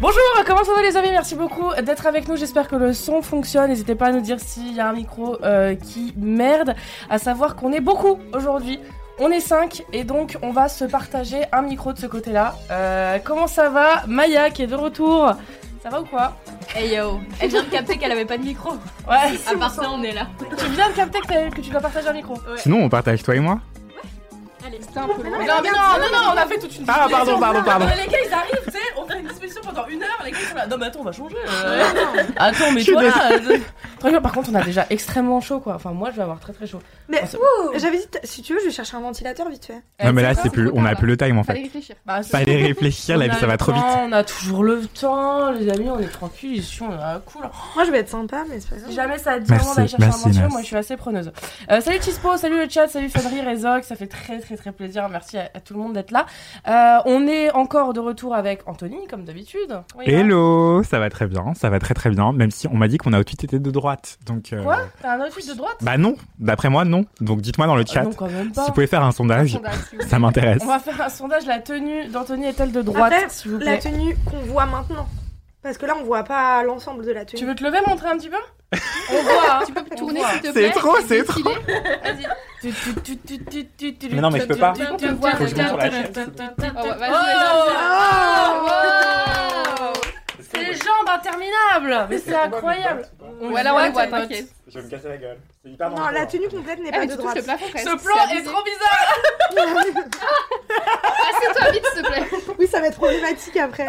Bonjour, comment ça va les amis Merci beaucoup d'être avec nous. J'espère que le son fonctionne. N'hésitez pas à nous dire s'il y a un micro euh, qui merde. À savoir qu'on est beaucoup aujourd'hui. On est 5 et donc on va se partager un micro de ce côté-là. Euh, comment ça va Maya qui est de retour. Ça va ou quoi Hey yo, elle vient de capter qu'elle avait pas de micro. Ouais, À part ça, on est là. tu viens de capter que, t'as- que tu dois partager un micro. Sinon, on partage toi et moi. Allez, c'était un peu long. Non, mais non, non, non, on a fait toute une Ah, pardon, pardon, pardon. Mais les gars, ils arrivent, tu sais, on fait une disposition pendant une Ah, heure, les gars, ils sont là. Non, mais attends, on va changer. euh. Attends, mais Je suis toi, là, euh, Franchement, par contre, on a déjà extrêmement chaud, quoi. Enfin, moi, je vais avoir très très chaud. Mais Oh, c'est- ouh, j'avais dit, t- si tu veux, je vais chercher un ventilateur vite fait. non, mais là, c'est c'est pas plus, trop on tard, a là. plus le time en fait. Fallait réfléchir. Bah, c'est- Fallait réfléchir, la on vie a ça va le trop vite. temps, On a toujours le temps, les amis, on est tranquille, ici, on est cool. Moi, je vais être sympa, mais c'est pas Si grave. jamais ça te dit Merci, vraiment d'aller chercher merci, un morceau, merci. moi je suis assez preneuse. Euh, salut Chispo, salut le chat, salut Fenrir et Zog, ça fait très très très plaisir, merci à, à tout le monde d'être là. Euh, on est encore de retour avec Anthony, comme d'habitude. Oui, hein. Hello, ça va très bien, ça va très très bien, même si on m'a dit qu'on a au tweet été de droite. Donc, euh, hein. Quoi T'as un autre tweet de droite Bah non, d'après moi non. Donc dites-moi dans le Ah chat Non, quand même si pas. vous pouvez faire un sondage, ça m'intéresse. On va faire un sondage, la tenue d'Anthony est-elle de droite, Après, s'il vous La plaît tenue qu'on voit maintenant. Parce que là, on voit pas l'ensemble de la tenue. Tu veux te lever, montrer un petit peu On voit, hein. Tu peux On tourner voit. s'il te C'est plaît trop, et c'est défiler. Vas-y. Tu- tu- tu- tu- tu- tu- tu- Mais non, mais je peux pas. tu- tu- Faut tu- que je tu- monte sur la tu- chaise. tu- tu- tu- Oh, vas-y, vas-y, Oh, vas-y. Ces jambes interminables Mais c'est incroyable Ouais, là, on voit, les voit, t'es- t'inquiète. Je vais me casser la gueule. C'est hyper Non, la tenue complète n'est Ah, pas mais de tu touches droite. le plafond quand même. Ce c'est plan est abusé. trop bizarre Assieds-toi vite, s'il te plaît. Oui, ça va être problématique après.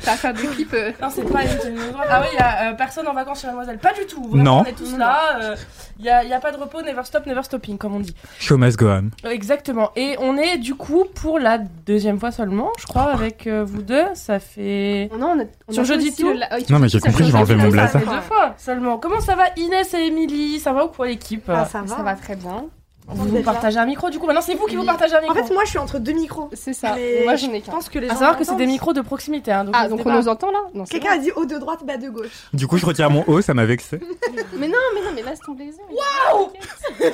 Ça va faire des clips. euh, Non, c'est pas une tenue de droite. Ah oui, il y a euh, personne en vacances chez Mademoiselle. Pas du tout. Vraiment, Non. On est tous là. Euh, Il n'y y a pas de repos, never stop, never stopping, comme on dit. Show must Ah, go on. Exactement. Et on est du coup pour la deuxième fois seulement, je crois, avec euh, vous deux. Ça fait. On a, on a Sur fait jeudi aussi tout le la- oh, Non, mais j'ai ça fait compris, je vais aussi enlever le mon la- blazer. Ça fait deux fois seulement. Comment ça va Inès et Émilie Ça va ou quoi l'équipe Ah, ça va. Ça va très bien. Vous on vous est bien. partagez un micro du coup. Maintenant, c'est vous qui Oui. vous partagez un En micro. fait, moi, je suis entre deux micros. C'est ça. Mais Moi, j'en ai Je qu'un. pense que les gens. À savoir que c'est m'entendent. des micros de proximité. hein, donc Ah, vous donc êtes on pas- nous entend là Non, c'est Quelqu'un a bon. dit haut de droite, bas de gauche. Du coup, je retire mon haut, ça m'a vexé. Mais non, mais non, mais laisse ton blazer. Waouh Là, Mais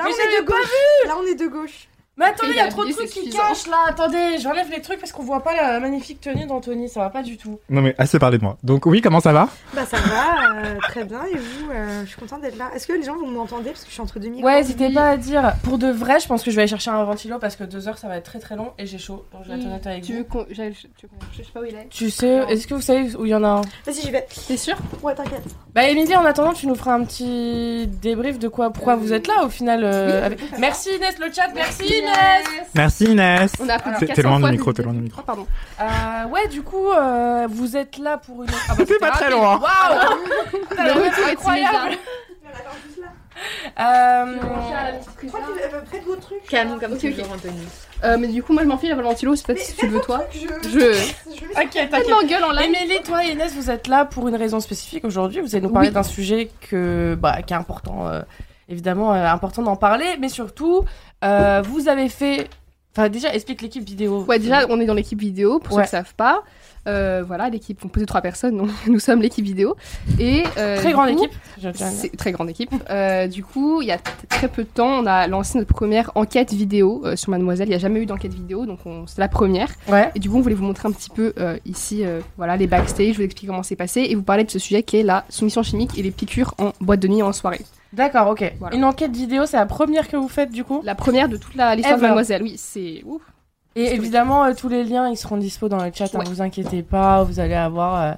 on j'avais est de pas gauche. Là, on est de gauche. Mais attendez, il y a Après, trop de il y a trucs des qui suffisants. cachent là. Attendez, j'enlève les trucs parce qu'on voit pas la magnifique tenue d'Anthony. Ça va pas du tout. Non mais assez parlé de moi. Donc oui, comment ça va Bah, ça va, euh, très bien. Et vous, euh, je suis contente d'être là. Est-ce que les gens, vous m'entendez Parce que je suis entre deux micros. Ouais, n'hésitez pas à dire. Pour de vrai, je pense que je vais aller chercher un ventilo parce que deux heures ça va être très très long et j'ai chaud. Donc je vais être honnête avec Tu vous. veux qu'on. j'aille- Je tu veux qu'on- je sais pas où il est. Tu sais, est-ce que vous savez où il y en a un Vas-y, j'y vais. T'es sûr Ouais, t'inquiète. Bah Émilie, en attendant, tu nous feras un petit débrief de quoi, pourquoi Euh, vous êtes là au final. euh, oui. avec- Merci Inès, le chat, merci Inès. Merci Inès. On a appris T'es- 400 t'es loin du fois micro, depuis t'es le loin du début. micro. Ah, pardon. Oh, Euh, ouais, du coup, euh, vous êtes là pour une. Ah bah, C'était pas très loin. Waouh Putain, la Le meuf retour est est incroyable. Euh, Je crois qu'il est à peu près de vos trucs. Canon comme Ok, toujours, ok. Anthony. Euh, mais du coup, moi je m'enfile à Valentilo, c'est peut-être si tu le veux toi. Je. Je... Ok, Pas de t'inquiète. m'engueule en live. Émilie, toi et Inès, vous êtes là pour une raison spécifique aujourd'hui. Vous allez nous parler d'un sujet que, bah, qui est important, euh, évidemment, euh, important d'en parler, mais surtout, euh, vous avez fait. Enfin, déjà, explique l'équipe vidéo. Ouais, déjà, on est dans l'équipe vidéo, pour Ouais. ceux qui ne savent pas. Euh, voilà, l'équipe composée de trois personnes, donc nous sommes l'équipe vidéo. Et, euh, Très du grande coup, équipe. je tiens à le dire. C'est très grande équipe. Euh, du coup, il y a t- très peu de temps, on a lancé notre première enquête vidéo euh, sur Mademoiselle. Il n'y a jamais eu d'enquête vidéo, donc on- c'est la première. Ouais. Et du coup, on voulait vous montrer un petit peu euh, ici, euh, voilà, les backstage, vous expliquer comment c'est passé et vous parler de ce sujet qui est la soumission chimique et les piqûres en boîte de nuit et en soirée. D'accord, ok. Voilà. Une enquête vidéo, c'est la première que vous faites du coup. La première de toute la- l'histoire de Ever. Mademoiselle. Oui, c'est ouf. Et Historique. évidemment, euh, tous les liens, ils seront dispo dans le chat. Ne Ouais. vous inquiétez pas, vous allez avoir euh,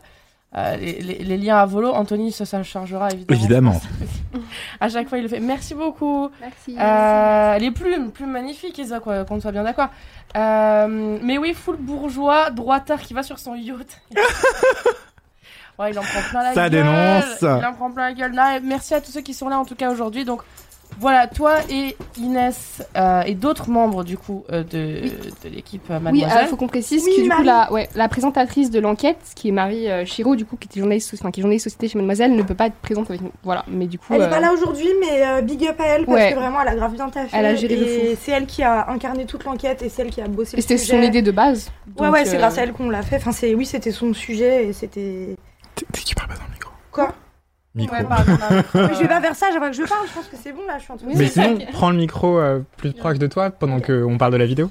euh, les, les- les liens à volo. Anthony se s'en chargera évidemment. Évidemment. À chaque fois, il le fait. Merci beaucoup. Merci. Euh, les plumes, plumes magnifiques, Isa, quoi, qu'on soit bien d'accord. Euh, mais oui, full bourgeois, droitard qui va sur son yacht. ouais, il en prend plein la Ça gueule. dénonce. Il en prend plein la gueule. Non, et merci à tous ceux qui sont là en tout cas aujourd'hui. Donc, Voilà, toi et Inès euh, et d'autres membres du coup euh, de, de l'équipe euh, Oui, Mademoiselle. il faut qu'on précise Oui, que du coup, Marie. la, ouais, la présentatrice de l'enquête, qui est Marie euh, Chiraud, du coup, qui, était journaliste, enfin, qui est journaliste société chez Mademoiselle, ne peut pas être présente avec nous. Voilà, mais du coup, Elle euh, est pas là aujourd'hui, mais euh, big up à elle parce Ouais. que vraiment elle a grave bien taffé. Elle a géré de et c'est elle qui a incarné toute l'enquête et c'est elle qui a bossé et le c'était sujet. son idée de base. Ouais, donc, ouais, c'est euh, grâce à elle qu'on l'a fait. Enfin, c'est oui, c'était son sujet et c'était. T'es t'es qui parle pas dans le micro Quoi Micro. Ouais, pardon, pardon. Mais je vais pas faire ça, j'aimerais que je parle. Je pense que c'est bon là, je suis en train de. Mais sinon, prends le micro euh, plus proche de toi pendant qu'on parle de la vidéo.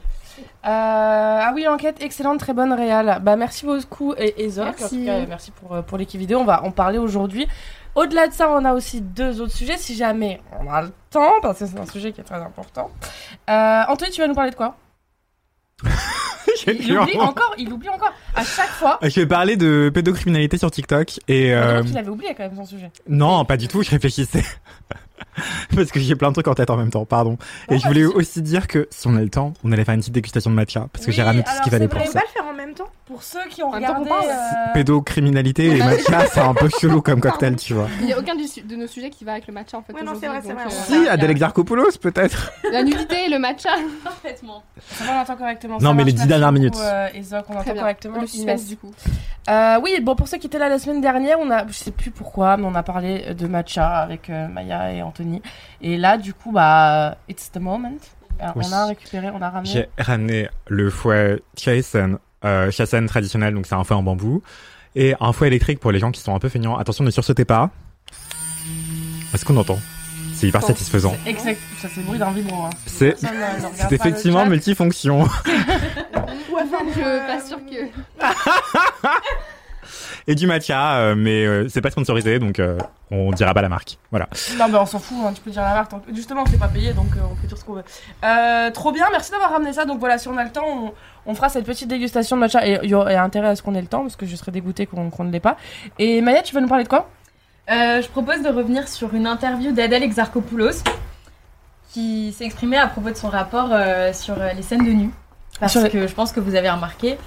Euh, ah oui, enquête excellente, très bonne réal. Bah merci beaucoup et, et Zoc. Merci. En tout cas, merci pour euh, pour l'équipe vidéo. On va en parler aujourd'hui. Au-delà de ça, on a aussi deux autres sujets si jamais on a le temps parce que c'est un sujet qui est très important. Euh, Anthony, tu vas nous parler de quoi Il oublie encore, il oublie encore. À chaque fois, Je vais parler de pédocriminalité sur TikTok et on euh, dirait qu'il avait oublié quand même son sujet. non, pas du tout. Je réfléchissais parce que j'ai plein de trucs en tête en même temps. Pardon. Et je voulais aussi dire que si on a le temps, on allait faire une petite dégustation de matcha parce que Oui, j'ai ramené tout ce alors qu'il fallait c'est pour vrai, On ça. pas le faire en même temps. Pour ceux qui ont En même temps qu'on regardé parle, euh, Pédocriminalité et matcha, c'est un peu chelou comme cocktail, tu vois. Il n'y a aucun du su- de nos sujets qui va avec le matcha en fait. Ouais, non, c'est aujourd'hui, vrai, donc, c'est euh, Si, voilà, Adèle Exarchopoulos peut-être. il y a La nudité et le matcha. Parfaitement. Ça va, on entend correctement. Non, ça mais les marche. dix dernières Merci minutes. beaucoup, euh, Ezoc, on Très entend bien. correctement. Le suspense Inès. du coup. Euh, oui, bon, pour ceux qui étaient là la semaine dernière, on a, je sais plus pourquoi, mais on a parlé de matcha avec euh, Maya et Anthony. Et là, du coup, bah, it's the moment. Alors, Oui. On a récupéré, on a ramené. J'ai ramené le fouet Chasen, euh, Chasen traditionnel, donc c'est un fouet en bambou, et un fouet électrique pour les gens qui sont un peu feignants. Attention, ne sursautez pas. Est-ce qu'on entend C'est hyper Oh. satisfaisant. Exact, ça c'est le bruit d'un vibro. Hein. C'est- Personne, euh, ne regarde C'est pas le effectivement chat. multifonction. Ouais, enfin, Je suis euh, pas sûre que. Et du matcha, euh, mais euh, c'est pas sponsorisé, donc euh, on dira pas la marque. Voilà. Non, mais on s'en fout, hein, tu peux dire la marque. tant que- Justement, c'est pas payé, donc euh, on peut dire ce qu'on veut. Euh, trop bien, merci d'avoir ramené ça. Donc voilà, si on a le temps, on, on fera cette petite dégustation de matcha. Et il y a intérêt à ce qu'on ait le temps, parce que je serais dégoûtée qu'on qu'on ne l'ait pas. Et Maya, tu vas nous parler de quoi Euh, je propose de revenir sur une interview d'Adèle Exarchopoulos qui s'est exprimée à propos de son rapport euh, sur euh, les scènes de nu. Parce Sur les- que je pense que vous avez remarqué,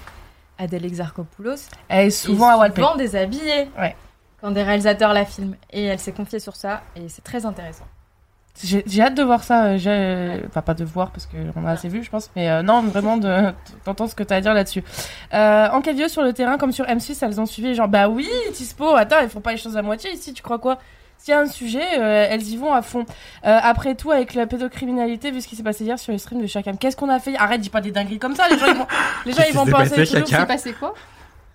Adèle Exarchopoulos Elle est souvent à Walpé. Souvent déshabillée. Ouais. Quand des réalisateurs la filment. Et elle s'est confiée sur ça, et c'est très intéressant. J'ai j'ai hâte de voir ça. euh, j'ai- euh, Enfin, pas de voir parce qu'on a assez vu, je pense. Mais euh, non, vraiment, de- t'entends ce que t'as à dire là-dessus. Euh, enquête vidéo sur le terrain, comme sur M6, elles ont suivi. Genre, bah oui, Tispo, attends, ils font pas les choses à moitié ici, tu crois quoi S'il y a un sujet, euh, elles y vont à fond. Euh, après tout, avec la pédocriminalité, vu ce qui s'est passé hier sur le stream de Chacam, qu'est-ce qu'on a fait Arrête, dis pas des dingueries comme ça, les gens ils vont, les gens, Qu'est-ce ils vont qui s'est penser. passé, toujours- Chacun C'est passé quoi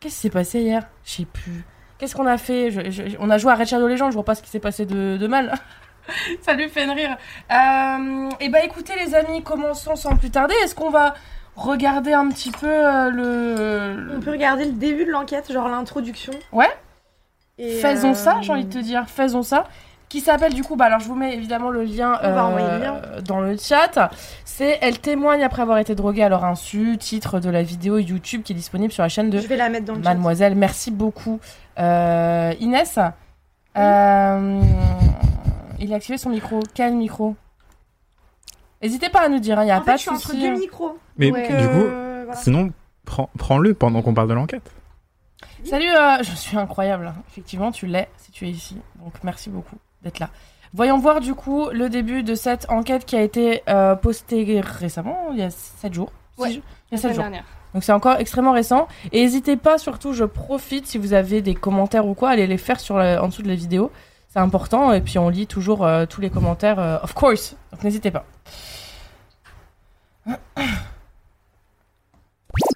Qu'est-ce qui s'est passé hier Je sais plus. Qu'est-ce qu'on a fait Je- je- On a joué à Red Shadow Legends, je vois pas ce qui s'est passé de, de mal. Ça lui fait rire. Euh, et bah écoutez les amis, commençons sans plus tarder. Est-ce qu'on va regarder un petit peu euh, le... On peut regarder le début de l'enquête, genre l'introduction. Ouais. Et, Faisons euh, ça, j'ai envie de te dire, faisons ça. Qui s'appelle du coup, bah alors je vous mets évidemment le lien, euh, On va envoyer le lien. dans le chat. C'est elle témoigne après avoir été droguée à leur insu, titre de la vidéo YouTube qui est disponible sur la chaîne de Je vais la mettre dans le chat. Mademoiselle, merci beaucoup. Euh, Inès, euh, il a activé son micro. Quel micro N'hésitez pas à nous dire, il n'y a en pas fait, de je suis entre souci. deux micros. Mais Ouais. du coup, euh, voilà. sinon, prends- prends-le pendant qu'on parle de l'enquête. Salut, euh, je suis incroyable. Effectivement, tu l'es si tu es ici. Donc merci beaucoup d'être là. Voyons voir du coup le début de cette enquête qui a été euh, postée récemment, il y a 7 jours. Six Ouais, jours il y a La 7 jours. dernière. Donc c'est encore extrêmement récent. Et n'hésitez pas, surtout, je profite, si vous avez des commentaires ou quoi, allez les faire sur la- en dessous de la vidéo. C'est important. Et puis on lit toujours euh, tous les commentaires, euh, of course. Donc n'hésitez pas.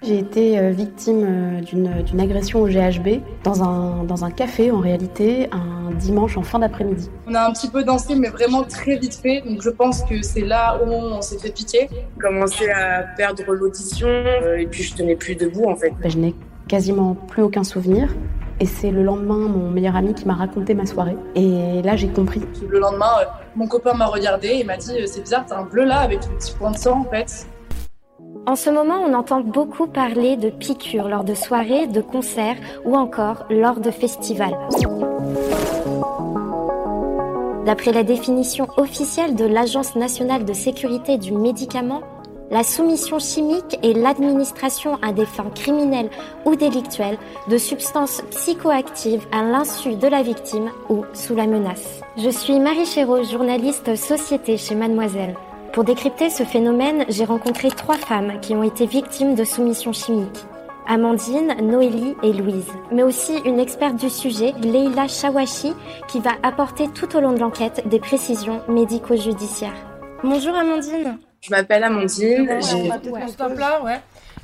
J'ai été euh, victime euh, d'une d'une agression au GHB dans un, dans un café, en réalité, un dimanche en fin d'après-midi. On a un petit peu dansé, mais vraiment très vite fait. Donc je pense que c'est là où on s'est fait piquer. commencé à perdre l'audition euh, et puis je tenais plus debout en fait. Ben, je n'ai quasiment plus aucun souvenir. Et c'est le lendemain, mon meilleur ami qui m'a raconté ma soirée. Et là, j'ai compris. Le lendemain, euh, mon copain m'a regardé et m'a dit euh, C'est bizarre, t'as un bleu là avec le petit point de sang en fait. En ce moment, on entend beaucoup parler de piqûres lors de soirées, de concerts ou encore lors de festivals. D'après la définition officielle de l'Agence nationale de sécurité du médicament, la soumission chimique et l'administration à des fins criminelles ou délictuelles de substances psychoactives à l'insu de la victime ou sous la menace. Je suis Marie Chéreau, journaliste société chez Mademoiselle. Pour décrypter ce phénomène, j'ai rencontré trois femmes qui ont été victimes de soumission chimique. Amandine, Noélie et Louise, mais aussi une experte du sujet, Leila Chawashi, qui va apporter tout au long de l'enquête des précisions médico-judiciaires. Bonjour Amandine. Je m'appelle Amandine. j'ai- On stoppe là, ouais.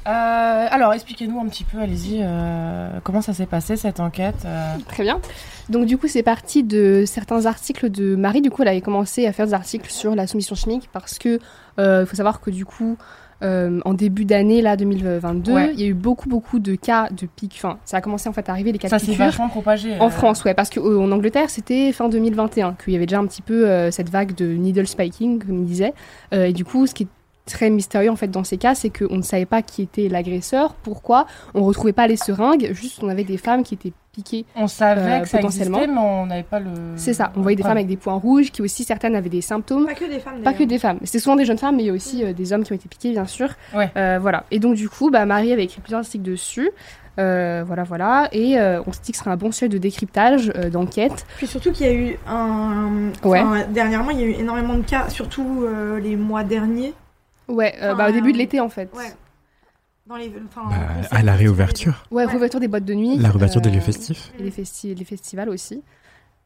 Euh, alors, expliquez-nous un petit peu, allez-y, euh, comment ça s'est passé cette enquête euh. Très bien. Donc du coup, c'est parti de certains articles de Marie. Du coup, elle avait commencé à faire des articles sur la soumission chimique parce que euh, il faut savoir que du coup, euh, en début d'année là 2022, Ouais. il y a eu beaucoup beaucoup de cas de pic. euh, Enfin, ça a commencé en fait à arriver les cas Ça de s'est piqûres. vachement propagé. euh. En France, ouais, parce qu'en Angleterre, c'était fin 2021 qu'il y avait déjà un petit peu euh, cette vague de needle spiking, comme il disait. Euh, et du coup, ce qui est très mystérieux en fait dans ces cas, c'est qu'on ne savait pas qui était l'agresseur, pourquoi, on retrouvait pas les seringues, juste on avait des femmes qui étaient piquées. On savait euh, que ça potentiellement. existait, mais on n'avait pas le. C'est ça, on voyait des Ouais. femmes avec des points rouges, qui aussi certaines avaient des symptômes. Pas que des femmes. Pas que d'ailleurs. des femmes. C'était souvent des jeunes femmes, mais il y a aussi euh, des hommes qui ont été piqués, bien sûr. Ouais. Euh, voilà. Et donc, du coup, bah, Marie avait écrit plusieurs articles dessus. Euh, voilà, voilà. Et euh, on s'est dit que ce serait un bon sujet de décryptage, euh, d'enquête. Puis surtout qu'il y a eu un. Ouais. enfin, dernièrement, il y a eu énormément de cas, surtout euh, les mois derniers. Ouais, euh, Enfin, bah, au début de euh, l'été, en fait. Ouais. Dans les. Enfin, Bah, on sait à la pas si- réouverture. Ouais, réouverture des boîtes de nuit. La réouverture des euh, lieux festifs. Et les, festi- les festivals aussi.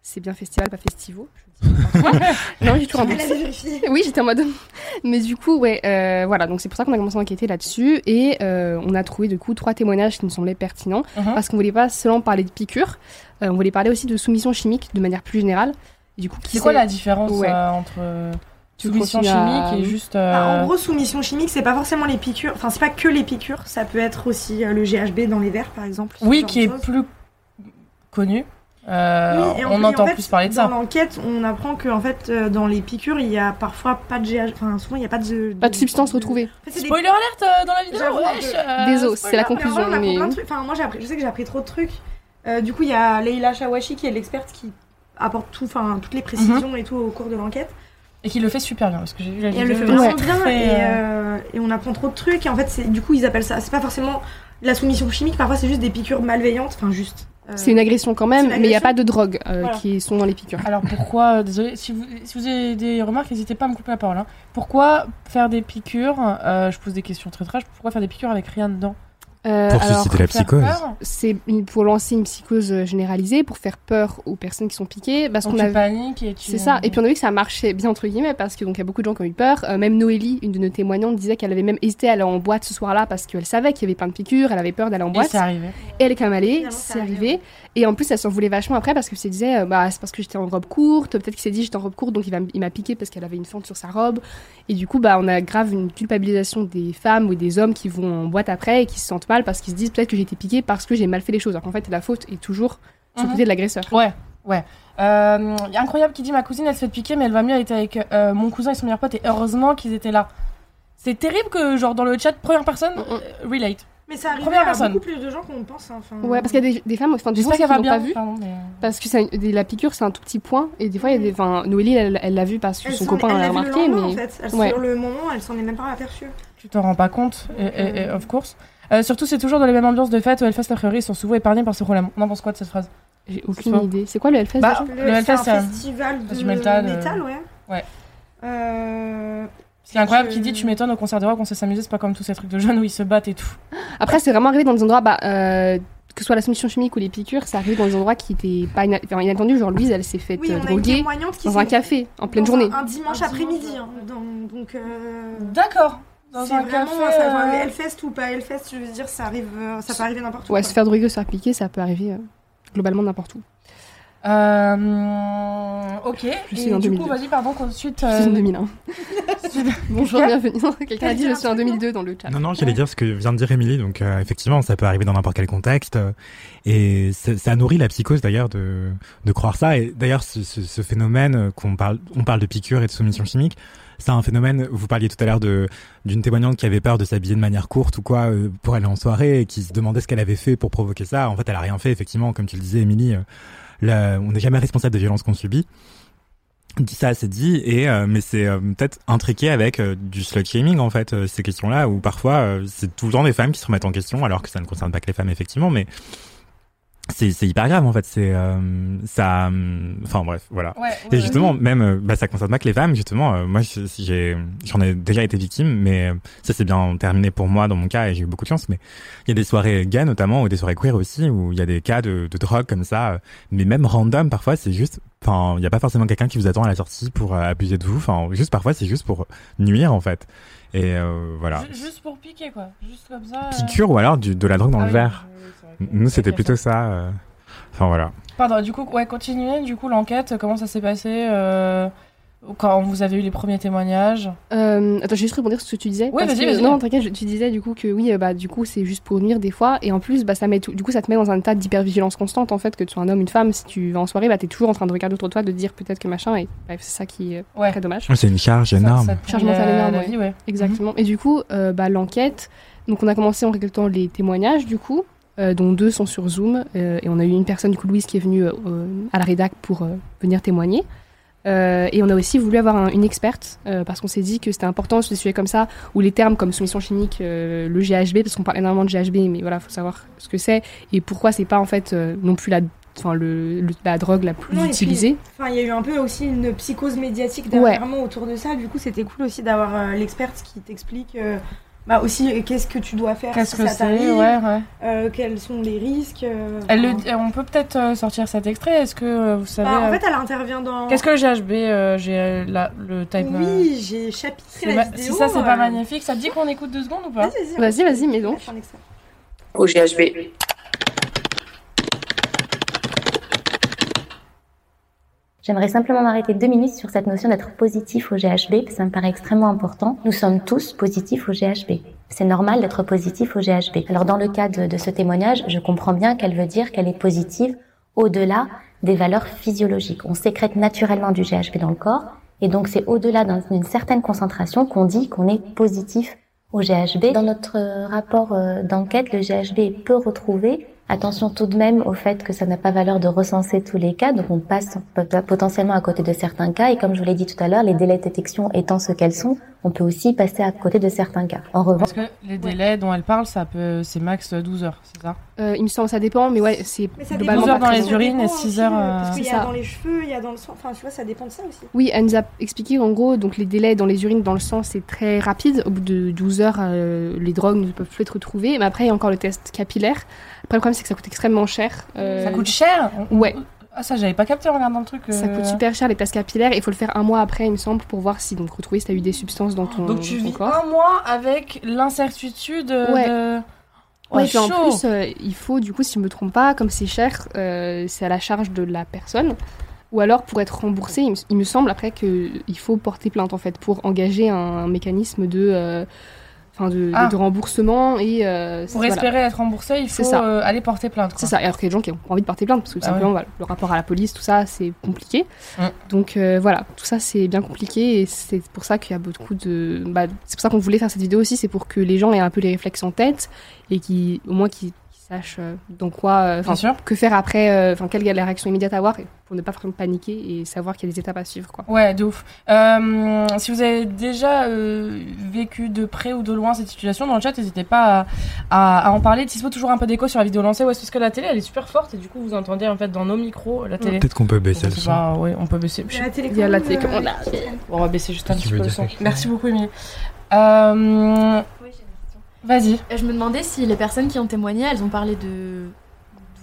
C'est bien festival, pas festivo. je dis n'importe quoi. non, j'ai toujours un Elle doute. avait vérifié. Oui, j'étais en mode. Mais du coup, ouais, euh, voilà. Donc c'est pour ça qu'on a commencé à enquêter là-dessus et euh, on a trouvé du coup trois témoignages qui nous semblaient pertinents Mhm. parce qu'on voulait pas seulement parler de piqûres, euh, on voulait parler aussi de soumission chimique de manière plus générale. Et du coup, qui C'est quoi sait- la différence Ouais. euh, entre euh, Tu soumission continues à- chimique et juste. Bah, euh, en gros, soumission chimique, c'est pas forcément les piqûres. Enfin, c'est pas que les piqûres. Ça peut être aussi euh, le GHB dans les verres, par exemple. ce Oui, genre qui de est choses. plus connu. Euh, Oui, et en- on et en entend fait, plus parler de ça. Dans l'enquête, on apprend que en fait, euh, dans les piqûres, il y a parfois pas de GHB. Enfin, souvent, il n'y a pas de. Pas de substance retrouvée. En fait, c'est des- Spoiler alerte euh, dans la vidéo. J'avoue, wesh, euh, Désolé, c'est spoiler. Mais la en vrai, conclusion. on apprend mais- plein de trucs. Enfin, moi, j'ai appris- je sais que j'ai appris trop de trucs. Euh, du coup, il y a Leila Shawashi qui est l'experte qui apporte tout, enfin, toutes les précisions et tout au cours de l'enquête. Et qui le fait super bien, parce que j'ai vu Mhm. la Et vidéo. elle le fait euh, vraiment très, bien et, euh, euh, et on apprend trop de trucs. Et en fait, c'est- du coup, ils appellent ça. C'est pas forcément de la soumission chimique, parfois, c'est juste des piqûres malveillantes. Enfin, juste. euh, C'est une agression quand c'est même, une mais il n'y a agression. pas de drogue euh, Voilà. qui sont dans les piqûres. Alors pourquoi, euh, désolé, si vous, si vous avez des remarques, n'hésitez pas à me couper la parole. hein. Pourquoi faire des piqûres euh, Je pose des questions très trash. Pourquoi faire des piqûres avec rien dedans Euh, Pour alors, susciter la Faire psychose. peur c'est une- pour lancer une psychose euh, généralisée, pour faire peur aux personnes qui sont piquées, parce Donc qu'on tu a paniques et tu. C'est ça. Et puis on a vu que ça marchait bien entre guillemets parce que donc il y a beaucoup de gens qui ont eu peur. Euh, même Noélie, une de nos témoignantes, disait qu'elle avait même hésité à aller en boîte ce soir-là parce qu'elle savait qu'il y avait plein de piqûres, elle avait peur d'aller en Et boîte. c'est arrivé. Et elle est quand même allée, Finalement, c'est c'est arrivé, arrivé. Et en plus, elle s'en voulait vachement après parce que se disait, euh, bah c'est parce que j'étais en robe courte. Peut-être qu'il s'est dit j'étais en robe courte donc il va m- il m'a piqué parce qu'elle avait une fente sur sa robe. Et du coup, bah on a grave une culpabilisation des femmes ou des hommes qui vont en boîte après et qui se sentent mal parce qu'ils se disent peut-être que j'ai été piquée parce que j'ai mal fait les choses. Alors qu'en fait, la faute est toujours sur le Mhm. côté de l'agresseur. Ouais, ouais. Euh, y a incroyable qui dit ma cousine, elle se fait piquer, mais elle va mieux. Elle était avec euh, mon cousin et son meilleur pote, et heureusement qu'ils étaient là. C'est terrible que, genre, dans le chat, première personne, Mm, mm. euh, relate. Mais ça arrive Première à personne. beaucoup plus de gens qu'on pense. hein. Enfin, Ouais, parce qu'il y a des, des femmes, enfin des gens J'espère qui qu'elle va bien. n'ont pas vu. pardon, mais- Parce que ça- des- la piqûre, c'est un tout petit point. Et des fois, il y a des. Enfin, Noélie, elle elle l'a vu parce que elle son s'en- copain elle l'a l'a vu le remarqué. Mais... lendemain, en fait. Elle, Ouais. Sur le moment, elle s'en est même pas aperçue. Tu t'en rends pas compte, et, et- et of course. Euh, surtout, c'est toujours dans les mêmes ambiances de fête où Hellfest, a priori, ils sont souvent épargnés par ce problème. On en pense quoi de cette phrase J'ai C'est aucune ça. idée. C'est quoi le Hellfest Bah, déjà Le Le- c'est Hellfest, un c'est un- festival de du métal, euh, métal, ouais. ouais. Euh, C'est incroyable Je- qui dit Tu m'étonnes, au concert de rock, on sait s'amuser, c'est pas comme tous ces trucs de jeunes où ils se battent et tout. Après, c'est vraiment arrivé dans des endroits. Bah, euh, que ce soit la solution chimique ou les piqûres, ça arrive dans des endroits qui étaient pas ina- enfin, inattendus. Genre, Louise, elle s'est faite Oui, euh, on a une droguer témoignante qui dans un s'est- café en pleine dans journée. Un, un dimanche Un après-midi. dimanche, hein, dans- donc, euh, D'accord Dans c'est un vraiment café. ça, enfin, euh, Hellfest ou pas Hellfest, je veux dire, ça arrive, euh, ça peut arriver n'importe où. Ouais, quoi. se faire droguer ou se faire piquer, ça peut arriver euh, globalement n'importe où. euh, ok. Je Et suis en du 2002. coup, vas-y, pardon, qu'ensuite. euh, Je euh, suis en 2001. Bonjour, bienvenue. Quelqu'un a dit T'as je dit suis un en truc, non 2002 dans le chat. Non, non, j'allais dire ce que vient de dire Émilie. Donc, euh, effectivement, ça peut arriver dans n'importe quel contexte. euh, Et ça, ça nourrit la psychose, d'ailleurs, de, de croire ça. Et d'ailleurs, ce, ce- ce phénomène euh, qu'on parle, on parle de piqûres et de soumission chimique, c'est un phénomène, vous parliez tout à l'heure de, d'une témoignante qui avait peur de s'habiller de manière courte ou quoi, euh, pour aller en soirée et qui se demandait ce qu'elle avait fait pour provoquer ça. En fait, elle a rien fait, effectivement, comme tu le disais, Émilie. euh, la- on n'est jamais responsable des violences qu'on subit. dit ça, c'est dit, et euh, mais c'est euh, peut-être intriqué avec euh, du slut shaming en fait euh, ces questions-là où parfois euh, c'est tout le temps des femmes qui se remettent en question alors que ça ne concerne pas que les femmes effectivement, mais c'est c'est hyper grave en fait, c'est euh, ça, euh, enfin bref voilà. Ouais, et ouais, justement ouais. même euh, bah, ça concerne pas que les femmes justement, euh, moi je- si j'ai j'en ai déjà été victime, mais euh, ça c'est bien terminé pour moi dans mon cas et j'ai eu beaucoup de chance, mais il y a des soirées gays notamment ou des soirées queer aussi où il y a des cas de, de drogue comme ça, euh, mais même random parfois c'est juste Enfin, il n'y a pas forcément quelqu'un qui vous attend à la sortie pour euh, abuser de vous. Enfin, juste parfois, c'est juste pour nuire en fait. Et euh, voilà. Ju- Juste pour piquer, quoi. Juste comme ça. euh. Piqûre ou alors du- de la drogue dans Ah le oui, verre. Nous, c'était Ok, plutôt ça. euh. Enfin voilà. Pardon, du coup, ouais, continuez, du coup, l'enquête, comment ça s'est passé euh, quand vous avez eu les premiers témoignages Euh, attends, je vais juste rebondir sur ce que tu disais. Ouais, parce vas-y, que- vas-y. Non, t'inquiète, je- tu disais du coup que oui, euh, bah du coup c'est juste pour nuire des fois, et en plus bah ça met tout- du coup ça te met dans un état d'hypervigilance constante en fait que tu sois un homme, une femme, si tu vas en soirée, bah t'es toujours en train de regarder autour de toi, de te dire peut-être que machin, et bref c'est ça qui euh, est très dommage. Oh, C'est une charge énorme. Charge mentale La- énorme, la ouais. vie, ouais. Mhm. Exactement. Et du coup, euh, bah, l'enquête, donc on a commencé en récoltant les témoignages, du coup, euh, dont deux sont sur Zoom, euh, et on a eu une personne, du coup, Louise, qui est venue euh, euh, à la rédac pour euh, venir témoigner. Euh, et on a aussi voulu avoir un- une experte euh, parce qu'on s'est dit que c'était important sur des sujets comme ça où les termes comme soumission chimique, euh, le GHB, parce qu'on parle énormément de GHB, mais voilà, faut savoir ce que c'est et pourquoi c'est pas en fait euh, non plus la, enfin, le- le- la drogue la plus Non, et puis, utilisée. Enfin, il y a eu un peu aussi une psychose médiatique Ouais. dernièrement autour de ça. Du coup, c'était cool aussi d'avoir euh, l'experte qui t'explique euh, bah, aussi euh, qu'est-ce que tu dois faire. Qu'est-ce si que ça c'est, t'arrive, ouais, ouais. euh, quels sont les risques. euh, Elle le enfin. dit- on peut peut-être euh, sortir cet extrait, est-ce que euh, vous savez... Bah, en euh, fait, elle intervient dans. Qu'est-ce que le GHB, euh, j'ai euh, la- le type... euh, Oui, j'ai c'est chapitré la ma- vidéo. Si ça, c'est pas euh, magnifique, ça te dit qu'on écoute deux secondes ou pas Vas-y, Vas-y, vas-y, mais donc. Au GHB. J'aimerais simplement m'arrêter deux minutes sur cette notion d'être positif au GHB, parce que ça me paraît extrêmement important. Nous sommes tous positifs au GHB. C'est normal d'être positif au GHB. Alors dans le cas de, de ce témoignage, je comprends bien qu'elle veut dire qu'elle est positive au-delà des valeurs physiologiques. On sécrète naturellement du GHB dans le corps, et donc c'est au-delà d'un- d'une certaine concentration qu'on dit qu'on est positif au GHB. Dans notre euh, rapport euh, d'enquête, le GHB est peu retrouvé. Attention tout de même au fait que ça n'a pas valeur de recenser tous les cas, donc on passe pot- potentiellement à côté de certains cas, et comme je vous l'ai dit tout à l'heure, les délais de détection étant ce qu'elles sont, on peut aussi passer à côté de certains cas. En revanche, Parce que les délais dont elle parle, ça peut, c'est max 12 heures, c'est ça Euh, il me semble ça dépend, mais ouais, c'est ça dépend. 12 heures dans pas très les long. urines et dépend 6 aussi, heures... euh, euh, Parce qu'il y c'est a ça. dans les cheveux, il y a dans le sang. Enfin, tu vois, ça dépend de ça aussi. Oui, elle nous a expliqué en gros, donc les délais dans les urines, dans le sang, c'est très rapide. Au bout de 12 heures, euh, les drogues ne peuvent plus être retrouvées. Mais après, il y a encore le test capillaire. Après, le problème, c'est que ça coûte extrêmement cher. euh, Ça coûte cher Ouais. Ah, ça, j'avais pas capté en regardant le truc. Ça euh. coûte super cher les tests capillaires. Il faut le faire un mois après, il me semble, pour voir si donc retrouver si t'as eu des substances dans ton, Ah, Donc tu dans ton vis corps. un mois avec l'incertitude euh, Ouais. de... Oh, Ouais, et puis en chaud. plus, euh, il faut, du coup, si je me trompe pas, comme c'est cher, euh, c'est à la charge de la personne. Ou alors, pour être remboursé, il me, il me semble après qu'il faut porter plainte, en fait, pour engager un, un mécanisme de, euh, enfin, de, Ah. de remboursement. Et, euh, Pour voilà. espérer être remboursé, il faut C'est ça. euh, aller porter plainte. quoi. C'est ça, et alors qu'il y a des gens qui ont pas envie de porter plainte, parce que tout Bah simplement, ouais. voilà, le rapport à la police, tout ça, c'est compliqué. Mm. Donc euh, voilà, tout ça, c'est bien compliqué, et c'est pour ça qu'il y a beaucoup de... bah, c'est pour ça qu'on voulait faire cette vidéo aussi, c'est pour que les gens aient un peu les réflexes en tête, et qui au moins qu'ils qu'ils sachent euh, dans quoi... euh, enfin, Bien sûr. Que faire après, euh, enfin, quelle est la réaction immédiate à avoir, et pour ne pas vraiment paniquer, et savoir qu'il y a des étapes à suivre, quoi. Ouais, de ouf. Euh, si vous avez déjà euh, vécu de près ou de loin cette situation dans le chat, n'hésitez pas à, à- à en parler. Tispo, toujours un peu d'écho sur la vidéo lancée. Ouais, c'est parce que la télé, elle est super forte et du coup, vous entendez en fait dans nos micros la télé. Peut-être qu'on peut baisser le son. Bah, ouais, on peut baisser. Il y a la télécommande, Il y a la euh, télécommande. Bon, on va baisser juste un Tu petit veux peu le dire son. quelque chose Merci beaucoup, Émilie. Euh, Vas-y. Euh, Je me demandais si les personnes qui ont témoigné, elles ont parlé de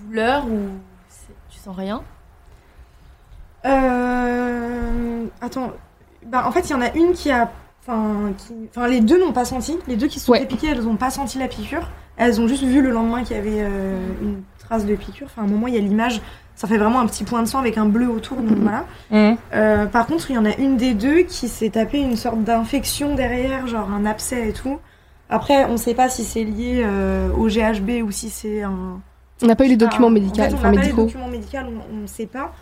douleur ou c'est- tu sens rien. Euh, Attends. Bah, en fait, il y en a une qui a. Enfin, qui... enfin, les deux n'ont pas senti. Les deux qui se sont fait piquer, elles n'ont pas senti la piqûre. Elles ont juste vu le lendemain qu'il y avait euh, une trace de piqûre. Enfin, à un moment, il y a l'image. Ça fait vraiment un petit point de sang avec un bleu autour. Donc voilà. Euh, par contre, il y en a une des deux qui s'est tapé une sorte d'infection derrière, genre un abcès et tout. Après, on sait pas si c'est lié euh, au GHB ou si c'est un. On n'a pas eu les je sais documents Ah, en fait, médicaux, on enfin, n'a pas les médicaux. documents médicaux, on- on ne sait pas.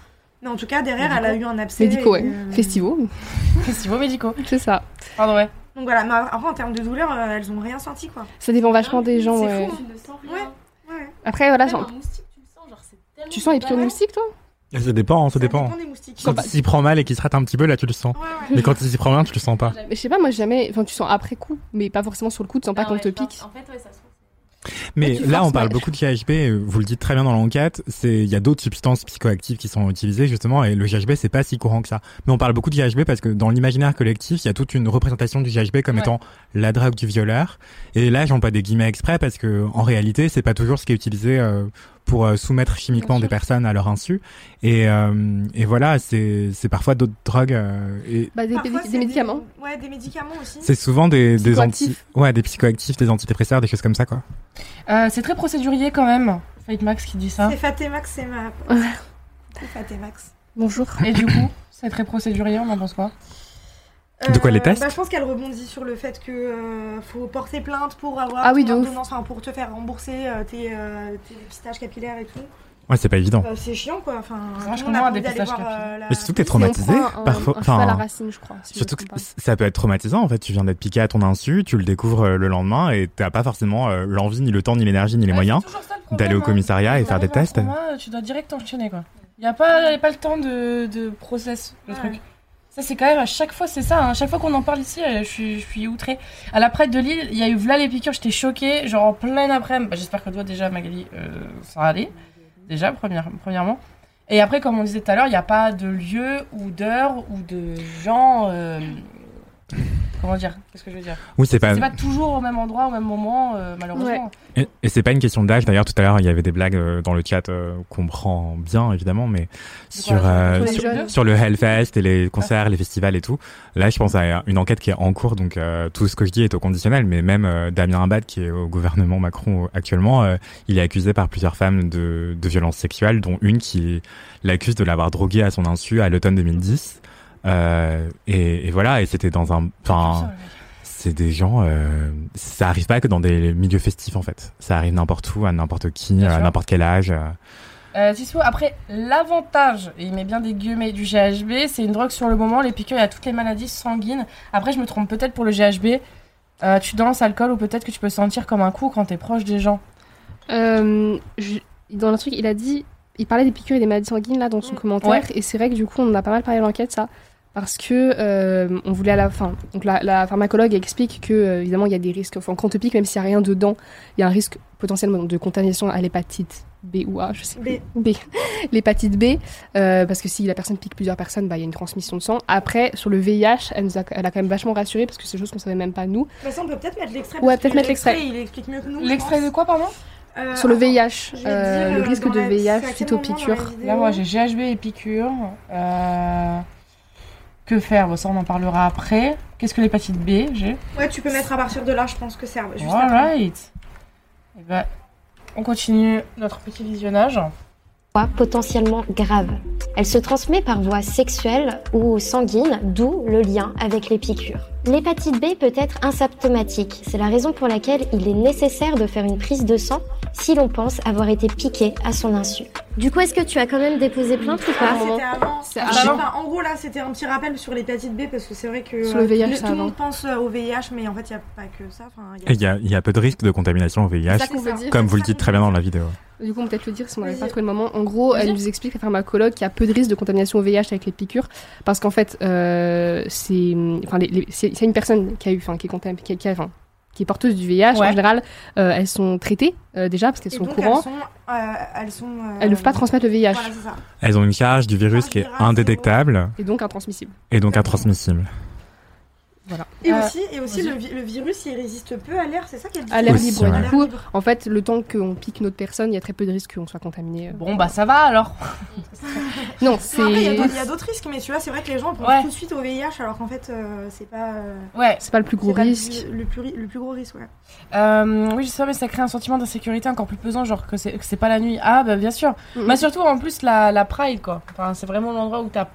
Mais en tout cas, derrière, elle a eu un abcès. Médicaux, et, ouais. euh, Festivaux. Festivaux médicaux. C'est ça. Pardon, ouais. Donc voilà, mais après, en termes de douleur, euh, elles ont rien senti, quoi. Ça dépend vachement des gens, Ah, C'est ouais. fou. Tu ne sens rien. Après, voilà, Même j'en- un moustique, tu le sens, genre c'est tellement tu sens les piqûres de balade. moustiques, toi Ça dépend, hein, ça, dépend. Quand il s'y prend mal et qu'il se rate un petit peu, là, tu le sens. Mais quand il s'y prend bien, tu le sens pas. Mais je sais pas, moi jamais. Enfin, tu sens après coup, mais pas forcément sur le coup, tu sens pas Ah quand on ouais, te je pense- pique. En fait, ouais, ça se trouve. Mais tu là, forces, on parle mais- beaucoup de GHB, euh, vous le dites très bien dans l'enquête, c'est il y a d'autres substances psychoactives qui sont utilisées justement et le GHB c'est pas si courant que ça. Mais on parle beaucoup de GHB parce que dans l'imaginaire collectif, il y a toute une représentation du GHB comme Ouais. étant la drogue du violeur et là, j'en pas des guillemets exprès parce que en réalité, c'est pas toujours ce qui est utilisé euh, pour euh, soumettre chimiquement des personnes à leur insu et euh, et voilà, c'est c'est parfois d'autres drogues euh, et Bah, des, Parfois, des- c'est des médicaments. Ouais, des médicaments aussi. c'est souvent des des anti Psychoactifs. ouais, des psychoactifs, des antidépresseurs, des choses comme ça quoi. Euh, c'est très procédurier quand même. Fate Max qui dit ça. C'est Fatemax, c'est ma. C'est Fatemax. Bonjour. Et du coup, c'est très procédurier, on en pense quoi De quoi, les tests bah, Je pense qu'elle rebondit sur le fait que euh, faut porter plainte pour avoir Ah oui, ton de ouf. ordonnance, enfin, pour te faire rembourser euh, tes, euh, tes dépistages capillaires et tout. Ouais, Ah, c'est pas évident. Euh, c'est chiant quoi. Enfin, Ça, je nous, on a comprends un envie d'aller dépistage voir, euh, la- Mais surtout que t'es traumatisé. parfois, à enfin, la racine, je crois. si je me Surtout que trompe pas. c- ça peut être traumatisant en fait. Tu viens d'être piqué à ton insu, tu le découvres euh, le lendemain et t'as pas forcément euh, l'envie, ni le temps, ni l'énergie, ni les moyens d'aller hein. hein. au commissariat et faire des tests. Moi, tu dois direct t'enchaîner quoi. Il n'y a pas, y a pas le temps de, de process, le truc. Ça, c'est quand même à chaque fois, c'est ça. hein. Chaque fois qu'on en parle ici, euh, je suis, je suis outrée. À la prête de Lille, il y a eu Vla les piqûres, j'étais choquée, genre en pleine après-midi. Bah, J'espère que toi, déjà, Magali, euh, ça allait. Déjà, première- premièrement. Et après, comme on disait tout à l'heure, il n'y a pas de lieu ou d'heure ou de gens. euh, Comment dire Qu'est-ce que je veux dire Oui, c'est pas- C'est pas toujours au même endroit, au même moment, euh, malheureusement. Et, et c'est pas une question d'âge. D'ailleurs, tout à l'heure, il y avait des blagues euh, dans le chat euh, qu'on prend bien évidemment, mais sur euh, sur les sur, jeunes sur le Hellfest et les concerts, les festivals et tout. Là, je pense à une enquête qui est en cours, donc euh, tout ce que je dis est au conditionnel. Mais même euh, Damien Abad, qui est au gouvernement Macron euh, actuellement, euh, il est accusé par plusieurs femmes de, de violences sexuelles, dont une qui l'accuse de l'avoir drogué à son insu à l'automne 2010. Euh, et, et voilà, et c'était dans un, enfin, c'est des gens, euh, ça arrive pas que dans des milieux festifs en fait. Ça arrive n'importe où, à n'importe qui, à n'importe quel âge. euh. Euh, Sissou, après, l'avantage, et il met bien des guillemets du GHB, c'est une drogue sur le moment, les piqûres, il y a toutes les maladies sanguines. Après, je me trompe peut-être pour le GHB, euh, tu danses, alcool, ou peut-être que tu peux sentir comme un coup quand t'es proche des gens. Euh, je- dans le truc, il a dit, il parlait des piqûres et des maladies sanguines là dans son commentaire, Ouais. et c'est vrai que du coup, on en a pas mal parlé dans l'enquête ça, parce que euh, on voulait à la fin. Donc la, la pharmacologue explique que euh, évidemment il y a des risques. Enfin, quand on te pique, même s'il n'y a rien dedans, il y a un risque potentiellement de contamination à l'hépatite. B ou A, je sais plus. B. L'hépatite B, euh, parce que si la personne pique plusieurs personnes, bah, il y a une transmission de sang. Après, sur le VIH, elle, nous a, elle a quand même vachement rassuré parce que c'est des choses qu'on savait même pas nous. De toute façon, Bah, on peut peut-être mettre l'extrait. Ouais, parce que peut-être mettre l'extrait. Il explique mieux que nous. L'extrait de quoi, pardon Sur le VIH, euh, le risque de VIH suite aux piqûres. Là, moi, j'ai GHB et piqûres. euh, Que faire Bon, Ça, on en parlera après. Qu'est-ce que l'hépatite B J'ai. Ouais, tu peux mettre à partir de là, je pense que c'est juste après. Alright. Et ben, on continue notre petit visionnage. Voie potentiellement grave. Elle se transmet par voie sexuelle ou sanguine, d'où le lien avec les piqûres. L'hépatite B peut être asymptomatique, c'est la raison pour laquelle il est nécessaire de faire une prise de sang si l'on pense avoir été piqué à son insu. Du coup, est-ce que tu as quand même déposé plainte ou Ah, pas c'était avant. Ah, C'est Enfin, avant. enfin, en gros, là, c'était un petit rappel sur l'hépatite B parce que c'est vrai que Sur le euh, VIH, tout- c'est tout le avant. monde pense euh, au VIH, mais en fait, il n'y a pas que ça. Enfin, il y a- Et il y a, il y a peu de risques de contamination au VIH, C'est ça qu'on veut dire. comme vous le dites très bien dans la vidéo. Du coup, on peut peut-être le dire si on n'avait pas trouvé le moment. En gros, elle nous explique, la pharmacologue, qu'il y a peu de risque de contamination au VIH avec les piqûres, parce qu'en fait, euh, c'est enfin, les- les- c'est- c'est une personne qui a eu, enfin, qui est contam- qui, a- qui a- enfin, qui est porteuse du VIH. En Ouais. général, euh, elles sont traitées euh, déjà parce qu'elles Et sont au donc, courant. Elles sont. euh, elles sont, euh, Elles ne peuvent pas transmettre le VIH. Voilà, c'est ça. Elles ont une charge du virus Ah, qui est indétectable Et donc intransmissible. et donc intransmissible. Voilà. Et Euh, aussi, et aussi le, vi- le virus, il résiste peu à l'air, c'est ça qu'elle dit à Ah, l'air Aussi, libre. Et ouais. Du coup, en fait, le temps qu'on pique notre personne, il y a très peu de risque qu'on soit contaminé. euh. Bon, bah, ça va alors. Mais après, Il y Non, a c'est. d'autres- il y a d'autres risques, mais tu vois, c'est vrai que les gens pensent Ouais. tout de suite au VIH alors qu'en fait, euh, c'est pas. euh, Ouais. C'est pas le plus gros c'est pas le risque. plus- Le plus, ri- le plus gros risque, ouais. Euh, oui, je sais, mais ça crée un sentiment d'insécurité encore plus pesant, genre que c'est que c'est pas la nuit. Ah, bah bien sûr. Mm-hmm. Mais surtout, en plus, la, la Pride, quoi. Enfin, c'est vraiment l'endroit où t'as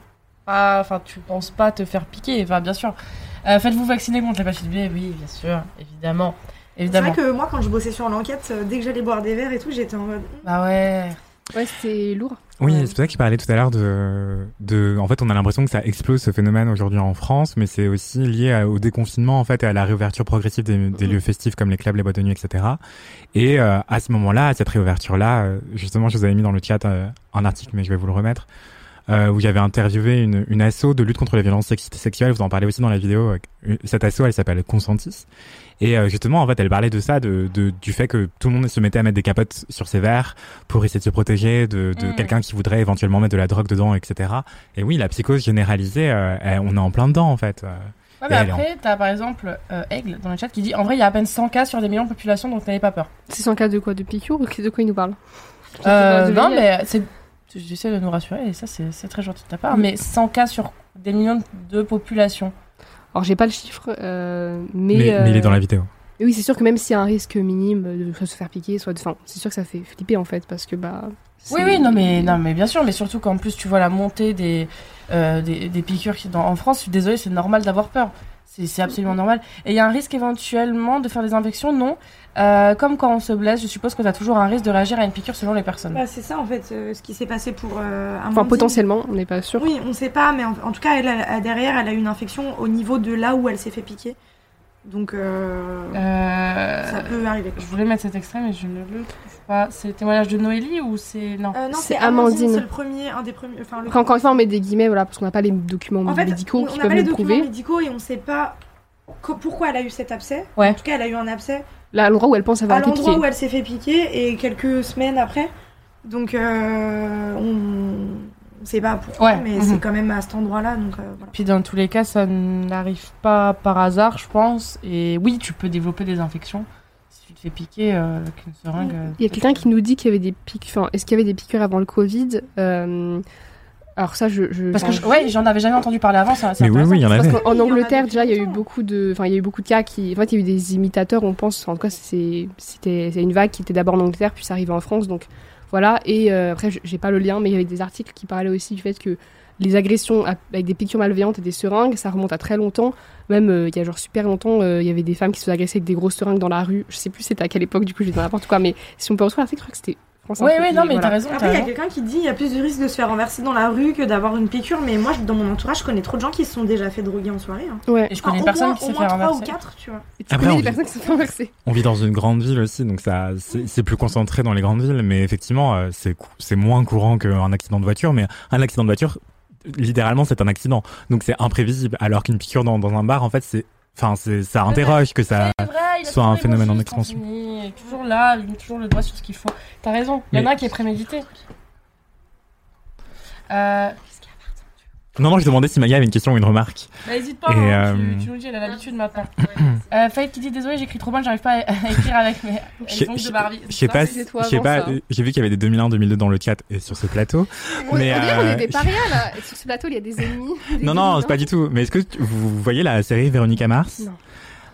pas. Enfin, tu penses pas te faire piquer, enfin, bien sûr. Euh, Faites-vous vacciner contre l'hépatite B, oui, bien sûr, évidemment. C'est Évidemment. vrai que moi, quand je bossais sur l'enquête, euh, dès que j'allais boire des verres et tout, j'étais en mode. Bah ouais. Ouais, c'est lourd. Oui, c'est pour ça qu'il parlait tout à l'heure de, de. En fait, on a l'impression que ça explose ce phénomène aujourd'hui en France, mais c'est aussi lié à- au déconfinement en fait et à la réouverture progressive des, des lieux festifs comme les clubs, les boîtes de nuit, etc. Et euh, à ce moment-là, à cette réouverture-là, euh, justement, je vous avais mis dans le chat euh, un article, mais je vais vous le remettre, euh, où j'avais interviewé une, une asso de lutte contre les violences sex- sexuelles. Vous en parlez aussi dans la vidéo. euh, Cette asso, elle s'appelle Consentis. Et euh, justement, en fait, elle parlait de ça, de, de- du fait que tout le monde se mettait à mettre des capotes sur ses verres pour essayer de se protéger de, de Mm. quelqu'un qui voudrait éventuellement mettre de la drogue dedans, etc. Et oui, la psychose généralisée, euh, elle- on est en plein dedans, en fait. euh. Ouais, Et mais elle est en- après, t'as par exemple euh, Aigle dans le chat qui dit En vrai, il y a à peine 100 cas sur des millions de populations, donc n'avez pas peur. C'est 100 cas de quoi De piqûres ou de quoi il nous parle Euh, Je sais pas, non, de- mais c'est. J'essaie de nous rassurer, et ça, c'est c'est très gentil de ta part. Mm. Mais 100 cas sur des millions de populations. Alors, j'ai pas le chiffre, euh, mais. Mais- mais il est euh, dans la vidéo. mais oui, c'est sûr que même s'il y a un risque minime de soit se faire piquer, soit de. Enfin, c'est sûr que ça fait flipper en fait, parce que bah. Oui, c'est- oui, non mais, non, mais bien sûr, mais surtout qu'en plus tu vois la montée des, euh, des, des piqûres qui, dans, en France, je suis désolée, c'est normal d'avoir peur. C'est c'est absolument normal. Et il y a un risque éventuellement de faire des infections Non. Euh, comme quand on se blesse, je suppose que tu as toujours un risque de réagir à une piqûre selon les personnes. Bah, c'est ça en fait, euh, ce qui s'est passé pour euh, Amandine. Enfin, potentiellement, on n'est pas sûr. Oui, on sait pas, mais en, en tout cas, elle, elle a- derrière, elle a eu une infection au niveau de là où elle s'est fait piquer. Donc, euh, Euh, ça peut arriver. Je voulais mettre cet extrait, mais je ne le trouve pas. C'est le témoignage de Noélie ou c'est. Non, Euh, non, C'est c'est Amandine, Amandine. c'est le premier, un des premiers. Enfin, le- Après, encore une fois, on met des guillemets, voilà, parce qu'on n'a pas les documents en fait, médicaux on- qui on n'a peuvent pas les le documents prouver. médicaux et on sait pas co- pourquoi elle a eu cet abcès. Ouais. En tout cas, elle a eu un abcès Là, à l'endroit où elle pense avoir à été l'endroit piquée. où elle s'est fait piquer et quelques semaines après. Donc, euh, on... on sait pas pourquoi, Ouais, mais mhm. c'est quand même à cet endroit-là. Donc, euh, voilà. Puis dans tous les cas, ça n'arrive pas par hasard, je pense. Et oui, tu peux développer des infections si tu te fais piquer euh, avec une seringue. euh, Il y a quelqu'un qui nous dit qu'il y avait des piqûres. Enfin, est-ce qu'il y avait des piqûres avant le Covid Euh, Alors ça, je. je- Parce que enfin, je- ouais, j'en avais jamais entendu parler avant. Ça, hein, c'est Mais oui, intéressant. oui, il y en Parce avait. qu'en en Angleterre, déjà, il y a eu beaucoup de, enfin, il y a eu beaucoup de cas qui, en fait, il y a eu des imitateurs, on pense. En tout cas, c'est, c'était, c'est une vague qui était d'abord en Angleterre, puis c'est arrivé en France, donc voilà. Et euh, après, j- j'ai pas le lien, mais il y avait des articles qui parlaient aussi du fait que les agressions à- avec des piqûres malveillantes et des seringues, ça remonte à très longtemps. Même euh, il y a genre super longtemps, euh, il y avait des femmes qui se faisaient agresser avec des grosses seringues dans la rue. Je sais plus c'était à quelle époque, du coup, j'ai dit n'importe quoi. Mais si on peut retrouver l'article, je crois que c'était. France Ouais, Info ouais, qui- non, mais voilà. t'as raison, Après, il y a quelqu'un qui dit il y a plus de risque de se faire renverser dans la rue que d'avoir une piqûre, mais moi, je- dans mon entourage, je connais trop de gens qui se sont déjà fait droguer en soirée. hein. Ouais. Et je connais Enfin, au personne moins- qui au s'est moins fait trois renverser. Ah ou quatre, tu vois. Tu Après, connais on des vit- personnes qui se font renverser. On vit dans une grande ville aussi, donc ça, c'est c'est plus concentré dans les grandes villes, mais effectivement, euh, c'est cou- c'est moins courant qu'un accident de voiture, mais un accident de voiture, littéralement, c'est un accident, donc c'est imprévisible. Alors qu'une piqûre dans, dans un bar, en fait, c'est, enfin, c'est- ça interroge que ça C'est vrai, il a soit un toujours les phénomène en motifs expansion. transmis, Toujours là, il met toujours le doigt sur ce qu'il faut. T'as raison, il y en Mais- a un qui est prémédité. Euh, Non, non, je demandais si Maga avait une question ou une remarque. bah, hésite pas, Et, hein, euh, tu, tu nous dis, elle a l'habitude maintenant. Euh, Faith qui dit Désolé, j'écris trop mal, j'arrive pas à, à écrire avec mes Je les ongles de Barbie. je- je sais pas, si- je sais pas, euh, j'ai vu qu'il y avait des 2001, 2002 dans le chat et sur ce plateau. On, mais on dirait qu'on euh, est des parias là. Sur ce plateau, il y a des ennemis. des Non, non, c'est pas du tout. Mais est-ce que tu- vous vous voyez la série Véronica Mars Non.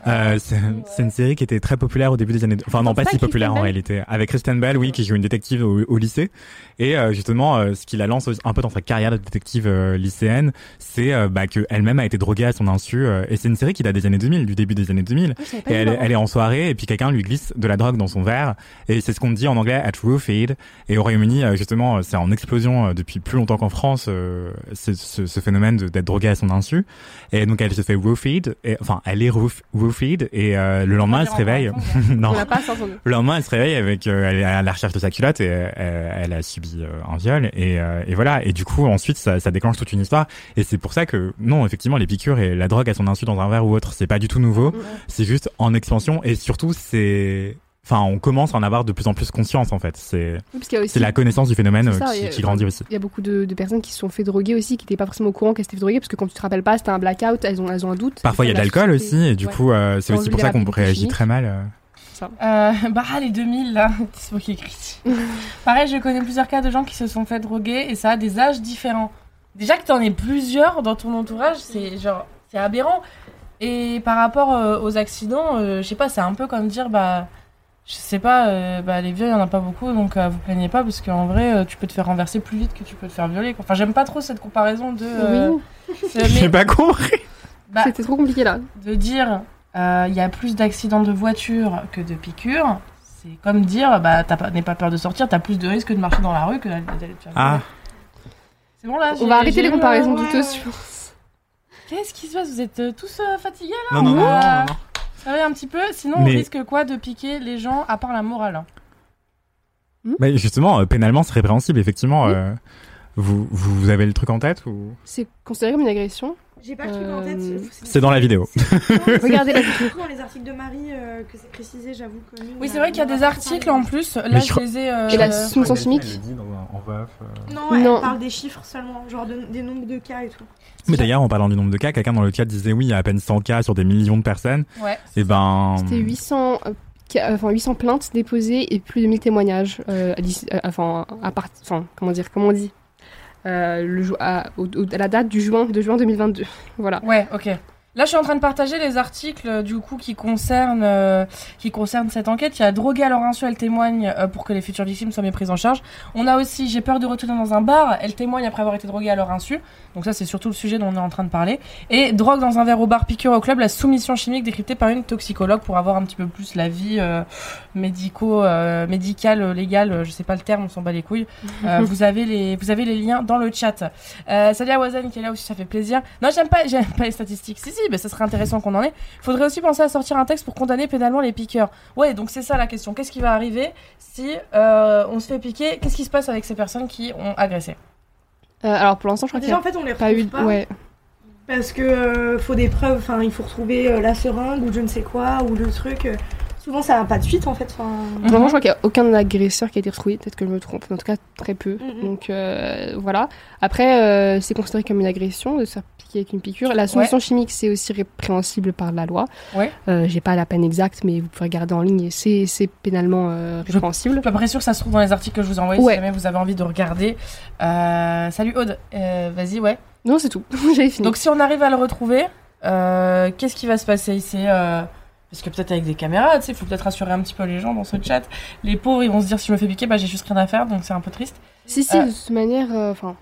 Euh, c'est c'est une série qui était très populaire au début des années. Enfin, non, pas pas si Kristen populaire en Bell réalité. Avec Kristen Bell, oui, qui joue une détective au, au lycée. Et euh, justement, euh, ce qui la lance un peu dans sa carrière de détective euh, lycéenne, c'est euh, bah, qu'elle-même a été droguée à son insu. euh, et c'est une série qui date des années 2000, du début des années 2000. Oui, j'avais pas et vu elle, est- avant. elle est en soirée, et puis quelqu'un lui glisse de la drogue dans son verre. Et c'est ce qu'on dit en anglais at roofied. Et au Royaume-Uni, euh, justement, euh, c'est en explosion euh, depuis plus longtemps qu'en France, euh, c'est- ce, ce phénomène de- d'être drogué à son insu. Et donc elle se fait roofied, et, enfin elle est roof, roofied, et euh, le lendemain elle se réveille. non. On l'a pas, ça, entendu. Le lendemain, elle se réveille avec, euh, elle est à la recherche de sa culotte et euh, elle, a subi euh, un viol et, euh, et voilà. Et du coup, ensuite, ça, ça déclenche toute une histoire. Et c'est pour ça que non, effectivement, les piqûres et la drogue à son insu dans un verre ou autre, c'est pas du tout nouveau. C'est juste en expansion et surtout, c'est, enfin, on commence à en avoir de plus en plus conscience en fait. C'est, Oui, parce qu'il y a aussi- c'est la connaissance du phénomène C'est euh, ça, qui, il y a- qui grandit aussi. Il y a beaucoup de, de personnes qui se sont fait droguer aussi, qui n'étaient pas forcément au courant qu'elles s'étaient fait droguer, parce que quand tu te rappelles pas, c'était un blackout, elles ont, elles ont un doute. Parfois, il y a de l'alcool aussi et du Ouais. coup, euh, c'est Dans aussi le pour ça qu'on rapide réagit chimique. très mal. euh. Euh, bah ah, les 2000 là, c'est moi qui ai écrit. Pareil, je connais plusieurs cas de gens qui se sont fait droguer et ça a des âges différents. Déjà que t'en aies plusieurs dans ton entourage, c'est genre c'est aberrant. Et par rapport euh, aux accidents, euh, je sais pas, c'est un peu comme dire bah je sais pas, euh, bah les viols il y en a pas beaucoup donc euh, vous plaignez pas parce qu'en vrai euh, tu peux te faire renverser plus vite que tu peux te faire violer. quoi. Enfin j'aime pas trop cette comparaison de. euh, Oui. c'est- mais- J'ai pas compris. bah, C'était trop compliqué là. de dire euh, il y a plus d'accidents de voiture que de piqûres, C'est comme dire, bah, t'as pas- n'aie pas peur de sortir, t'as plus de risques de marcher dans la rue que d'aller d'aller te faire. Ah, C'est bon là On va arrêter les comparaisons douteuses, douteuses, je pense. Qu'est-ce qui se passe Vous êtes euh, tous euh, fatigués là Non, non, on non, va- non, non, non. Ça va un petit peu, sinon Mais- on risque quoi de piquer les gens à part la morale mais justement, euh, pénalement, c'est répréhensible, effectivement. euh, vous, vous, vous avez le truc en tête ou C'est considéré comme une agression J'ai pas le truc en tête. Euh, C'est dans la vidéo. Regardez la Surtout dans les articles de Marie euh, que c'est précisé, j'avoue que. nous, Oui, on c'est a- vrai qu'il y a des articles en plus. Là, Mais je je, crois- les ai. euh, Et la soumission chimique En VAF, euh. Non, elle Non. parle des chiffres seulement, genre de- des nombres de cas et tout. Mais d'ailleurs, en parlant du nombre de cas, quelqu'un dans le chat disait oui, il y a à peine 100 cas sur des millions de personnes. Ouais. Et ben. C'était 800, euh, ca- enfin, 800 plaintes déposées et plus de 1000 témoignages. euh, à d'ici- euh, enfin, à part- enfin, comment dire Comment on dit Euh, le ju- à, au- au- à la date du juin, de juin 2022. voilà. Euh, Ouais, ok. Là, je suis en train de partager les articles euh, du coup qui concernent, euh, qui concernent cette enquête. Il y a droguée à leur insu, elle témoigne euh, pour que les futures victimes soient bien prises en charge. On a aussi J'ai peur de retourner dans un bar, elle témoigne après avoir été droguée à leur insu. Donc ça, c'est surtout le sujet dont on est en train de parler. Et drogue dans un verre au bar, piqûre au club, la soumission chimique décryptée par une toxicologue pour avoir un petit peu plus la vie euh, médico, euh, médicale, euh, légale, euh, je sais pas le terme, on s'en bat les couilles. Euh, vous avez les vous avez les liens dans le chat. Euh, salut à Wazan qui est là aussi, ça fait plaisir. Non, j'aime pas j'aime pas les statistiques. Si si, mais ça serait intéressant qu'on en ait. Faudrait aussi penser à sortir un texte pour condamner pénalement les piqueurs. Ouais, donc c'est ça la question. Qu'est-ce qui va arriver si euh, on se fait piquer Qu'est-ce qui se passe avec ces personnes qui ont agressé Euh, alors pour l'instant, je crois qu'il y Déjà, a en fait, on les retrouve pas eu. de- pas. Ouais. Parce que euh, faut des preuves, enfin, il faut retrouver euh, la seringue ou je ne sais quoi, ou le truc. euh. Souvent, ça n'a pas de suite en fait. enfin. Vraiment, je crois qu'il n'y a aucun agresseur qui a été retrouvé. Peut-être que je me trompe, mais en tout cas très peu. Mhm. Donc euh, voilà. après, euh, c'est considéré comme une agression de se faire piquer avec une piqûre. La soumission Ouais. chimique, c'est aussi répréhensible par la loi. Ouais. Euh, J'ai pas la peine exacte, mais vous pouvez regarder en ligne. et C'est c'est pénalement euh, répréhensible. Je suis à peu près sûre que ça se trouve dans les articles que je vous envoie Ouais. si jamais vous avez envie de regarder. Euh, salut Aude, Euh, vas-y, ouais. Non, c'est tout. J'avais fini. Donc si on arrive à le retrouver, euh, qu'est-ce qui va se passer ici euh, Parce que peut-être avec des caméras, tu sais, il faut peut-être rassurer un petit peu les gens dans ce Mm. chat. Les pauvres, ils vont se dire si je me fais piquer, bah j'ai juste rien à faire, donc c'est un peu triste. Si, si, Euh, de toute manière, euh, enfin,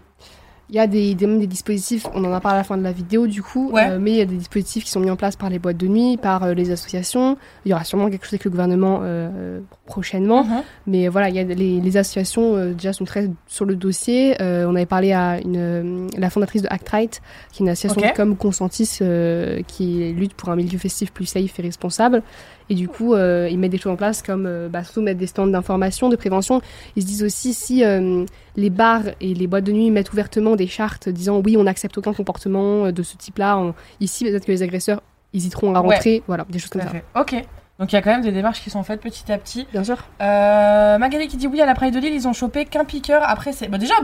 il y a des, des, même des dispositifs, on en a parlé à la fin de la vidéo du coup, Ouais. euh, mais il y a des dispositifs qui sont mis en place par les boîtes de nuit, par euh, les associations. Il y aura sûrement quelque chose avec le gouvernement euh, prochainement, Mhm. mais voilà, il y a les, les associations euh, déjà sont très sur le dossier. Euh, on avait parlé à une, euh, la fondatrice de Act Right, qui est une association Ok. comme Consentis euh, qui lutte pour un milieu festif plus safe et responsable. Et du coup, euh, ils mettent des choses en place comme euh, bah, surtout mettre des stands d'information, de prévention. Ils se disent aussi si euh, les bars et les boîtes de nuit mettent ouvertement des chartes disant oui, on n'accepte aucun comportement euh, de ce type-là. on- Ici, peut-être que les agresseurs hésiteront à Ouais. rentrer. Voilà, des choses Tout comme à ça. fait. Ok. Donc il y a quand même des démarches qui sont faites petit à petit. Bien sûr. Euh, Magali qui dit oui à la Praille de Lille, ils ont chopé qu'un piqueur. Après, c'est. Bah, déjà.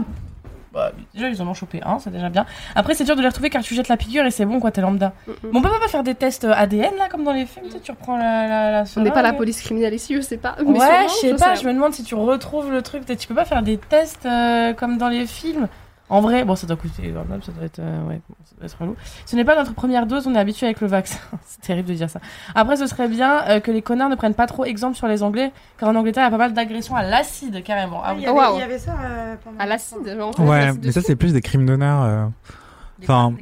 bah, déjà, ils en ont chopé un, c'est déjà bien. Après, c'est dur de les retrouver car tu jettes la piqûre et c'est bon, quoi, t'es lambda. Mm, Bon, on peut pas faire des tests ADN là, comme dans les films, tu sais, tu reprends la. la, la On n'est pas la seringue. police criminelle ici, je sais pas. mais Ouais, sûrement, je sais j'en pas, rien. je me demande si tu retrouves le truc. peut-être Tu peux pas faire des tests euh, comme dans les films. En vrai, bon, ça doit coûter énorme, ça doit être, euh, ouais, bon, ça doit être relou. Ce n'est pas notre première dose, on est habitué avec le vaccin. c'est terrible de dire ça. Après, ce serait bien euh, que les connards ne prennent pas trop exemple sur les Anglais, car en Angleterre, il y a pas mal d'agressions à l'acide, carrément. Ah Il oui. y avait, Oh, waouh. il y avait ça euh, pendant. À l'acide, genre. Ouais, l'acide mais ça, dessous. c'est plus des crimes d'honneur. euh, Enfin,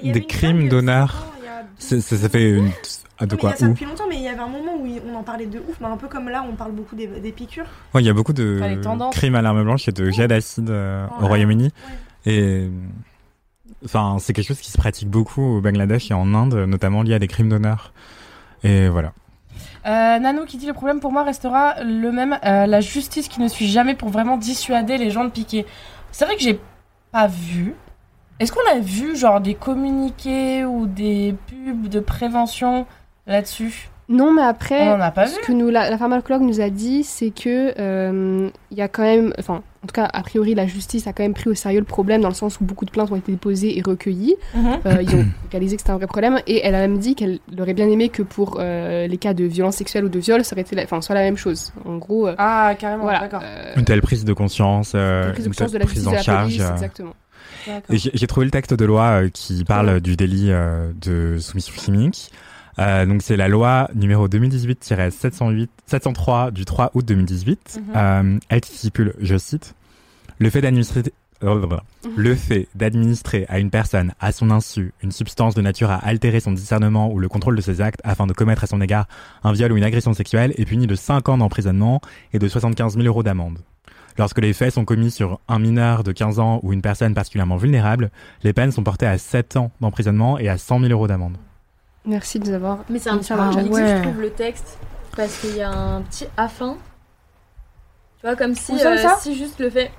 Il y des avait une crimes femme, d'honneur. il y a- C'est- Ça ça fait une. Ah, de Non, mais il y quoi a ça Où depuis longtemps, mais il y avait un moment où on en parlait de ouf, bah, un peu comme là, on parle beaucoup des, des piqûres. Ouais, il y a beaucoup Enfin, les de tendances. crimes à l'arme blanche et de jets d'acide euh, Ouais. au Royaume-Uni. Et. Enfin, c'est quelque chose qui se pratique beaucoup au Bangladesh et en Inde, notamment lié à des crimes d'honneur. Et voilà. Euh, Nano qui dit le problème pour moi restera le même, euh, la justice qui ne suit jamais pour vraiment dissuader les gens de piquer. C'est vrai que j'ai pas vu. Est-ce qu'on a vu genre des communiqués ou des pubs de prévention là-dessus Non, mais après, On en a pas ce vu. que nous, la, la pharmacologue nous a dit, c'est que euh, il y a quand même, enfin, en tout cas, a priori, la justice a quand même pris au sérieux le problème dans le sens où beaucoup de plaintes ont été déposées et recueillies. Mhm. Euh, ils ont réalisé que c'était un vrai problème et elle a même dit qu'elle aurait bien aimé que pour euh, les cas de violence sexuelle ou de viol, ça aurait été, la- enfin, soit la même chose. En gros, euh, Ah, carrément, voilà, d'accord. euh, Une telle prise de conscience, euh, prise de une telle conscience de la justice prise de en la charge. police, euh, exactement. Et J'ai j'ai trouvé le texte de loi euh, qui parle euh, du délit euh, de soumission chimique. Euh, donc c'est la loi numéro 2018-708 703 du 3 août 2018. Mhm. Euh, elle qui stipule, je cite, le fait d'administrer Mhm. Le fait d'administrer à une personne, à son insu, une substance de nature à altérer son discernement ou le contrôle de ses actes afin de commettre à son égard un viol ou une agression sexuelle est puni de 5 ans d'emprisonnement et de 75 000 euros d'amende. Lorsque les faits sont commis sur un mineur de 15 ans ou une personne particulièrement vulnérable, les peines sont portées à 7 ans d'emprisonnement et à 100 000 euros d'amende. Merci de nous avoir. Mais c'est un petit peu Ah, contradictif, ouais. je trouve, le texte, parce qu'il y a un petit afin. Tu vois, comme si, Où ça, euh, ça Euh, si juste le fait.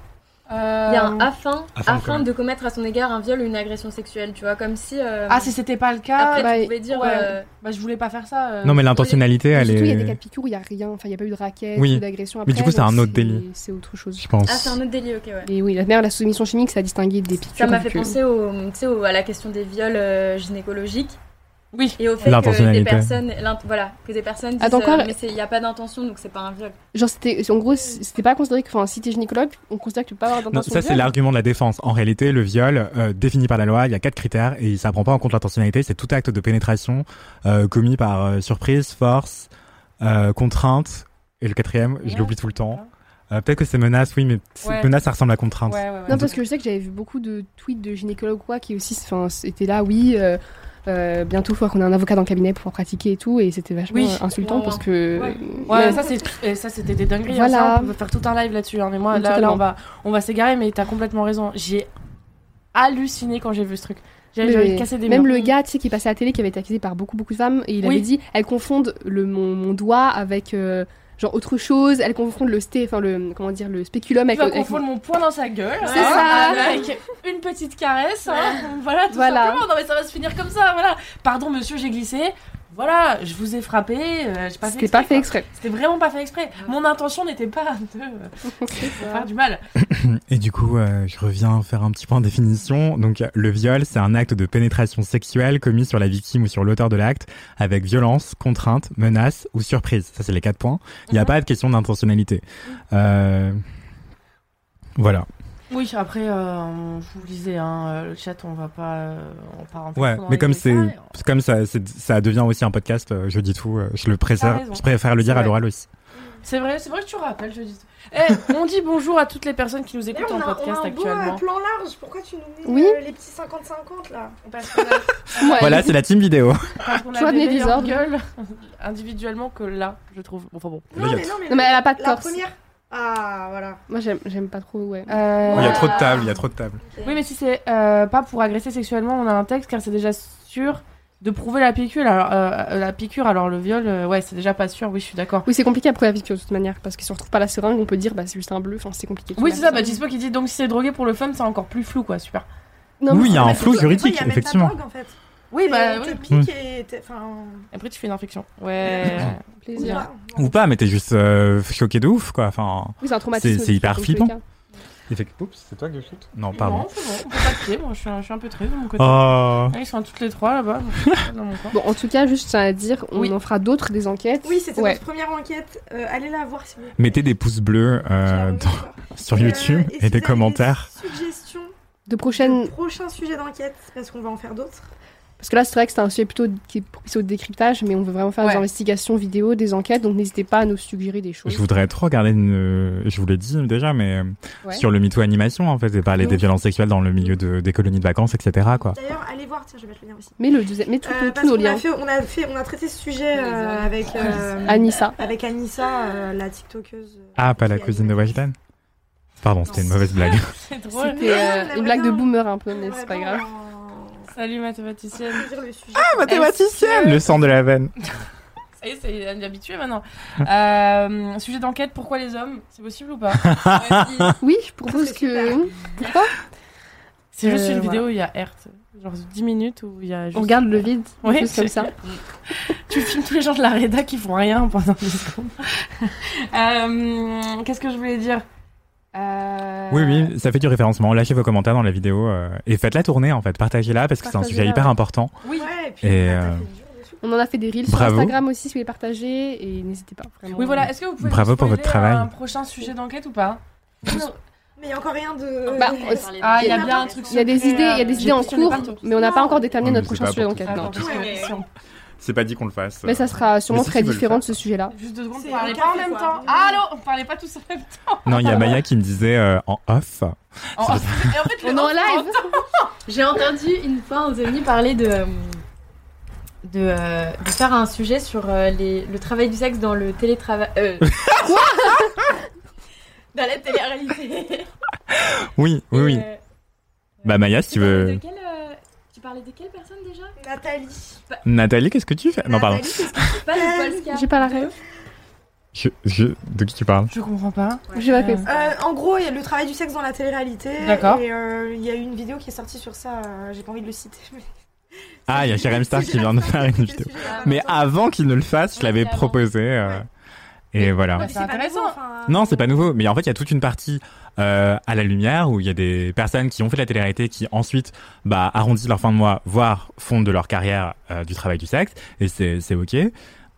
Il y a un afin, Afin afin, de commettre. de commettre à son égard un viol ou une agression sexuelle, tu vois, comme si. euh, Ah, si c'était pas le cas, Après, bah, tu pouvais dire. ouais. euh, bah, je voulais pas faire ça. euh. Non, mais l'intentionnalité, Et elle surtout, il y a est. des cas de piqûres où il n'y a rien, enfin, il n'y a pas eu de raquette euh, Oui. ou d'agression Mais du après, coup, c'est donc un autre délit, C'est autre chose. je pense. Ah, c'est un autre délit, ok, ouais. Et oui, la, mère, la soumission chimique, ça a distingué des piqûres. Ça m'a fait donc, euh, penser au, tu sais, au- à la question des viols euh, gynécologiques. Oui. Et au fait que des L'intentionnalité. personnes, l'int- voilà, que des personnes disent, Attends, quoi, euh, le- mais c'est- il n'y a pas d'intention, donc c'est pas un viol. Genre, c'était, en gros, c'était pas considéré que, enfin, si t'es gynécologue, on considère que tu peux pas avoir Non, d'intention. ça de c'est viol. l'argument de la défense. En réalité, le viol, euh, défini par la loi, il y a quatre critères et ça prend pas en compte l'intentionnalité. C'est tout acte de pénétration euh, commis par euh, surprise, force, euh, contrainte et le quatrième, je l'oublie tout le temps. Euh, Peut-être que c'est menace, oui, mais c'est- Ouais. menace, ça ressemble à contrainte. Non, parce que je sais que j'avais vu beaucoup de tweets de gynécologues ou quoi qui aussi enfin, étaient là, oui, euh, euh, bientôt il faudra qu'on ait un avocat dans le cabinet pour pouvoir pratiquer et tout, et c'était vachement Oui. euh, insultant Ouais, parce ouais. que. euh, Ouais, Même- Ouais, ça c'est et ça c'était des dingueries. hein. Voilà. Ça, on peut faire tout un live là-dessus. hein. Mais moi, Tout à là, l'heure. on va, on va s'égarer. Mais t'as complètement raison. J'ai halluciné quand j'ai vu ce truc. J'ai j'ai envie de Mais- casser des Même murs. le gars, tu sais, qui passait à la télé, qui avait été accusé par beaucoup, beaucoup de femmes, et il Oui. avait dit elles confondent le, mon, mon doigt avec euh, genre autre chose, elles confondent le sté, enfin le comment dire le spéculum Tu avec. vas avec- confondre mon poing dans sa gueule. C'est hein, ça. Avec une petite caresse. hein. Voilà, tout Voilà. simplement. Non, mais ça va se finir comme ça. Voilà. Pardon, monsieur, j'ai glissé. Voilà, je vous ai frappé. euh, j'ai pas fait C'était pas fait exprès. C'était vraiment pas fait exprès. Mon intention n'était pas de de faire du mal. Et du coup, euh, je reviens faire un petit point de définition. Donc, euh, le viol, c'est un acte de pénétration sexuelle commis sur la victime ou sur l'auteur de l'acte avec violence, contrainte, menace ou surprise. Ça, c'est les quatre points. Il n'y Mhm. a pas de question d'intentionnalité. Euh, Voilà. Oui, après, euh, je vous le disais, hein, euh, le chat, on va pas, euh, on part en Ouais, mais comme c'est, c'est comme ça, c'est- ça devient aussi un podcast, euh, je dis tout, euh, je le préfère, raison. je préfère le dire à C'est vrai. l'oral aussi. C'est vrai, c'est vrai que tu rappelles, je dis. Eh, on dit bonjour à toutes les personnes qui nous écoutent on en a, on a podcast un beau euh, actuellement. plan large, pourquoi tu nous mets Oui. euh, les petits 50-50 là On passe par là. Voilà, c'est la team vidéo. Parce qu'on Soit a de des mes meilleures désordres. gueules individuellement que là, je trouve. Bon, Enfin bon. Non, mais non, mais, Non, mais elle a pas de la torse. première. Ah voilà. Moi j'aime, j'aime pas trop, ouais. Euh, Oh, Il y a trop de tables, il y a trop de tables. Oui, mais si c'est euh, pas pour agresser sexuellement, on a un texte car c'est déjà sûr de prouver la piqûre. Alors, euh, la piqûre, alors le viol, euh, ouais, c'est déjà pas sûr. Oui, je suis d'accord. Oui, c'est compliqué à prouver la piqûre de toute manière, parce que si on retrouve pas la seringue, on peut dire bah c'est juste un bleu, enfin c'est compliqué. Oui, c'est ça. Bah, Dispo qui dit donc si c'est drogué pour le fun, c'est encore plus flou, quoi. Super. Non, mais oui, il y a c'est un vrai, flou c'est- juridique, Après, il y a même effectivement. Mm. la drogue, en fait. Oui, bah T'es- oui. T'es pique et t'es- enfin. Après, tu fais une infection. Ouais. Plaisir. Voilà. Ou pas, mais t'es juste euh, choqué de ouf, quoi. Enfin, Oui, c'est un traumatisme. C'est hyper dans tous les flippant. cas. Oups, c'est toi que je shoot Non, pardon. Non, c'est bon, on peut pas te pied. Moi, je suis un, je suis un peu triste de mon côté. Oh. Ah, Ils sont toutes les trois là-bas. donc je suis pas dans mon coin. Bon, en tout cas, juste ça à dire, on Oui. en fera d'autres des enquêtes. Oui, c'était ouais. notre première enquête. Euh, allez la voir si vous voulez. Mettez des pouces bleus euh, dans- sur Et, euh, YouTube et si et vous avez des commentaires. Suggestion de prochaines. prochain sujet d'enquête parce qu'on va en faire d'autres. Parce que là, c'est vrai que c'est un sujet plutôt qui est propice au décryptage, mais on veut vraiment faire Ouais. des investigations vidéo, des enquêtes, donc n'hésitez pas à nous suggérer des choses. Je voudrais trop regarder, une... je vous le dis déjà, mais euh, Ouais. sur le MeToo animation, en fait, et parler des Oui. violences sexuelles dans le milieu de- des colonies de vacances, etc. Quoi. D'ailleurs, allez voir, tiens, je vais mettre le lien aussi. Mais le deuxième, mais tout, Euh, tout- parce tous nos qu'on a liens. fait- on a fait, on a traité ce sujet euh, avec euh, Anissa. avec Anissa, euh, la TikTokeuse. Ah, pas la cousine de Washington Pardon, c'était une mauvaise blague. C'est drôle. C'était euh, la une blague de vraie boomer un peu, mais c'est bah, pas grave. Oh. Salut mathématicienne. Ah, Mathématicienne Le sang de la veine. Ça y est, c'est elle est habituée maintenant. Euh, sujet d'enquête, pourquoi les hommes C'est possible ou pas Ouais, si. Oui, je propose que. Pourquoi C'est juste Euh, une voilà. vidéo, il y a Hertz. Genre 10 minutes où il y a juste... On regarde le vide, Ouais, quelque chose c'est- comme ça. Tu filmes tous les gens de la Reda qui font rien pendant 10 secondes. Euh, Qu'est-ce que je voulais dire Euh, Oui, oui, ça fait du référencement. Lâchez vos commentaires dans la vidéo euh, et faites-la tourner, en fait. Partagez-la parce que c'est un Partagez-la, sujet hyper ouais. important. Oui. Et euh, On en a fait des reels Bravo. sur Instagram aussi, si vous les partagez, et n'hésitez pas. Vraiment. Oui, voilà. Est-ce que vous pouvez Bravo nous pour votre spoiler travail. un prochain sujet d'enquête ou pas Mais il y a encore rien de. Bah, de- on- Ah, il y a bien un truc Il y a des secret, idées, il y a euh, des j'ai idées en questionné cours, partout. mais on n'a pas encore déterminé Ouais, mais notre c'est prochain pas pour sujet d'enquête. Attends, non. parce que si on- C'est pas dit qu'on le fasse. Mais ça sera sûrement Mais si très tu veux le différent de ce sujet-là. Juste deux secondes, on parlait pas en même temps. Ah, allô, on parlait pas tous en même temps. Non, il y a Maya qui me disait euh, en off. En- Et en fait, On est en live. J'ai entendu une fois aux amis parler de euh, de, euh, de faire un sujet sur euh, les, le travail du sexe dans le télétravail. euh, Quoi Dans la télé-réalité. Oui, oui, oui. Euh, Bah Maya, si tu veux. Quelle, euh, tu parlais de quelle personne déjà Nathalie. Euh, Nathalie, qu'est-ce que tu fais Non, pardon. Pas de Polska. J'ai pas la rêve. Je, je... De qui tu parles Je comprends pas. J'ai pas fait. Euh, en gros, il y a le travail du sexe dans la télé-réalité. D'accord. Et euh, il y a eu une vidéo qui est sortie sur ça. euh, J'ai pas envie de le citer. mais- Ah, il y a Kerem Star qui vient de faire une vidéo. Mais avant qu'il ne le fasse, je l'avais proposé. euh, Et voilà. C'est intéressant. Non, c'est pas nouveau. Mais en fait, il y a toute une partie euh, à la lumière où il y a des personnes qui ont fait de la télé-réalité qui ensuite bah, arrondissent leur fin de mois, voire font de leur carrière euh, du travail du sexe. Et c'est c'est OK.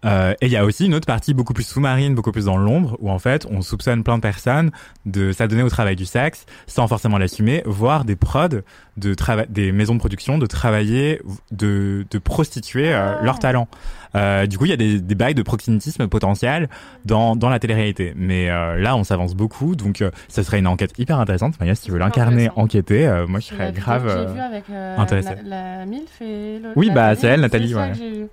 Euh, et il y a aussi une autre partie beaucoup plus sous-marine, beaucoup plus dans l'ombre, où en fait on soupçonne plein de personnes de s'adonner au travail du sexe sans forcément l'assumer, voire des prods, de trava- des maisons de production de travailler, de, de prostituer Ah. euh, leur talent. Euh, du coup, il y a des, des bails de proxénétisme potentiel dans, dans la télé-réalité. Mais euh, là, on s'avance beaucoup, donc euh, ça serait une enquête hyper intéressante. Maya, si tu veux l'incarner, enquêter, euh, moi je La serais vidéo grave que euh, J'ai vu avec euh, intéressé. la, la MILF et le- Oui, la bah, Nathalie, c'est elle, Nathalie, ça ouais. que j'ai vu.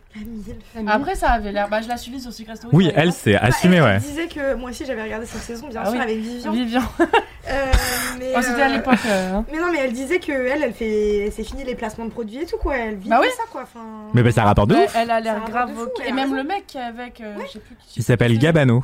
Après, ça avait l'air. Bah, je la suivis sur Secret Story. Oui, par elle, exemple. c'est assumé, Bah, Elle ouais. disait que moi aussi j'avais regardé cette saison, bien Ah sûr, oui. avec Vivian. Vivian. Euh, mais, Oh, c'était à l'époque, euh, hein. Mais non, mais elle disait que elle, elle fait, c'est fini les placements de produits et tout quoi. Elle vit Bah de oui. ça quoi. Enfin, Mais bah, ça rapporte de Ouais, ouf. Elle a l'air grave. fou, ok. elle a Et même le mec avec. euh, je sais plus qui. Il s'appelle Gabano.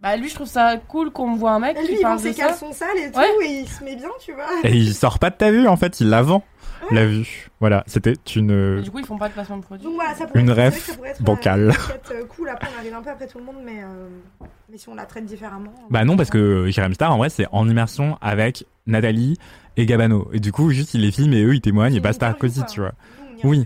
Bah, lui, je trouve ça cool qu'on voit un mec lui qui il vend parle de ses ça. caleçons sales et tout, Ouais. et il se met bien, tu vois. Et il sort pas de ta vue, en fait, il la vend, Ah. la vue. Voilà, c'était une, euh, Du coup, ils font pas de placement de produit. Donc voilà, ça pourrait une être- c'est vrai que ref ça pourrait être, euh, bancale. une enquête, euh, cool, après on arrive un peu après tout le monde, mais, euh, mais si on la traite différemment. euh, Bah non, parce que Jerem Star, en vrai, c'est en immersion avec Nathalie et Gabano. Et du coup, juste, il les filme et eux, ils témoignent et basta, cosy, tu vois. Oui.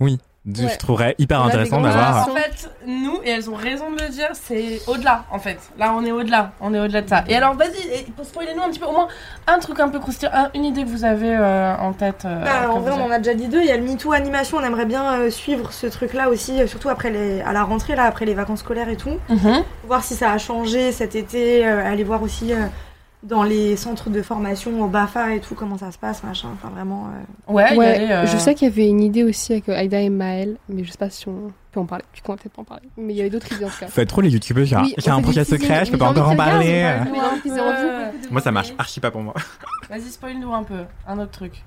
Oui. Du- Ouais. Je trouverais hyper On a des intéressant grandes d'avoir. En fait, nous, et elles ont raison de le dire, c'est au-delà, en fait. Là, on est au-delà. On est au-delà de ça. Et alors, vas-y, et- spoilez-nous un petit peu, au moins, un truc un peu croustillant, un- une idée que vous avez euh, en tête. euh, Bah, que en vous vrai, on en avez. a déjà dit deux. Il y a le MeToo animation, on aimerait bien euh, suivre ce truc-là aussi, euh, surtout après les, à la rentrée, là, après les vacances scolaires et tout. Mhm. Voir si ça a changé cet été, euh, aller voir aussi euh, dans les centres de formation au BAFA et tout, comment ça se passe, machin. Enfin, vraiment. euh. Je sais qu'il y avait une idée aussi avec euh, Aïda et Maël, mais je sais pas si on peut en parler. Tu qu'on va peut-être pas en parler. Mais il y avait d'autres idées en tout cas. Faites trop les youtubeurs, j'ai un- Oui, on j'ai un fait projet des teasings, secret, je peux mais pas j'ai encore en envie de le parler. regarder, mais Ouais. non, c'est en euh, vous. Moi, ça marche archi pas pour moi. Vas-y, spoil-nous un peu. Un autre truc.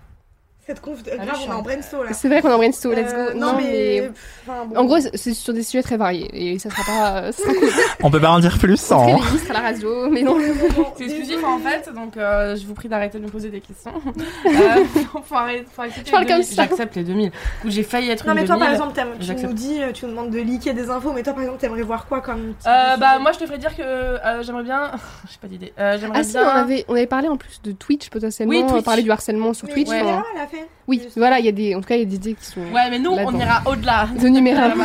Cette conf. Ah, grave, je on est en suis- brainstorm là. C'est vrai qu'on est en brainstorm, let's go. Euh, non, non, mais, mais. pff, enfin, bon. En gros, c'est sur des sujets très variés et ça sera pas. euh, ça sera cool. On peut pas en dire plus hein. Parce sans. que les ministres à la radio, Oh, mais non. C'est exclusif en fait, donc euh, je vous prie d'arrêter de me poser des questions. Euh, faut arrêter, faut accepter Je parle les comme 2000. ça. J'accepte les 2000. Où j'ai failli être Non, une mais toi, par 2000, exemple, t'aimes- tu j'accepte. nous dis, euh, tu nous demandes de liker des infos, mais toi, par exemple, t'aimerais voir quoi comme. type Euh, de bah sujet moi je te ferais dire que euh, j'aimerais bien. J'ai pas d'idée. Euh, j'aimerais Ah si, on bien. avait, on avait parlé en plus de Twitch potentiellement, Oui, Twitch. Ah, on parlait du harcèlement sur Mais Twitch. ouais. enfin, Vera l'a fait. Oui, voilà, il y a des, en tout cas, il y a des idées qui sont. Ouais, mais nous on là-dedans. ira au-delà. De numéraire.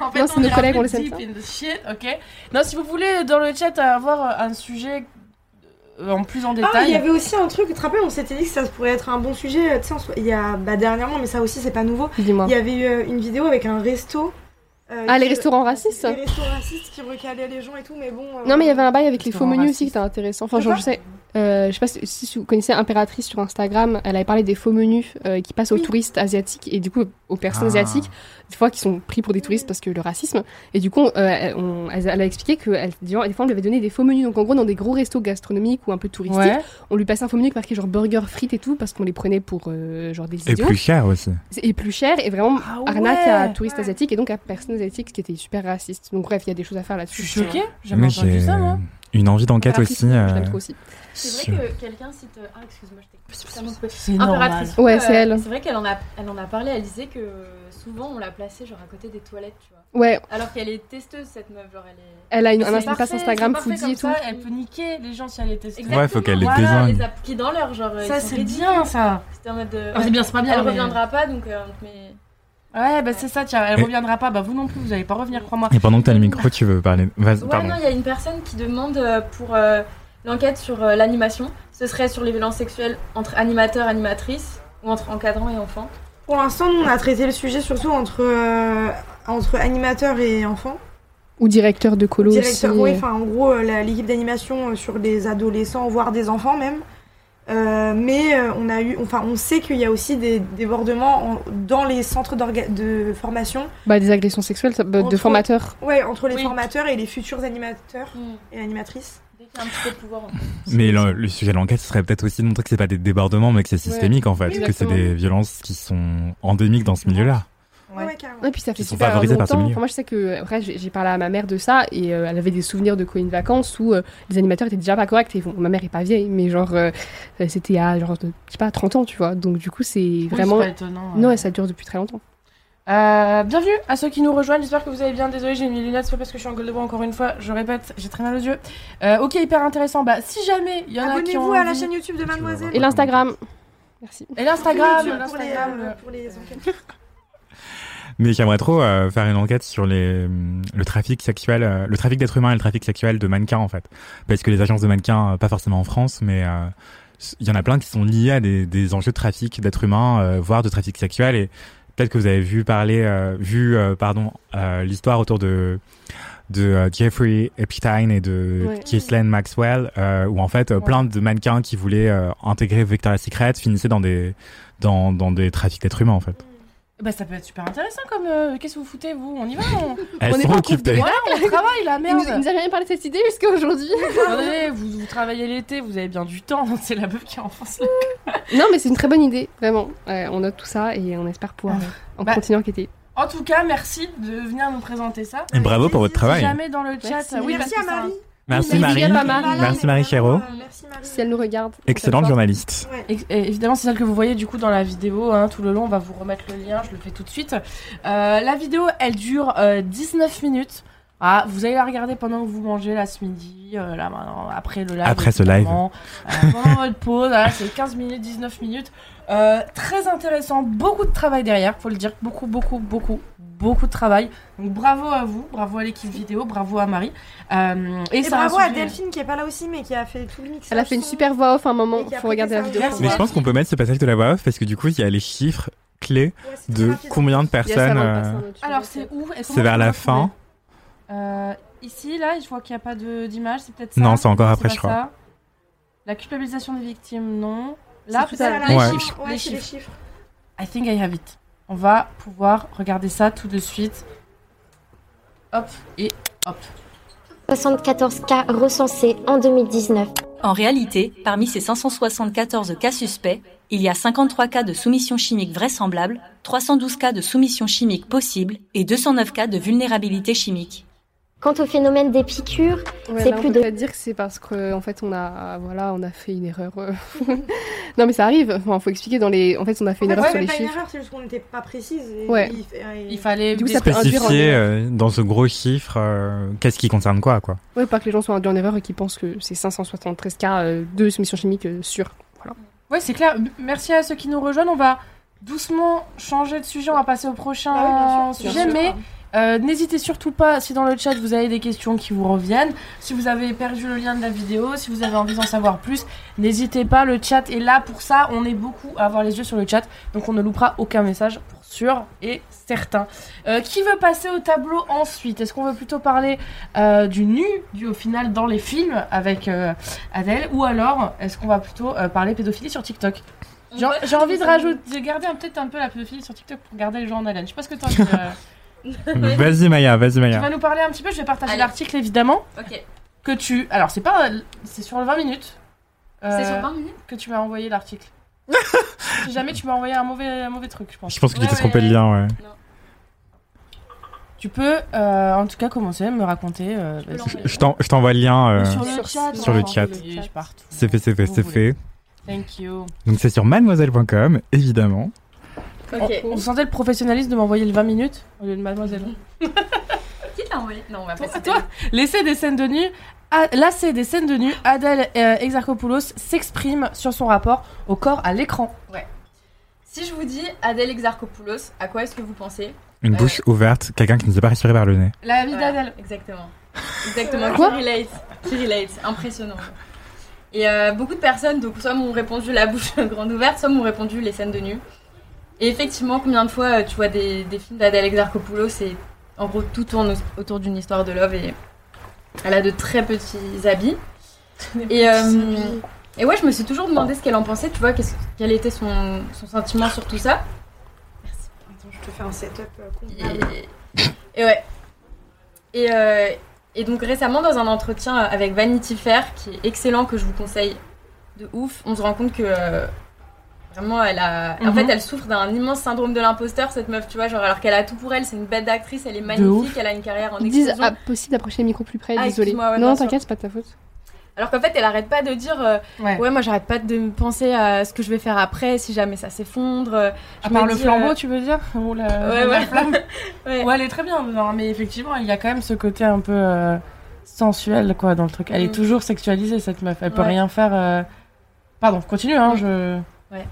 en fait, Non, c'est on nos ira collègues, plus on les aime deep in the shit, ok. Non, si vous voulez dans le chat avoir un sujet euh, en plus en détail. Ah, il y avait aussi un truc, tu te rappelles, on s'était dit que ça pourrait être un bon sujet, euh, tu sais, on se- il y a bah, dernièrement, mais ça aussi c'est pas nouveau. Il Dis-moi. y avait eu euh, une vidéo avec un resto. euh, Ah, les qui- restaurants racistes Les restaurants racistes qui recalaient les gens et tout, mais bon. euh, Non, mais il y avait un bail avec les faux Restaurant menus aussi qui était intéressant. Enfin, genre, je sais, euh, je sais pas si, si vous connaissez Impératrice sur Instagram, elle avait parlé des faux menus euh, qui passent aux touristes asiatiques et du coup aux personnes Ah. asiatiques, des fois qui sont pris pour des touristes parce que le racisme. Et du coup, euh, elle- on- elle, elle a expliqué que elle, des gens- des fois on lui avait donné des faux menus. Donc en gros, dans des gros restos gastronomiques ou un peu touristiques, Ouais. on lui passait un faux menu qui marquait genre burger, frites et tout parce qu'on les prenait pour euh, genre des Et idiots plus cher aussi. et plus cher et vraiment Ah ouais. arnaque à touristes asiatiques et donc à personnes asiatiques ce qui était super raciste. Donc bref, il y a des choses à faire là-dessus. Je suis choquée, Mais j'ai une envie d'enquête Impératrice, aussi. je euh, l'aime trop aussi. C'est vrai que quelqu'un cite. euh, Ah, excuse-moi, je t'ai. ça m'a coupé. c'est Impératrice. normal. Ouais, euh, c'est elle. C'est vrai qu'elle en, a- elle en a parlé, elle disait que euh, souvent on la plaçait genre à côté des toilettes, tu vois. Ouais. Alors qu'elle est testeuse cette meuf, genre elle est. Elle a une, Mais un c'est un passe parfait, Instagram c'est foodie parfait et tout. comme ça, Elle peut niquer les gens si elle est testée. Exactement, Ouais, faut qu'elle les voilà, désigne. les a pris dans l'heure, genre. Ça, ils sont c'est ridicules. bien, ça. C'était en mode. euh, Ah, c'est bien, c'est pas bien, Elle mais- reviendra pas donc. euh, mais... Ouais, bah c'est ça, tiens, elle Et- reviendra pas. Bah vous non plus, vous allez pas revenir, crois-moi. Et pendant que t'as le micro, tu veux parler. Vas-y, Ouais, Ah, pardon. non, il y a une personne qui demande euh, pour euh, l'enquête sur euh, l'animation. Ce serait sur les violences sexuelles entre animateurs, animatrices ou entre encadrants et enfants. Pour l'instant, nous, on a traité le sujet surtout entre euh, entre animateurs et enfants. Ou directeur de colo Directeur, aussi. oui, enfin en gros euh, la- l'équipe d'animation euh, sur des adolescents, voire des enfants même. Euh, mais euh, on a eu, enfin on sait qu'il y a aussi des débordements en- dans les centres d'orga- de formation. Bah, des agressions sexuelles ça- bah, de Entre- formateurs. Ouais, entre les formateurs et les futurs animateurs Hmm. et animatrices. un petit peu de pouvoir. Mais le, le sujet de l'enquête, ce serait peut-être aussi de montrer que c'est pas des débordements, mais que c'est Ouais. systémique en fait, Oui, que c'est exactement. des violences qui sont endémiques dans ce milieu-là. Ouais, Et puis ça fait sont super favorisés longtemps. par ce milieu. Enfin, moi, je sais que euh, après, j'ai j'ai parlé à ma mère de ça et euh, elle avait des souvenirs de colonies de vacances où euh, les animateurs étaient déjà pas corrects. Et bon, ma mère est pas vieille, mais genre euh, euh, c'était à genre de, je sais pas 30 ans, tu vois. Donc du coup, c'est vraiment c'est pas étonnant, Non, et ça dure depuis très longtemps. Euh, bienvenue à ceux qui nous rejoignent, j'espère que vous allez bien. Désolée, j'ai mis les lunettes, c'est pas parce que je suis en gueule de bois encore une fois, je répète, j'ai très mal aux yeux. Euh, ok, hyper intéressant. Bah, si jamais il y en a qui ont. Abonnez-vous à la envie- chaîne YouTube de Mademoiselle. Et l'Instagram. Merci. Et l'Instagram, Pour les- l'Instagram, pour les- le- pour les enquêtes. Mais j'aimerais trop euh, faire une enquête sur les, hum, le trafic sexuel, euh, le trafic d'êtres humains et le trafic sexuel de mannequins en fait. Parce que les agences de mannequins, euh, pas forcément en France, mais euh, s- il y en a plein qui sont liés à des, des enjeux de trafic d'êtres humains, euh, voire de trafic sexuel. Et peut-être que vous avez vu parler, euh, vu euh, pardon, euh, l'histoire autour de de euh, Jeffrey Epstein et de Ouais. Ghislaine Maxwell, euh, où en fait euh, plein de mannequins qui voulaient euh, intégrer Victoria's Secret finissaient dans des dans, dans des trafics d'êtres humains en fait. Bah, ça peut être super intéressant comme. euh, Qu'est-ce que vous foutez, vous On y va on... Elles on est sont pas en couple occupées. de- Ouais, on travaille la merde. Il nous, il nous a jamais parlé de cette idée jusqu'à aujourd'hui. Attendez, vous, vous travaillez l'été, vous avez bien du temps. C'est la meuf qui est en France. non, mais c'est une très bonne idée, vraiment. Euh, on note tout ça et on espère pouvoir euh, en Bah, continuer à enquêter. En tout cas, merci de venir nous présenter ça. Et bravo pour votre travail. Si jamais dans le chat, Merci. oui, Merci parce à que Marie. Merci Marie. Merci Marie Chéreau. Si elle nous regarde. Excellente journaliste. Et- et évidemment, c'est celle que vous voyez du coup dans la vidéo hein, tout le long. On va vous remettre le lien, je le fais tout de suite. Euh, la vidéo, elle dure euh, 19 minutes. Ah, vous allez la regarder pendant que vous mangez là ce midi, euh, là maintenant, après le live. Après ce live. évidemment. Euh, pendant votre pause, voilà, c'est 15 minutes, 19 minutes. Euh, très intéressant, beaucoup de travail derrière, faut le dire. Beaucoup, beaucoup, beaucoup, beaucoup de travail. Donc bravo à vous, bravo à l'équipe vidéo, bravo à Marie. Euh, Et, c'est un bravo à sujet- Delphine qui est pas là aussi mais qui a fait tout le mix. Elle a fait une super voix off à un moment, Et qui a faut regarder la vidéo. Mais je pense qu'on peut mettre ce passage de la voix off parce que du coup, il y a les chiffres clés de combien de personnes. euh, Alors c'est où Et C'est comment vers on la peut trouver fin. Euh, ici, là, je vois qu'il n'y a pas de- d'image, c'est peut-être ça. Non, c'est encore après, pas je crois. ça. La culpabilisation des victimes, non. Là, C'est tout à peut-être l'heure. les, Ouais. chiffres, Ouais, les c'est les chiffres. I think I have it. On va pouvoir regarder ça tout de suite. Hop et hop. 74 cas recensés en 2019. En réalité, parmi ces 574 cas suspects, il y a 53 cas de soumission chimique vraisemblable, 312 cas de soumission chimique possible et 209 cas de vulnérabilité chimique. Quant au phénomène des piqûres, Ouais, c'est là, on plus peut de pas dire que c'est parce que en fait on a voilà on a fait une erreur. euh. non mais ça arrive. Enfin, faut expliquer dans les. En fait on a fait une erreur ouais, sur mais les pas une chiffres. erreur, c'est juste qu'on n'était pas précise. et Ouais. il- et- Il fallait Du coup, ça peut induire en Spécifier erreur. euh, dans ce gros chiffre euh, qu'est-ce qui concerne quoi, quoi. Ouais, pas que les gens soient induits en erreur et qu'ils pensent que c'est 573 cas euh, de soumission chimique euh, sûre. Voilà. Ouais, c'est clair. M- Merci à ceux qui nous rejoignent. On va doucement changer de sujet. On va passer au prochain Bah oui, bien sûr, bien sujet. sûr. mais euh, n'hésitez surtout pas, si dans le chat vous avez des questions qui vous reviennent, si vous avez perdu le lien de la vidéo, si vous avez envie d'en savoir plus, n'hésitez pas. Le chat est là pour ça. On est beaucoup à avoir les yeux sur le chat. Donc on ne loupera aucun message pour sûr et certain. Euh, qui veut passer au tableau ensuite Est-ce qu'on veut plutôt parler euh, du nu, du au final dans les films avec euh, Adèle Ou alors est-ce qu'on va plutôt euh, parler pédophilie sur TikTok J'ai j'ai envie de rajouter, de garder un- peut-être un peu la pédophilie sur TikTok pour garder les gens en haleine. Je sais pas ce que t'en dis. euh. Vas-y Maya, vas-y Tu vas Maya. nous parler un petit peu, je vais partager l'article évidemment. Ok. Que tu. Alors c'est pas. C'est sur le 20 minutes. Euh, C'est sur 20 minutes Que tu m'as envoyé l'article. si jamais tu m'as envoyé un mauvais, un mauvais truc, je pense. Je pense que tu t'es trompé de lien, ouais. Tu peux euh, en tout cas commencer à me raconter. euh, bah, Je- Je t'en- je t'envoie le lien euh, Sur le chat, sur le hein, chat. sur le chat. C'est fait, c'est fait, Vous c'est voulez. fait. Thank you. Donc c'est sur mademoiselle.com, évidemment. On, on sentait le professionnalisme de m'envoyer le 20 minutes au lieu de mademoiselle. Qui t'a envoyé Non, on va pas À toi, laisser des scènes de nu. à- Lassée des scènes de nu, Adèle euh, Exarchopoulos s'exprime sur son rapport au corps à l'écran. Ouais. Si je vous dis Adèle Exarchopoulos, à quoi est-ce que vous pensez Une bouche ouverte, quelqu'un qui ne s'est pas respiré par le nez. La vie d'Adèle. Exactement. Exactement. Quoi qui relate. Qui relate. Impressionnant. Et euh, beaucoup de personnes, donc, soit m'ont répondu la bouche grande ouverte, soit m'ont répondu les scènes de nu. Et effectivement, combien de fois euh, tu vois des, des films d'Adèle Exarchopoulos et En gros, tout tourne au- autour d'une histoire de love et elle a de très petits habits. Et, euh, et ouais, je me suis toujours demandé ce qu'elle en pensait, tu vois, qu'est-ce- quel était son, son sentiment sur tout ça. Attends, je te fais un setup. euh, con. Et ouais. Et, euh, et donc récemment, dans un entretien avec Vanity Fair, qui est excellent, que je vous conseille de ouf, on se rend compte que euh, vraiment, elle a. En Mhm. fait, elle souffre d'un immense syndrome de l'imposteur, cette meuf, tu vois, genre alors qu'elle a tout pour elle, c'est une bête d'actrice, elle est magnifique, ouf. elle a une carrière en Ils disent explosion. ah, possible d'approcher le micro plus près, Ah, désolé. excuse-moi, ouais, bien non, sûr. t'inquiète, c'est pas de ta faute. Alors qu'en fait, elle arrête pas de dire euh, ouais. moi j'arrête pas de me penser à ce que je vais faire après, si jamais ça s'effondre. euh, je À me part le dis, flambeau, euh, tu veux dire Ou la, Ouais, la ouais. flamme ouais. elle est très bien, non, mais effectivement, il y a quand même ce côté un peu euh, sensuel quoi, dans le truc. Elle Mm. est toujours sexualisée, cette meuf. Elle peut Ouais. Mm. rien faire. euh, Pardon, continue, hein, je. Ouais.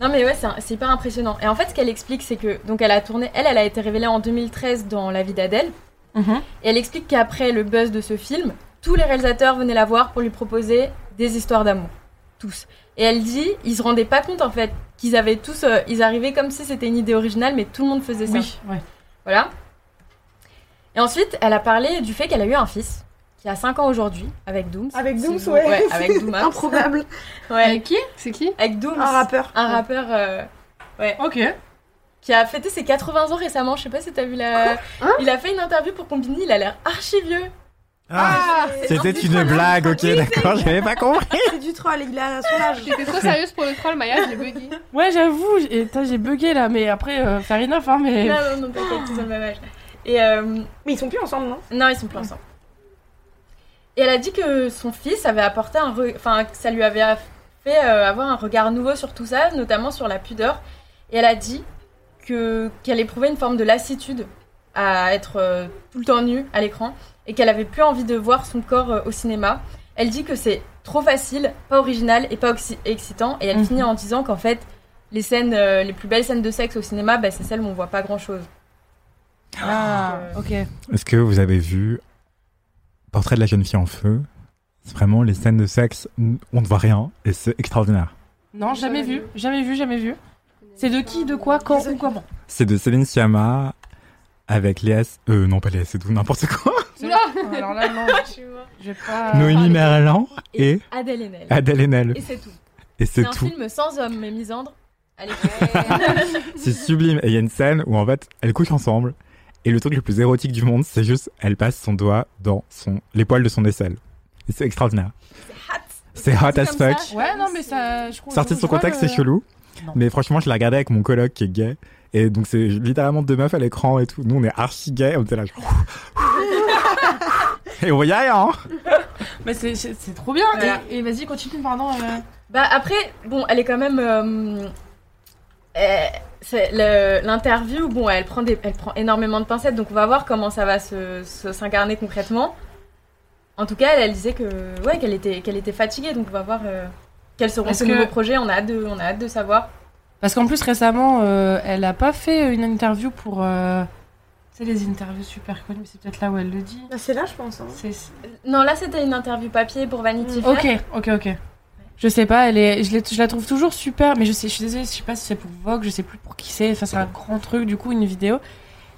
Non mais ouais, c'est un- c'est hyper impressionnant. Et en fait, ce qu'elle explique, c'est que donc elle a tourné, elle, elle a été révélée en 2013 dans La vie d'Adèle. Hein Et elle explique qu'après le buzz de ce film, tous les réalisateurs venaient la voir pour lui proposer des histoires d'amour, tous. Et elle dit, ils se rendaient pas compte en fait qu'ils avaient tous, euh, ils arrivaient comme si c'était une idée originale, mais tout le monde faisait ça. Oui, ouais. Voilà. Et ensuite, elle a parlé du fait qu'elle a eu un fils qui a 5 ans aujourd'hui, avec Dooms. Avec Si Dooms, vous- ouais. avec Dooms. Improbable. Ouais. Avec qui C'est qui Avec Dooms. Un rappeur. Un rappeur, euh, ouais. Ok. Qui a fêté ses 80 ans récemment. Je sais pas si t'as vu la. Hein il a fait une interview pour Combini, il a l'air archi vieux. Ah, Ah C'était une blague, ok, d'accord, j'avais pas compris. C'est du troll, il a son âge. J'étais trop sérieuse pour le troll, Maya, j'ai bugué. Ouais, j'avoue, j'ai putain, j'ai bugué là, mais après, euh, faire enough, hein, mais. Non, non, non, t'inquiète, ils ont le même âge. Et, euh, Mais ils sont plus ensemble, non Non, ils sont plus ensemble. Et elle a dit que son fils avait apporté un. re- Enfin, que ça lui avait fait euh, avoir un regard nouveau sur tout ça, notamment sur la pudeur. Et elle a dit que qu'elle éprouvait une forme de lassitude à être euh, tout le temps nue à l'écran et qu'elle avait plus envie de voir son corps euh, au cinéma. Elle dit que c'est trop facile, pas original et pas oxy- excitant. Et elle Mhm. finit en disant qu'en fait, les scènes, euh, les plus belles scènes de sexe au cinéma, bah, c'est celles où on voit pas euh, grand chose. Ah, ok. Est-ce que vous avez vu Portrait de la jeune fille en feu C'est vraiment les scènes de sexe, où on ne voit rien et c'est extraordinaire. Non, jamais vu, jamais vu, jamais vu. C'est de qui, de quoi, quand ou comment C'est de Céline Sciamma avec Léas. Euh, non, pas Léas, c'est tout, n'importe quoi. Oh, Alors là, non, je vais pas. Noémie Merlan et Adèle Haenel. Adèle Haenel. Et c'est tout. Et c'est un tout. film sans homme, mais misandre. Allez. C'est sublime. Et il y a une scène où en fait, elles couchent ensemble. Et le truc le plus érotique du monde, c'est juste, elle passe son doigt dans son, les poils de son aisselle. Et c'est extraordinaire. C'est hot. as fuck. Ouais, non, mais ça. Je... Sorti de son contexte, euh, c'est chelou. Mais franchement, je l'ai regardé avec mon coloc qui est gay. Et donc, c'est littéralement deux meufs à l'écran et tout. Nous, on est archi gay. On était là, genre, et on voyait rien. hein. Mais c'est- c'est c'est trop bien. Voilà. Et, et vas-y, continue, pardon. euh. Bah après, bon, elle est quand même. euh, euh, c'est le- L'interview, bon, elle prend, des, elle prend énormément de pincettes, donc on va voir comment ça va se- se- s'incarner concrètement. En tout cas, elle, elle disait que ouais, qu'elle était, qu'elle était fatiguée, donc on va voir euh, quels seront Est-ce ses que- nouveaux projets. On a hâte de, on a hâte de savoir. Parce qu'en plus, récemment, euh, elle a pas fait une interview pour. euh, Tu sais, les interviews super connues, mais c'est peut-être là où elle le dit. Bah, c'est là, je pense. hein. Non, là, c'était une interview papier pour Vanity Fair. Mm. Ok, ok, ok. Je sais pas, elle est, je, l'ai- je la trouve toujours super, mais je sais, je suis désolée, je sais pas si c'est pour Vogue, je sais plus pour qui c'est, enfin c'est un grand truc du coup, une vidéo.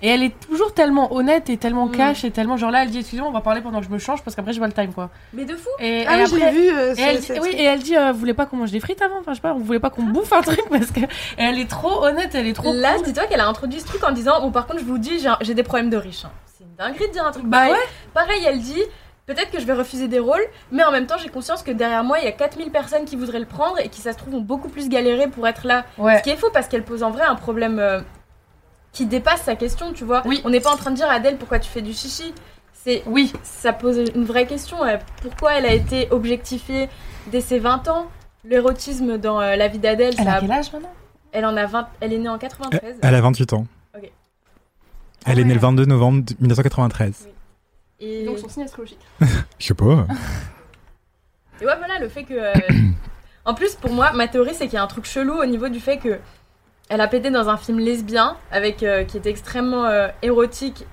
Et elle est toujours tellement honnête et tellement cash et tellement genre là, elle dit excusez-moi, on va parler pendant que je me change parce qu'après je vois le time quoi. Mais de fou. Et, Ah et oui, je l'ai après- vu, euh, et c'est- elle, c'est- oui, c'est- et elle dit, euh, vous voulez pas qu'on mange des frites avant Enfin, je sais pas, vous voulez pas qu'on Ah. bouffe un truc parce que. et elle est trop honnête, elle est trop. Là, cool. dis-toi qu'elle a introduit ce truc en disant Bon, par contre, je vous dis, j'ai- j'ai des problèmes de riche. hein. C'est une dinguerie de dire un truc Bah pareil. ouais. Pareil, elle dit Peut-être que je vais refuser des rôles, mais en même temps, j'ai conscience que derrière moi, il y a 4000 personnes qui voudraient le prendre et qui, ça se trouve, ont beaucoup plus galéré pour être là. Ouais. Ce qui est faux parce qu'elle pose en vrai un problème euh, qui dépasse sa question, tu vois. On n'est pas en train de dire Adèle, pourquoi tu fais du chichi c'est oui, ça pose une vraie question. euh, Pourquoi elle a été objectifiée dès ses 20 ans L'érotisme dans euh, la vie d'Adèle, Elle ça a quel âge maintenant Elle en a 20, elle est née en 93. Elle a 28 ans. Ok. Ah Elle est née le 22 novembre 1993. Et... Donc son signe astrologique. Je sais pas. Et ouais, voilà, le fait que. euh, en plus, pour moi, ma théorie, c'est qu'il y a un truc chelou au niveau du fait que. Elle a pété dans un film lesbien, avec, euh, qui était extrêmement euh, érotique.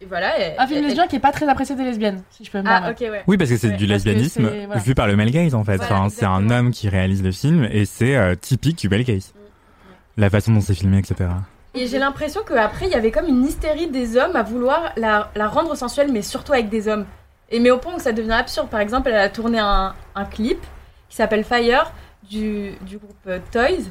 Et voilà. elle- Un Ah, film elle- lesbien qui est pas très apprécié des lesbiennes, si je peux me Euh, Ah, permettre. ok, ouais. Oui, parce que c'est du parce que lesbianisme c'est- voilà. vu par le male gaze en fait. Voilà, Enfin, c'est un Mm, homme qui réalise le film et c'est euh, typique du male gaze. La façon dont c'est filmé, etc. Et j'ai l'impression qu'après, il y avait comme une hystérie des hommes à vouloir la, la rendre sensuelle, mais surtout avec des hommes. Et mais au point où ça devient absurde. Par exemple, elle a tourné un, un clip qui s'appelle Fire du, du groupe euh, Toys.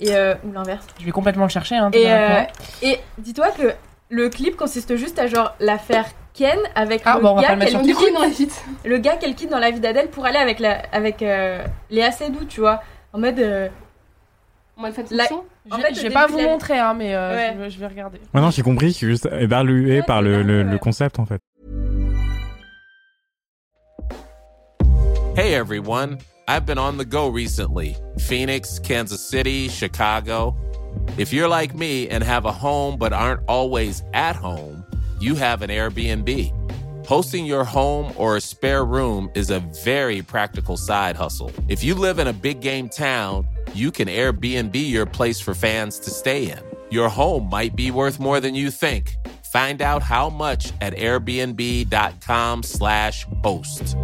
Et, euh, ou l'inverse. Je vais complètement le chercher. Hein, tout Et, à l'heure. euh, et dis-toi que le clip consiste juste à genre la faire Ken avec Ah, le, bon, on va pas gars le mettre qu'elle sur Twitter. quitte, le gars qu'elle quitte dans la vie d'Adèle pour aller avec, la, avec euh, Léa Seydoux, tu vois. En mode. euh, En mode fiction Je- je vais pas vous montrer, hein, mais euh, je vais- je vais regarder. Maintenant, j'ai compris, je suis juste éberlué par le, le- le concept en fait. Hey everyone, I've been on the go recently Phoenix, Kansas City, Chicago. If you're like me and have a home but aren't always at home, you have an Airbnb. Hosting your home or a spare room is a very practical side hustle. If you live in a big game town, you can Airbnb your place for fans to stay in. Your home might be worth more than you think. Find out how much at airbnb.com slash host.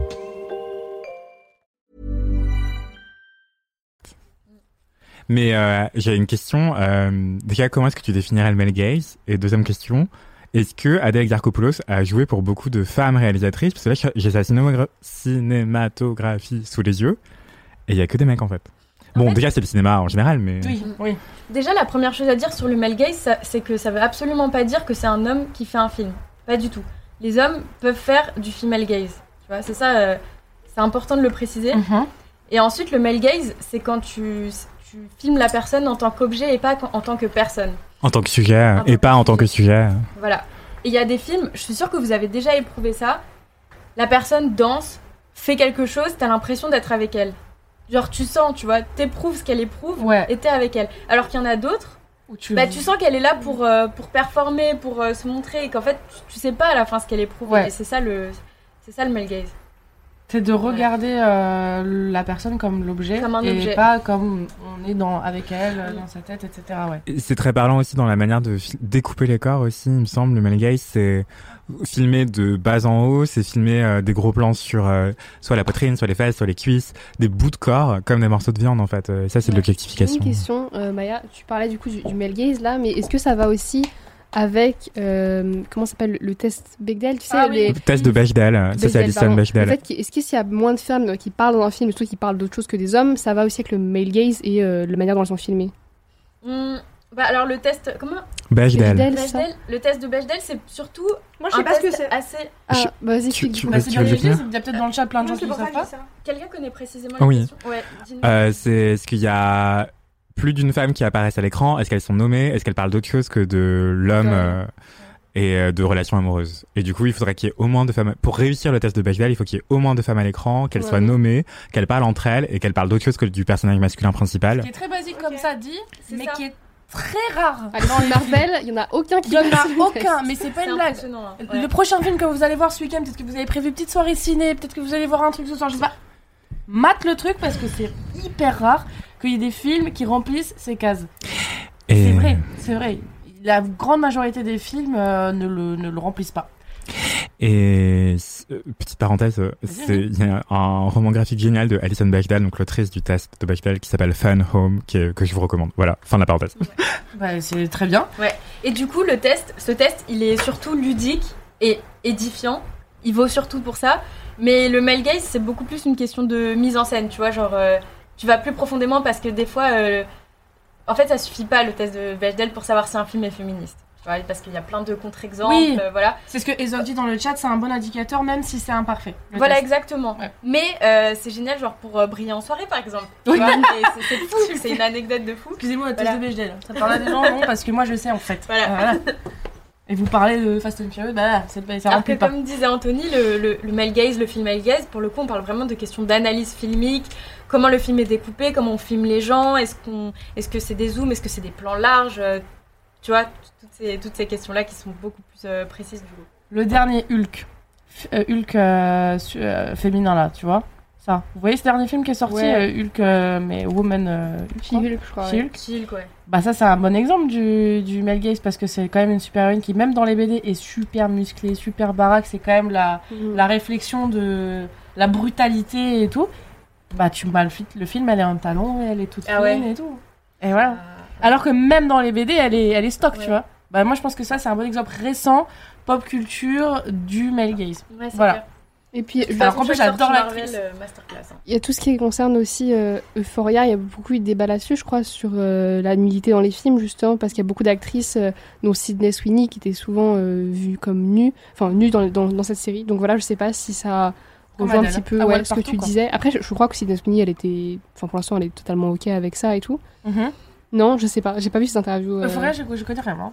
Mais euh, j'ai une question. euh, déjà, comment est-ce que tu définirais le male gaze Et deuxième question, est-ce que Adèle Exarchopoulos a joué pour beaucoup de femmes réalisatrices Parce que là, j'ai sa cinémogra- cinématographie sous les yeux et il y a que des mecs en fait. Bon, déjà, c'est le cinéma en général, mais. oui. Déjà, la première chose à dire sur le male gaze, ça- c'est que ça veut absolument pas dire que c'est un homme qui fait un film. Pas du tout. Les hommes peuvent faire du female gaze. Tu vois, c'est ça. euh, c'est important de le préciser. Mhm. Et ensuite, le male gaze, c'est quand tu, tu filmes la personne en tant qu'objet et pas en tant que personne. En tant que sujet, et pas en tant que sujet. hein. Voilà. Et il y a des films, je suis sûre que vous avez déjà éprouvé ça. La personne danse, fait quelque chose, t'as l'impression d'être avec elle. Genre tu sens, tu vois, t'éprouves ce qu'elle éprouve et t'es avec elle. Alors qu'il y en a d'autres, tu... bah, tu sens qu'elle est là pour, euh, pour performer, pour euh, se montrer, et qu'en fait tu, tu sais pas à la fin ce qu'elle éprouve. Ouais. Et c'est ça le, c'est ça le male gaze. C'est de regarder euh, la personne comme l'objet Comme un et objet. Ah pas comme on est dans, avec elle, euh, dans sa tête, etc. Ouais. Et C'est très parlant aussi dans la manière de fil- découper les corps aussi, il me semble. Le male gaze, c'est filmé de bas en haut, c'est filmé euh, des gros plans sur euh, soit la poitrine, soit les fesses, soit les cuisses, des bouts de corps comme des morceaux de viande en fait. Euh, ça, c'est de J'ai une l'objectification. question, euh, Maya. Tu parlais du coup du, du male gaze là, mais est-ce que ça va aussi avec euh, comment ça s'appelle le test Bechdel Tu sais, Ah oui. les- Le test de Bechdel, euh, ça, c'est Alison pardon. Bechdel. Le fait qu'il- est-ce que s'il y a moins de femmes qui parlent dans un film, surtout qui parlent d'autre chose que des hommes, ça va aussi avec le male gaze et euh, la manière dont elles sont filmées Hmm, bah alors le test, comment Bechdel. Bechdel, c'est ça Bechdel, le test de Bechdel, c'est surtout. Moi, je sais pas ce que c'est. Assez. Ah, bah, vas-y, explique, tu- du coup. bah, c'est Tu veux bien le expliqué, définir Il y a peut-être dans le chat plein de gens qui ne savent pas. Quelqu'un connaît précisément Ah la oui. question Ouais, dis-nous. Euh, c'est ce qu'il y a plus d'une femme qui apparaissent à l'écran. Est-ce qu'elles sont nommées Est-ce qu'elles parlent d'autre chose que de l'homme euh, et euh, de relations amoureuses Et du coup, il faudrait qu'il y ait au moins de femmes. Pour réussir le test de Bechdel, il faut qu'il y ait au moins de femmes à l'écran, qu'elles Ouais. soient nommées, qu'elles parlent entre elles et qu'elles parlent d'autre chose que du personnage masculin principal. Qui est très basique comme ça dit, mais qui est très rare. Dans le Ah, Marvel, il y en a aucun qui Il y en passe le a aucun, test. mais c'est pas C'est une blague. impressionnant, hein. Le prochain film que vous allez voir ce week-end, peut-être que vous avez prévu une petite soirée ciné, peut-être que vous allez voir un truc ce soir, je sais pas. Mate le truc parce que c'est hyper rare qu'il y ait des films qui remplissent ces cases. Et- C'est vrai, c'est vrai. La grande majorité des films euh, ne, le, ne le remplissent pas. Et c- euh, petite parenthèse, euh, Vas-y, c'est- il y a un roman graphique génial de Alison Bechdel, donc l'autrice du test de Bechdel, qui s'appelle Fun Home, qui est- que je vous recommande. Voilà, fin de la parenthèse. Bah, c'est très bien. Ouais. Et du coup, le test, ce test, il est surtout ludique et édifiant. Il vaut surtout pour ça. Mais le male gaze, c'est beaucoup plus une question de mise en scène, tu vois. Genre, euh, tu vas plus profondément parce que des fois, euh, en fait, ça suffit pas le test de Bechdel pour savoir si un film est féministe. Tu vois, parce qu'il y a plein de contre-exemples. Oui. euh, voilà. C'est ce que Ezog dit dans le chat, c'est un bon indicateur même si c'est imparfait. Le Voilà, test. exactement. Mais euh, c'est génial, genre pour euh, briller en soirée, par exemple. Tu Oui. vois, c'est- c'est c'est fou, c'est une anecdote de fou. Excusez-moi, le test Voilà. de Bechdel. hein. Ça parle à des gens, non Parce que moi je sais en fait. Euh, Voilà. Et vous parlez de Fast and Furious, bah c'est pas- ça Alors que remplit pas. comme disait Anthony, le, le, le male gaze, le film male gaze, pour le coup on parle vraiment de questions d'analyse filmique, comment le film est découpé, comment on filme les gens, est-ce qu'on, est-ce que c'est des zooms, est-ce que c'est des plans larges, euh, tu vois, toutes ces, toutes ces questions-là qui sont beaucoup plus euh, précises du coup. Le dernier Hulk. F- euh, Hulk euh, su- euh, féminin là, tu vois Ça. Vous voyez ce dernier film qui est sorti Ouais. euh, Hulk, euh, mais Woman. euh, Hulk, She-Hulk, je crois, ouais. She-Hulk. Chill quoi. Bah ça c'est un bon exemple du, du male gaze parce que c'est quand même une super héroïne qui même dans les BD est super musclée, super baraque, c'est quand même la, Mhm. la réflexion de la brutalité bah, et tout. Bah tu m'as le, fi- le film, elle est en talon, elle est toute Ah fine ouais. Ah, et tout. Et voilà. Alors que même dans les BD, elle est, elle est stock, tu vois. Bah, moi, je pense que ça, c'est un bon exemple récent, pop culture du male gaze. voilà. Et puis, alors qu'en plus, j'adore l'actrice. Masterclass. hein. Il y a tout ce qui concerne aussi euh, Euphoria, il y a beaucoup eu de débats là-dessus, je crois, sur euh, la nudité dans les films, justement, parce qu'il y a beaucoup d'actrices, euh, dont Sydney Sweeney, qui était souvent euh, vue comme nue, enfin nue dans, dans, dans cette série. Donc voilà, je sais pas si ça Comme rejoint un Adèle. petit peu Ah, ouais, ouais, ce que partout, tu quoi. disais. Après, je, je crois que Sydney Sweeney, elle était, enfin pour l'instant, elle est totalement OK avec ça et tout. Mhm. Non, je sais pas, j'ai pas vu cette interview. euh, Euphoria, je, je connais rien, hein. moi.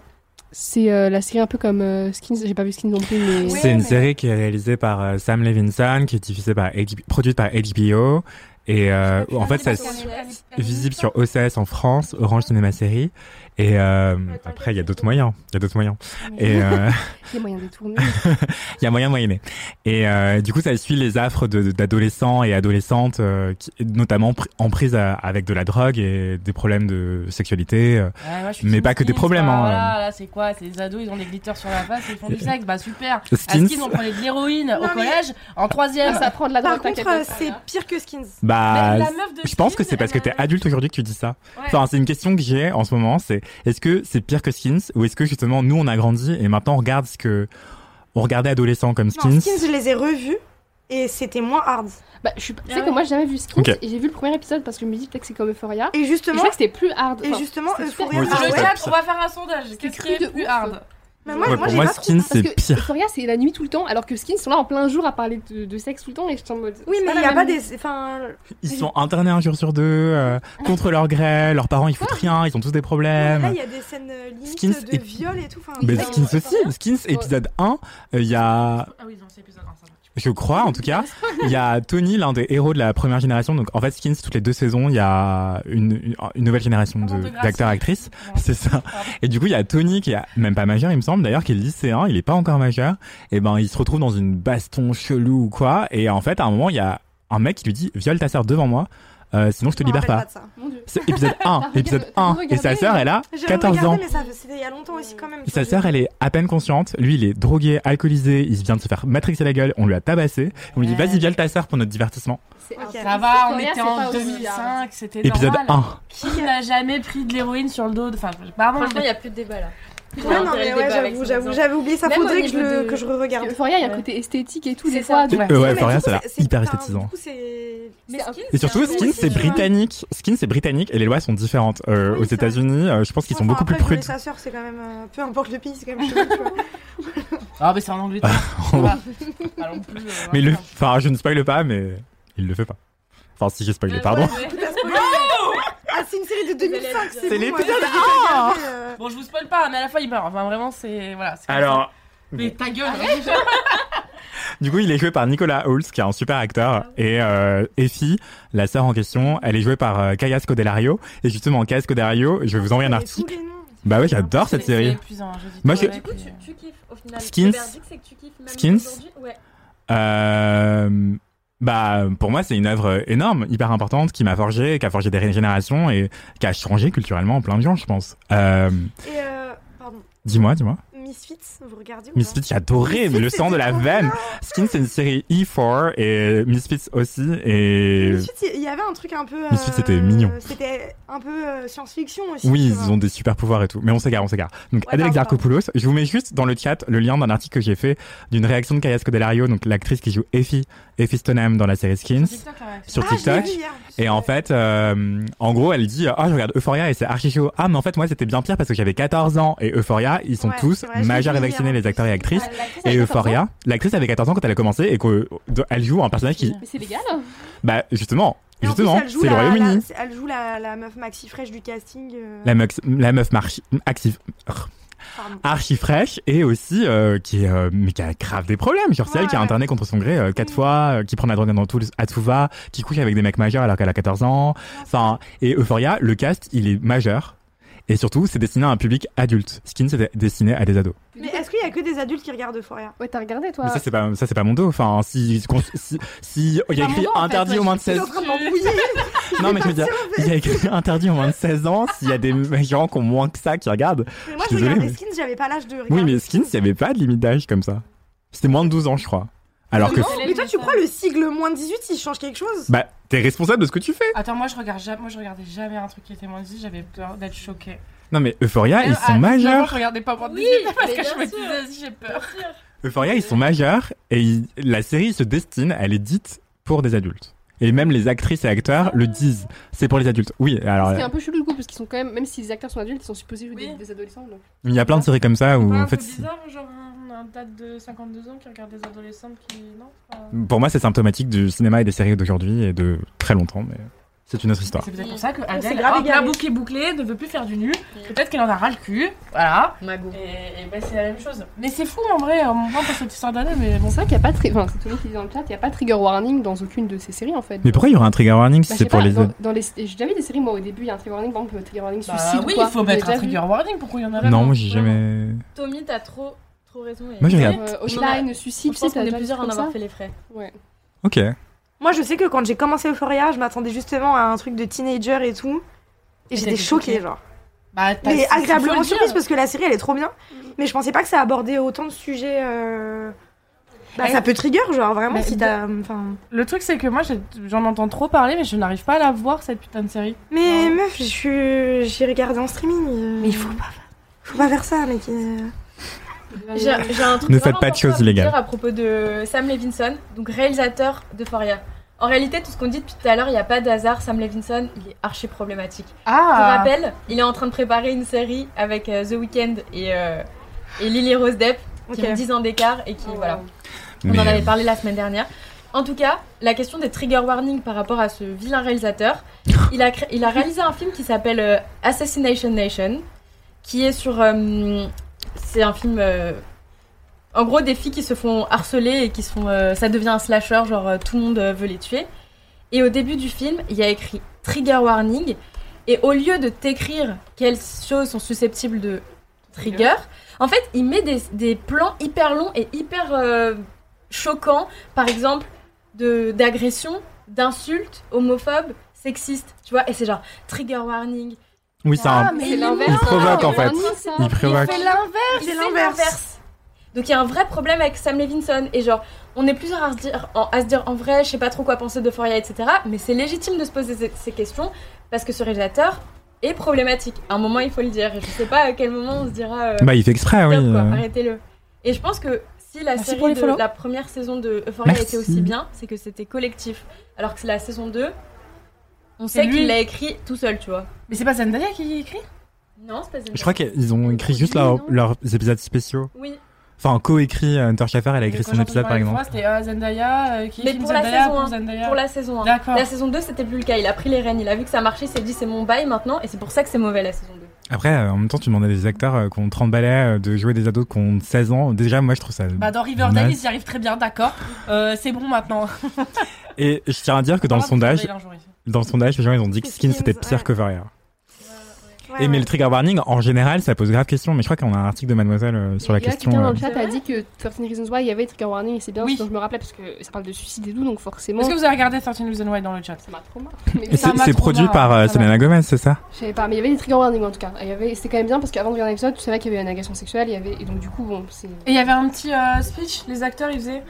C'est euh, la série un peu comme euh, Skins, j'ai pas vu Skins non plus, mais. C'est une série qui est réalisée par euh, Sam Levinson, qui est diffusée par AD- produite par HBO. Et euh, en fait, ça parce se- qu'elle est- elle est- visible sur OCS en France, Orange Cinéma Série. Et euh, après, il y a d'autres moyens. Il y a d'autres moyens. Et euh, Il y a moyen de tourner. il y a moyen de moyenner. Et euh, du coup, ça suit les affres de- de- d'adolescents et adolescentes, euh, qui- notamment pr- en prise à- avec de la drogue et des problèmes de sexualité. euh, Ouais, Ah, moi, je suis mais team pas que des Skins, problèmes. quoi. hein. Euh, Voilà, Ah, là, c'est quoi C'est les ados, ils ont des glitters sur la face, ils font du sexe. Bah, super. Skins. À Skins, on prenait de l'héroïne au mais- collège, en troisième. Ah, ça prend de la Par drogue, contre, t'inquiète euh, c'est pire que Skins. Bah, Mais la meuf de je pense que c'est parce que t'es adulte aujourd'hui que tu dis ça. Enfin, c'est une question que j'ai en ce moment, c'est est-ce que c'est pire que Skins ou est-ce que justement nous on a grandi et maintenant on regarde ce que on regardait adolescent comme Skins. Non, Skins, je les ai revus et c'était moins hard. Ah Bah, je suis Tu sais que moi j'ai jamais vu Skins Ok. et j'ai vu le premier épisode parce que je me dis peut-être que c'est comme Euphoria. Et je justement, crois que c'était plus hard. et justement, Euphoria, Moi aussi, Sur je le tape chat, on ça. va faire un sondage. Qu'est-ce qui est plus hard Ouais, pour moi, Skins c'est pire. Euphoria c'est la nuit tout le temps alors que Skins sont là en plein jour à parler de, de sexe tout le temps et je suis en mode. Oui, c'est mais la il y a même pas nuit. des. Enfin, Ils sont internés un jour sur deux euh, contre leur gré, leurs parents ils foutent rien, ils ont tous des là, problèmes. il y a des scènes euh, limites Skins de est- viol et tout. Enfin, Mais vraiment. Skins aussi, Skins épisode 1, il y a Ah oui, non, c'est épisode 1, ça va. Je crois, en tout cas. Il y a Tony, l'un des héros de la première génération. Donc, en fait, Skins, toutes les deux saisons, il y a une, une- une nouvelle génération de- d'acteurs-actrices. C'est ça. Et du coup, il y a Tony, qui est même pas majeur, il me semble, d'ailleurs, qui est lycéen. Il est pas encore majeur. Et ben, il se retrouve dans une baston chelou ou quoi. Et en fait, à un moment, il y a un mec qui lui dit, viole ta sœur devant moi. euh, sinon, je te libère pas. C'est épisode 1, épisode 1. Et sa sœur, elle a J'avais 14 ans. regardé, mais ça, c'était il y a longtemps aussi quand même. Et sa sœur, elle est à peine consciente. Lui, il est drogué, alcoolisé. Il vient de se faire matrixer la gueule. On lui a tabassé. On lui dit, vas-y, viole ta sœur pour notre divertissement. Ça va, on Euphoria, était c'est pas en aussi 2005, c'était Épisode normal. 1. Qui n'a jamais pris de l'héroïne sur le dos de... Enfin, apparemment... Franchement, il n'y a plus de débat là. Ouais, non, mais ouais, j'avoue, j'avoue, j'avais oublié ça. Même au faudrait que je, niveau le- de- que je re-regarde. Euphoria il y a un côté esthétique et tout des fois. donc- Euh, ouais, Euphoria, ça a l'air hyper esthétisant. Et surtout, c'est un- Skin, c'est britannique. Skin, c'est britannique et les lois sont différentes. Euh, aux États-Unis, euh, je pense qu'ils sont beaucoup plus Après, prudes. sa sœur, c'est quand même. euh, Peu importe le pays, c'est quand même. chelou, tu vois. Ah, mais c'est en Angleterre. Ça va. Allons plus, euh, Mais le, enfin, je ne spoile pas, mais il le fait pas. Enfin, si j'ai Euh, spoilé, pardon. Ah, c'est une série de 2005, c'est bon, bon, moi, ouais. j'ai Ah regardé, euh. Bon, je vous spoil pas, mais à la fin, il meurt. Enfin, vraiment, c'est... Voilà. c'est comme Alors, ça. Mais ta gueule Du coup, il est joué par Nicolas Holtz, qui est un super acteur, et euh, Effie, la sœur en question, elle est jouée par euh, Kaya Scodelario. Et justement, Kaya Scodelario, je vais vous envoyer un article. Bah ouais, j'adore cette C'est- c'est série. épuisant, je dis Moi, tout, je- ouais. Du coup, tu- tu kiffes, au final. Skins. Le verdict, c'est que tu kiffes même Skins. aujourd'hui Ouais. Euh, bah, pour moi, c'est une œuvre énorme, hyper importante, qui m'a forgé, qui a forgé des générations et qui a changé culturellement plein de gens, je pense. Euh, Et euh, pardon, dis-moi, dis-moi. Misfits, vous regardez ou Misfits, j'ai adoré, mais le sang de la veine. Skin, c'est une série E4 et Misfits aussi. Et Misfits, il y avait un truc un peu. euh, Misfits, c'était mignon. C'était un peu euh, science-fiction aussi. oui, tu vois. ils ont des super pouvoirs et tout. Mais on s'égare, on s'égare. Donc, Ouais, Adèle pardon, Exarchopoulos, je vous mets juste dans le chat le lien d'un article que j'ai fait d'une réaction de Kaya Scodelario, donc l'actrice qui joue Effie, Effie Stoneham dans la série Skins. Sur TikTok, la réaction. Sur Ah, je l'ai TikTok. vu hier. Et en fait, euh, en gros, elle dit Ah, je regarde Euphoria et c'est archi chaud. Ah, mais en fait, moi, c'était bien pire parce que j'avais 14 ans. Et Euphoria, ils sont Ouais, tous c'est vrai, je majeurs l'ai et vu vaccinés, hier. les acteurs et actrices. Ouais, l'actrice et avait 14 ans. Euphoria, l'actrice avait 14 ans quand elle a commencé et qu'elle joue un personnage qui. Mais c'est légal. hein. Bah, justement, Et en justement, plus, elle joue c'est le la- la- Royaume-Uni. c'est- Elle joue la, la meuf maxi fraîche du casting. euh, La meuf, la meuf marchi- active- Pardon. archi fraîche et aussi euh, qui est euh, mais qui a grave des problèmes genre c'est elle qui a interné contre son gré euh, quatre Mm. fois euh, qui prend la drogue dans tout à tout va qui couche avec des mecs majeurs alors qu'elle a 14 Ah, ans enfin et Euphoria le cast il est majeur et surtout c'est destiné à un public adulte Skin c'est destiné à des ados Mais est-ce qu'il y a que des adultes qui regardent Euphoria Ouais, t'as regardé toi. Ah. mais ça c'est pas ça c'est pas mon dos enfin si qu'on- si, si il y a écrit interdit au moins de 16 non mais je veux dire il y a écrit interdit au moins de 16 ans s'il y a des gens qui ont moins que ça qui regardent Mais moi, suis je désolé, regardais mais- Skins, j'avais pas l'âge de regarder. Oui, mais Skins, il n'y avait pas de limite d'âge comme ça. C'était moins de 12 ans, je crois. Alors que. Ah Non, mais toi, tu crois le sigle moins 18, il change quelque chose Bah, t'es responsable de ce que tu fais. Attends, moi je regarde jamais, moi je regardais jamais un truc qui était moins 18, j'avais peur d'être choquée. Non, mais Euphoria, ils Même sont à- majeurs. Je regardais pas moins 18 parce mais que je bien me sûr, disais, si j'ai peur. Euphoria, ils sont majeurs et ils- la série se destine, elle est dite pour des adultes. Et même les actrices et acteurs le disent. C'est pour les adultes. Oui, alors C'est un peu chelou le coup parce qu'ils sont quand même, même si les acteurs sont adultes, ils sont supposés jouer des, des adolescents. donc. il y a plein de séries comme ça où Pas un Ah, en fait, peu bizarre, genre on a un date de 52 ans qui regarde des adolescentes qui. Non enfin, c'est- pour moi, c'est symptomatique du cinéma et des séries d'aujourd'hui et de très longtemps, mais c'est une autre histoire. C'est Mm. peut-être pour ça que s'est Adèle, grave hop, la égaré. boucle est bouclée, ne veut plus faire du nu. Peut-être qu'elle en a ras le cul. Voilà. Et, et ben c'est la même chose. Mais c'est fou en vrai, on pense à cette histoire d'année, mais bon. C'est vrai qu'il n'y a pas de. tri- Enfin, c'est Tony qui dit dans le chat, il n'y a pas de trigger warning dans aucune de ces séries en fait. Mais pourquoi il y aura un trigger warning si Bah, je c'est sais pour pas, les dans, dans les J'ai déjà vu des séries, moi au début, il y a un trigger warning, par exemple, trigger warning Bah suicide. oui, ou quoi, il faut j'ai mettre déjà un trigger vu. warning, pourquoi il y en a pas Non, moi j'ai jamais. Tommy, t'as trop, trop raison. et- Moi, je regarde. Euh, Hotline, On en a- Suicide, je pense tu qu'on sais, t'as est déjà plusieurs à en comme avoir ça fait les frais. Ouais. Ok. Moi, je sais que quand j'ai commencé Euphoria, je m'attendais justement à un truc de teenager et tout. Et Et j'étais t'étais choquée, choquée. genre. Bah, t'as- Mais c'est- faut agréablement le dire. surprise parce que la série, elle est trop bien. Mais je pensais pas que ça abordait autant de sujets. euh, Bah, Et- ça peut trigger, genre, vraiment, Bah, si t'as. Enfin. Le truc, c'est que moi, j'ai- j'en entends trop parler, mais je n'arrive pas à la voir, cette putain de série. Mais meuf, je suis- j'ai regardé en streaming. Mais il faut pas faire. Faut pas faire ça, mec. euh. J'ai j'ai un truc Ne vraiment faites pas de important choses à vous illégales. dire à propos de Sam Levinson, donc réalisateur de Foria. En réalité, tout ce qu'on dit depuis tout à l'heure, il n'y a pas de hasard. Sam Levinson, il est archi problématique. Ah. Pour rappel, il est en train de préparer une série avec euh, The Weeknd et, euh, et Lily Rose Depp, Ok. qui ont 10 ans d'écart et qui, voilà. On Mais- en avait parlé la semaine dernière. En tout cas, la question des trigger warnings par rapport à ce vilain réalisateur, il a, cré- il a réalisé un film qui s'appelle euh, Assassination Nation, qui est sur. euh, c'est un film. euh, en gros, des filles qui se font harceler et qui sont. ça devient un slasher, genre euh, tout le monde euh, veut les tuer. Et au début du film, il y a écrit trigger warning. Et au lieu de t'écrire quelles choses sont susceptibles de trigger, en fait, il met des, des plans hyper longs et hyper euh, choquants, par exemple, de- d'agressions, d'insultes, homophobes, sexistes, tu vois. Et c'est genre trigger warning. Ah, Oui, c'est un- mais il l'inverse. Ah, provoque en fait. ça. Il provoque. Il fait l'inverse. Il Il fait fait l'inverse. l'inverse. Donc il y a un vrai problème avec Sam Levinson et genre on est plusieurs à se dire en, à se dire en vrai je sais pas trop quoi penser de Foria etc mais c'est légitime de se poser ces, ces questions parce que ce réalisateur est problématique. À un moment il faut le dire et je sais pas à quel moment on se dira. euh, Bah, il fait exprès, oui, stop, quoi, euh. Arrêtez-le. Et je pense que si la Merci pour série les de follow. la première saison de Euphoria Merci. était aussi bien c'est que c'était collectif alors que la saison 2 on C'est sait lui. qu'il l'a écrit tout seul tu vois. Mais c'est pas Zendaya qui écrit Non c'est pas Je crois qu'ils ont écrit juste leur- leurs épisodes spéciaux. Oui. Enfin, co-écrit, euh, Hunter Schaffer, elle a écrit Mais quand son j'entends épisode par parler de exemple. moi, C'était euh, Zendaya, euh, qui Mais filme pour la, Zendaya, saison, pour un, Zendaya. pour la saison 1. D'accord. La saison 2, c'était plus le cas. Il a pris les rênes, il a vu que ça marchait, il s'est dit c'est mon bail maintenant, et c'est pour ça que c'est mauvais la saison 2. Après, euh, en même temps, tu demandes à des acteurs euh, qui ont 30 balais euh, de jouer des ados qui ont 16 ans. Déjà, moi, je trouve ça. Bah, dans Riverdale, naze. ils y arrivent très bien, d'accord. Euh, c'est bon maintenant. Et je tiens à dire que dans le Ah, vous avez sondage, un jour ici. dans le sondage, les gens, ils ont dit que Skins, c'était pire que Fourier. Et mais le trigger warning, en général, ça pose grave question. Mais je crois qu'on a un article de Mademoiselle euh, sur la Il y a question. quelqu'un dans euh, le chat a dit que 13 Reasons Why, il y avait trigger warning et c'est bien, sinon je me rappelais parce que ça parle de suicide et tout, donc forcément. Est-ce que vous avez regardé 13 Reasons Why dans le chat Ça m'a trop marre. et c'est- C'est produit par euh, Selena Gomez, c'est ça Je savais pas, mais il y avait des trigger warnings en tout cas. Il y avait... C'était quand même bien parce qu'avant de regarder l'épisode, tu savais qu'il y avait une agression sexuelle, il y avait... et donc du coup, bon, c'est. Et il y avait un petit euh, speech, les acteurs ils faisaient.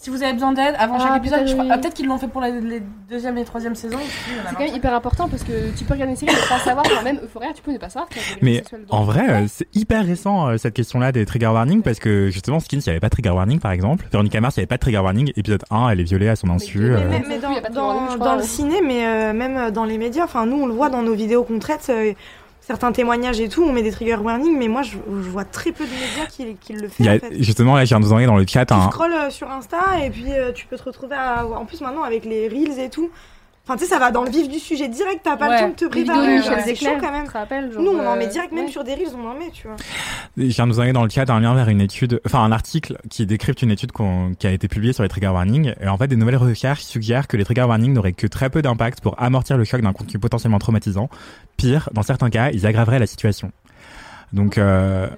Si vous avez besoin d'aide, avant Ah, chaque épisode, peut-être je crois- oui. ah, peut-être qu'ils l'ont fait pour la- les deuxième et troisième saisons. je sais plus, il y en a C'est quand marre. même hyper important parce que tu peux regarder une série et ne pas savoir, enfin, même Euphoria, tu peux ne pas savoir qu'il y a des agressions Mais sexuelles dedans. en vrai, euh, c'est hyper récent euh, cette question-là des trigger warnings parce que justement, Skins, il n'y avait pas de trigger warning par exemple. Véronica Mars, il n'y avait pas de trigger warning. Épisode 1, elle est violée à son insu. euh, Mais, mais dans, dans- dans le ciné, mais euh, même euh, dans les médias, enfin nous on le voit dans nos vidéos qu'on traite, euh, certains témoignages et tout, on met des trigger warnings, mais moi je, je vois très peu de médias qui, qui le font. il y a- en fait. Justement, là, j'ai un dans le chat. Tu un- scrolles euh, sur Insta et puis euh, tu peux te retrouver à- en plus maintenant avec les reels et tout. Enfin tu sais ça va dans le vif du sujet direct, t'as pas Ouais. le temps de te Les vidéos préparer, de genre, Michel c'est Zecler, chaud quand même. genre, nous on en euh, met direct, même ouais. sur des reels on en met, tu vois. Je viens de vous envoyer dans le chat un lien vers une étude, enfin un article qui décrypte une étude qu'on- qui a été publiée sur les trigger warnings. Et en fait, des nouvelles recherches suggèrent que les trigger warnings n'auraient que très peu d'impact pour amortir le choc d'un contenu potentiellement traumatisant. Pire, dans certains cas, ils aggraveraient la situation. Donc, euh,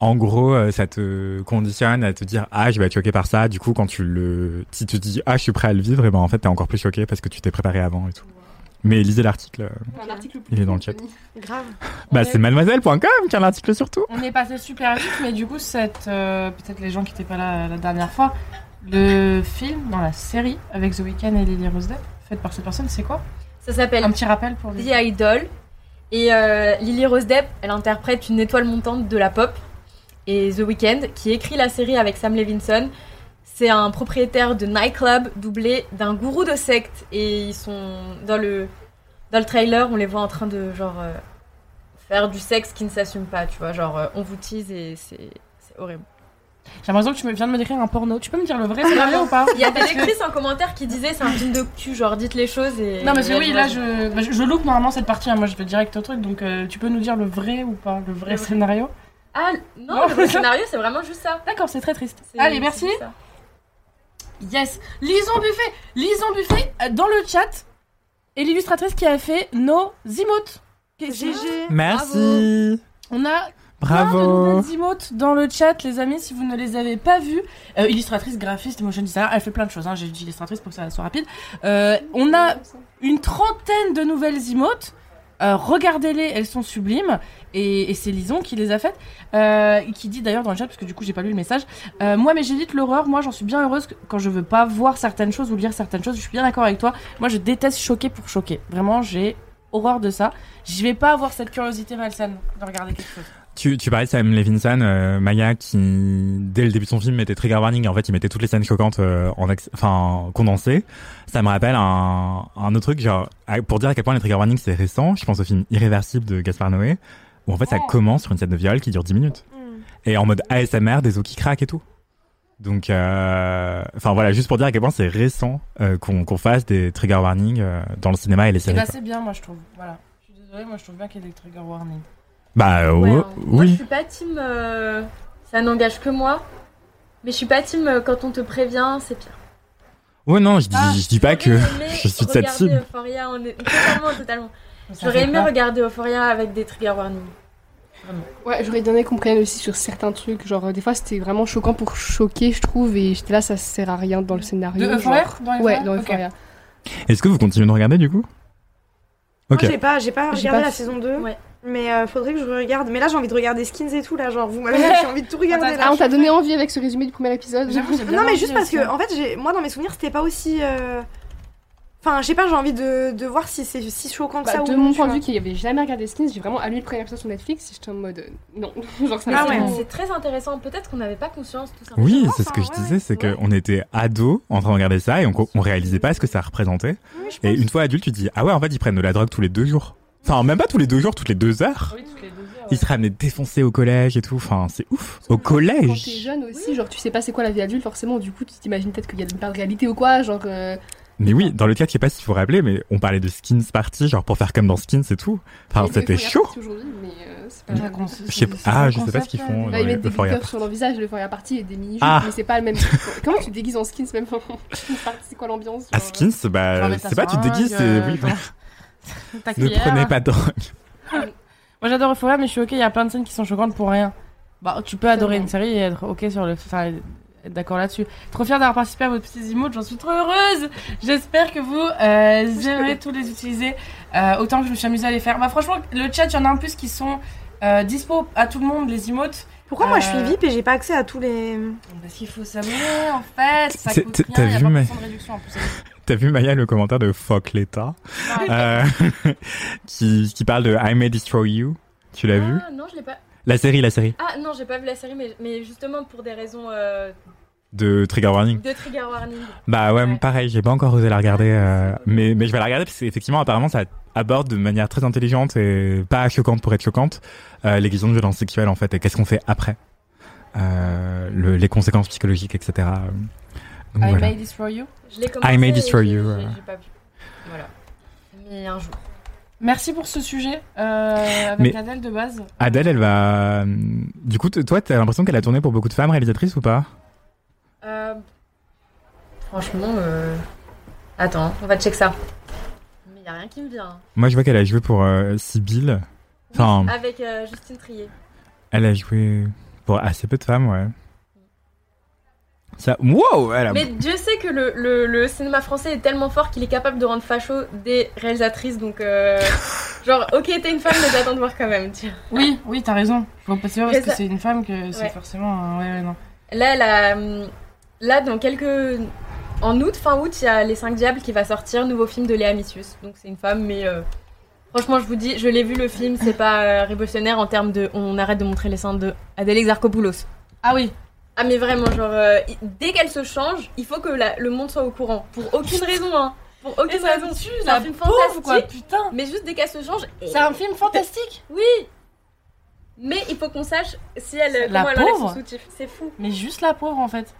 en gros, euh, ça te conditionne à te dire ah je vais être choqué par ça. Du coup, quand tu le, si tu te dis ah je suis prêt à le vivre, et ben en fait t'es encore plus choqué parce que tu t'es préparé avant et tout. Mais lisez l'article, euh, Un article plus il est dans le chat. Grave. Bah c'est mademoiselle.com qui a l'article surtout. On est passé super vite, mais du coup, cette, euh, peut-être les gens qui n'étaient pas là la dernière fois, Le film dans la série avec The Weeknd et Lily Rose Depp, fait par cette personne, c'est quoi Ça s'appelle Un petit rappel pour les. The Idol. Et euh, Lily Rose Depp, elle interprète une étoile montante de la pop. Et The Weeknd, qui écrit la série avec Sam Levinson, c'est un propriétaire de nightclub doublé d'un gourou de secte. Et ils sont dans le dans le trailer, on les voit en train de genre euh, faire du sexe qui ne s'assume pas, tu vois, genre euh, on vous tease et c'est c'est horrible. J'ai l'impression que tu me viens de me décrire un porno. Tu peux me dire le vrai scénario ou pas Il y a des Parce que- lectrices en commentaire qui disaient c'est un film de cul, genre dites les choses et. Non, mais et oui, elle là dit, je, bah, je, je loupe normalement cette partie. hein. Moi je vais direct au truc, donc euh, tu peux nous dire le vrai ou pas, le vrai Le vrai. scénario Ah non, le scénario c'est vraiment juste ça. D'accord, c'est très triste. C'est- Allez, c'est merci. juste ça. Yes, Lison Buffet, Lison Buffet euh, dans le chat est l'illustratrice qui a fait nos emotes. GG. Merci. On a Bravo. plein de nouvelles emotes dans le chat, les amis, si vous ne les avez pas vues. Euh, illustratrice, graphiste, motion designer, elle fait plein de choses. hein. J'ai dit illustratrice pour que ça soit rapide. Euh, on a une trentaine de nouvelles emotes. Euh, Regardez-les, elles sont sublimes. Et, et c'est Lison qui les a faites. Euh, qui dit d'ailleurs dans le chat, parce que du coup j'ai pas lu le message. euh, moi, mais j'évite l'horreur. Moi, j'en suis bien heureuse que- quand je veux pas voir certaines choses ou lire certaines choses. Je suis bien d'accord avec toi. Moi, je déteste choquer pour choquer. Vraiment, j'ai horreur de ça. Je vais pas avoir cette curiosité malsaine de regarder quelque chose. Tu, tu parlais de Sam Levinson, euh, Maya, qui, dès le début de son film, mettait trigger warning. En fait, il mettait toutes les scènes choquantes euh, en acc- enfin, condensées. Ça me rappelle un, un autre truc, genre, à- pour dire à quel point les trigger warnings, c'est récent, je pense au film Irréversible de Gaspard Noé, où en fait, ça commence sur une scène de viol qui dure 10 minutes. Mm. Et en mode ASMR, des os qui craquent et tout. Donc, euh, enfin voilà, juste pour dire à quel point c'est récent euh, qu'on qu'on fasse des trigger warnings euh, dans le cinéma et les Et séries. bah, quoi. c'est bien, moi, je trouve. Voilà. Je suis désolée, moi, je trouve bien qu'il y ait des trigger warnings. Bah euh, Ouais, oui. hein. Moi, je suis pas team. euh, ça n'engage que moi. Mais je suis pas team euh, quand on te prévient, c'est pire. Ouais, non, je dis, Ah, je dis pas que Mais je suis de cette regarder cible. Euphoria, on est totalement, totalement. Mais ça J'aurais fait aimé peur. regarder Euphoria avec des trigger warnings. Ouais, j'aurais bien aimé qu'on prenne aussi sur certains trucs. Genre, euh, des fois, c'était vraiment choquant pour choquer, je trouve, et j'étais là, ça sert à rien dans le scénario. De Euphoria genre. Dans Euphoria Ouais, dans Ok. Euphoria. Est-ce que vous continuez de regarder du coup Moi, j'ai pas, j'ai pas J'ai regardé pas la fait- saison 2. Mais euh, faudrait que je regarde. Mais là, j'ai envie de regarder Skins et tout, là. Genre, vous m'avez j'ai envie de tout regarder. là. Ah, on t'a donné envie avec ce résumé du premier épisode. Non, mais juste parce hein. que, en fait, j'ai- moi, dans mes souvenirs, c'était pas aussi. euh, Enfin, je sais pas, j'ai envie de, de voir si c'est si choquant que Bah, ça ou de non, mon tu point de vois. vue, qui avait jamais regardé Skins, j'ai vraiment allumé le premier épisode sur Netflix et j'étais en mode euh, non, genre ça Mais m'a c'est- vraiment- C'est très intéressant. Peut-être qu'on n'avait pas conscience tout simplement. Oui, c'est ce que je disais, c'est qu'on était ados en train de regarder ça et on, co- on réalisait pas ce que ça représentait. et une fois adulte, tu te dis ah ouais, en fait, ils prennent de la drogue tous les deux jours. Enfin, même pas tous les deux jours, toutes les deux heures. Ils se ramenaient défoncés au collège et tout. Enfin, c'est ouf. Au Quand collège. t'es jeune aussi, genre tu sais pas c'est quoi la vie adulte, forcément, du coup tu t'imagines peut-être qu'il y a une part de réalité ou quoi, genre. euh, Mais oui, dans le chat, je sais pas si vous vous rappelez, mais on parlait de skins party, genre pour faire comme dans skins et tout. Enfin, et c'était Euphoria chaud. partie Aujourd'hui, mais euh, c'est Je pas sais grave. pas- c'est- c'est ah, le je sais pas ce qu'ils font Bah, dans ils les mettent des Euphoria glitters parties. sur leur visage, le Euphoria party et des mini-jupes, Ah. mais c'est pas le même. Comment tu te déguises en skins même Skins party, C'est quoi l'ambiance À genre, skins, Genre, bah, mais c'est ça pas, tu te seringue, déguises, c'est. euh, Oui, voilà. Ta Ne cuillère. prenez pas de drogue. Moi j'adore Euphoria, mais je suis ok, il y a plein de scènes qui sont choquantes pour rien. Bah, tu peux adorer une série et être ok sur le. Enfin, être d'accord là-dessus. Trop fière d'avoir participé à votre petits emotes, j'en suis trop heureuse! J'espère que vous euh, aimerez tous les utiliser euh, autant que je me suis amusée à les faire. Bah, franchement, le chat, il y en a en plus qui sont euh, dispo à tout le monde, les emotes. Pourquoi moi je suis Euh, VIP et j'ai pas accès à tous les. Parce qu'il faut s'abonner en fait, ça C'est- coûte t'as- rien, t'as il hein, y a vu, 20% mais- de réduction en plus. Ah, T'as vu Maya le commentaire de Fuck l'État euh, qui, qui parle de I May Destroy You Tu l'as vu Ah non, je l'ai pas. La série, la série. Ah non, j'ai pas vu la série, mais, mais justement pour des raisons euh, De Trigger Warning. de trigger warning. Bah ouais, pareil, j'ai pas encore osé la regarder, euh, mais, mais je vais la regarder parce qu'effectivement, apparemment, ça aborde de manière très intelligente et pas choquante pour être choquante euh, les questions de violence sexuelle en fait et qu'est-ce qu'on fait après Euh, le- les conséquences psychologiques, etc. Donc, I voilà. may destroy you. Je l'ai commencé May et Destroy j'ai- You, j'ai- euh. J'ai pas vu. Voilà. Mais un jour. Merci pour ce sujet euh, avec Mais- Adèle de base. Adèle, elle va. Du coup, t- toi, t'as l'impression qu'elle a tourné pour beaucoup de femmes réalisatrices ou pas Euh, Franchement, euh, attends, on va check ça. Mais y a rien qui me vient. Moi, je vois qu'elle a joué pour euh, Sibyl. Ah. Enfin, Avec euh, Justine Trier. elle a joué pour assez peu de femmes, ouais. Ça... Wow elle a- Mais Dieu sait que le, le- le cinéma français est tellement fort qu'il est capable de rendre facho des réalisatrices. Donc, euh, genre, ok, t'es une femme, mais j'attends de voir quand même. tiens. Oui, oui, t'as raison. Faut pas se dire parce Mais que ça- c'est une femme que c'est Ouais. forcément. euh, ouais, ouais, non. Là, elle a, hum, Là, dans quelques. En août, fin août, il y a Les 5 Diables qui va sortir, nouveau film de Léa Missius. Donc c'est une femme, mais euh, franchement, je vous dis, je l'ai vu le film, c'est pas euh, révolutionnaire en termes de. On arrête de montrer les seins de Adèle Exarchopoulos. Ah oui Ah, mais vraiment, genre, euh, i- dès qu'elle se change, il faut que la- le monde soit au courant. Pour aucune raison, hein. Pour aucune ça raison. me tue, C'est Eh, la un film pauvre, fantastique. quoi, putain. Mais juste dès qu'elle se change. C'est un film fantastique Oui Mais il faut qu'on sache si elle. La comment elle enlève son pauvre. soutif. C'est fou. Mais juste la pauvre en fait.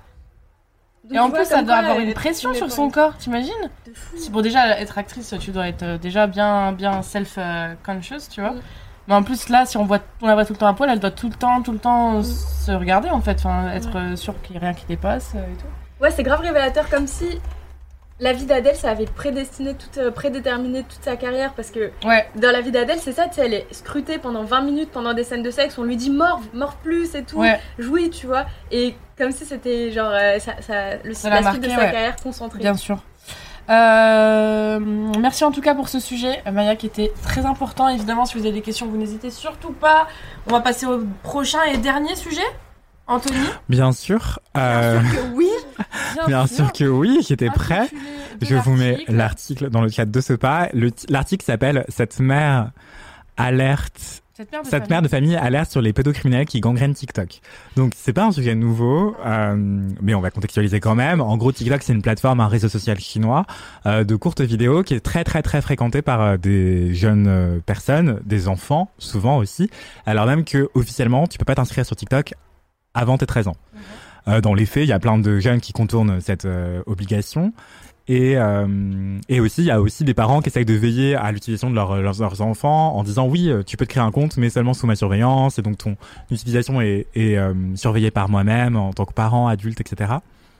Donc, et en tu vois, plus, ça comme doit quoi, avoir elle une est pression sur complètement- son corps, t'imagines Si bon, déjà être actrice, tu dois être euh, déjà bien, bien self euh, conscious, tu vois. Mm. Mais en plus là, si on voit, on la voit tout le temps à poil, elle doit tout le temps, tout le temps euh, Mm. se regarder en fait, enfin être euh, sûre qu'il n'y a rien qui dépasse euh, et tout. Ouais, c'est grave révélateur, comme si la vie d'Adèle, ça avait prédestiné, toute, euh, prédéterminé toute sa carrière. Parce que Ouais. dans la vie d'Adèle, c'est ça, tu sais, elle est scrutée pendant 20 minutes, pendant des scènes de sexe, on lui dit mort, mort plus et tout, Ouais. jouis, tu vois. Et comme si c'était genre euh, ça, ça- le, Ça la l'a suite de marqué, sa ouais. carrière concentrée. Bien sûr. Euh, merci en tout cas pour ce sujet, Maya, qui était très important. Évidemment, si vous avez des questions, vous n'hésitez surtout pas. On va passer au prochain et dernier sujet. Anthony Bien sûr. euh, Oui Bien sûr que oui, j'étais prêt. Je vous mets l'article. l'article dans le chat de ce pas. Le ti- L'article s'appelle Cette mère alerte. Cette mère de famille. famille alerte sur les pédocriminels qui gangrènent TikTok. Donc c'est pas un sujet nouveau, euh, mais on va contextualiser quand même. En gros, TikTok c'est une plateforme, un réseau social chinois euh, de courtes vidéos qui est très très très fréquentée par euh, des jeunes euh, personnes, des enfants souvent aussi. Alors même que officiellement tu peux pas t'inscrire sur TikTok avant tes 13 ans. Euh, dans les faits, il y a plein de jeunes qui contournent cette euh, obligation. Et, euh, et aussi, il y a aussi des parents qui essayent de veiller à l'utilisation de leurs- leurs, leurs enfants en disant oui, euh, tu peux te créer un compte, mais seulement sous ma surveillance, et donc ton utilisation est, est, euh, surveillée par moi-même en tant que parent, adulte, etc.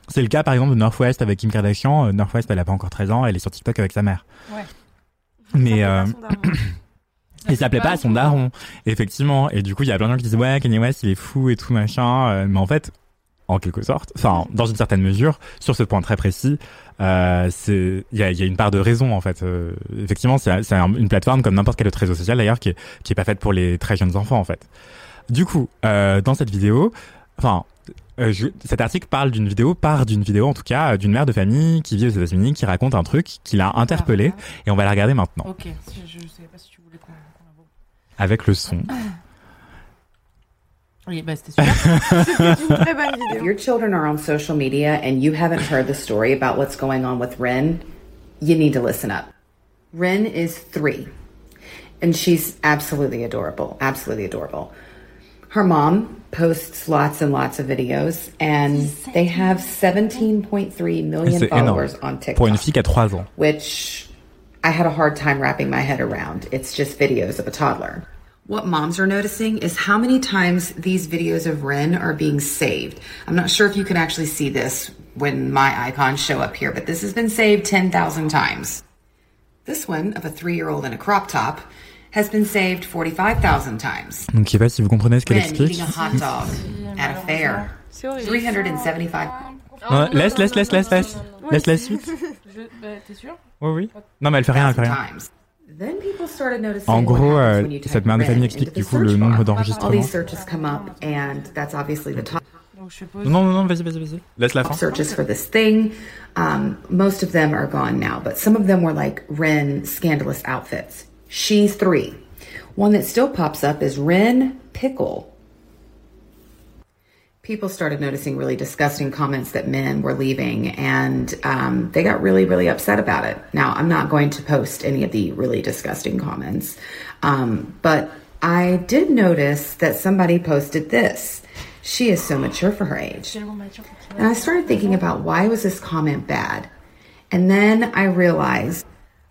C'est le cas par exemple de Northwest avec Kim Kardashian. Euh, Northwest, elle a pas encore 13 ans, elle est sur TikTok avec sa mère. Ouais. Mais euh, il s'appelait pas son daron, effectivement. Et du coup, il y a plein de gens qui disent ouais, Kanye West, il est fou et tout machin. Euh, Mais en fait, en quelque sorte, enfin, dans une certaine mesure, sur ce point très précis, euh, c'est il y a, il y a une part de raison en fait. Euh, effectivement, c'est c'est un- une plateforme comme n'importe quel autre réseau social d'ailleurs qui est, qui est pas faite pour les très jeunes enfants en fait. Du coup, euh, dans cette vidéo, enfin, euh, je- cet article parle d'une vidéo, part d'une vidéo en tout cas, euh, d'une mère de famille qui vit aux États-Unis, qui raconte un truc qui l'a interpellée, et on va la regarder maintenant Ok, si- je savais pas si tu voulais qu'on. avec le son. Oui, bah c'était If your children are on social media and you haven't heard the story about what's going on with Ren, you need to listen up. Ren is three, and she's absolutely adorable. Absolutely adorable. Her mom posts lots and lots of videos, and they have 17.3 Et million C'est énorme followers on TikTok pour une fille qui a 3 ans. which I had a hard time wrapping my head around. It's just videos of a toddler. What moms are noticing is how many times these videos of Ren are being saved. I'm not sure if you can actually see this when my icons show up here, but this has been saved 10,000 times. This one of a three year old in a crop top has been saved 45,000 times. Donc je sais pas si vous comprenez ce qu'elle Ren explique. eating a hot dog at a fair. 375. Oh, Non, laisse, laisse, laisse, laisse, laisse. Laisse la suite. T'es sûr Oui, oui. Non, mais elle fait rien, elle fait rien. Then people started noticing En what gros, happens euh, when you type cette mère de Ren famille into explique the du coup le search nombre bar. All d'enregistrements. these searches come up, and that's obviously the top. Non, non, non, vas-y, vas-y, vas-y. Laisse la fin. Searches for this thing. Um, most of them are gone now, but some of them were like Ren scandalous outfits. She's three. One that still pops up is Ren pickle. People started noticing really disgusting comments that men were leaving, and um, they got really, really upset about it. Now, I'm not going to post any of the really disgusting comments, um, but I did notice that somebody posted this. She is so mature for her age. And I started thinking about why was this comment bad? And then I realized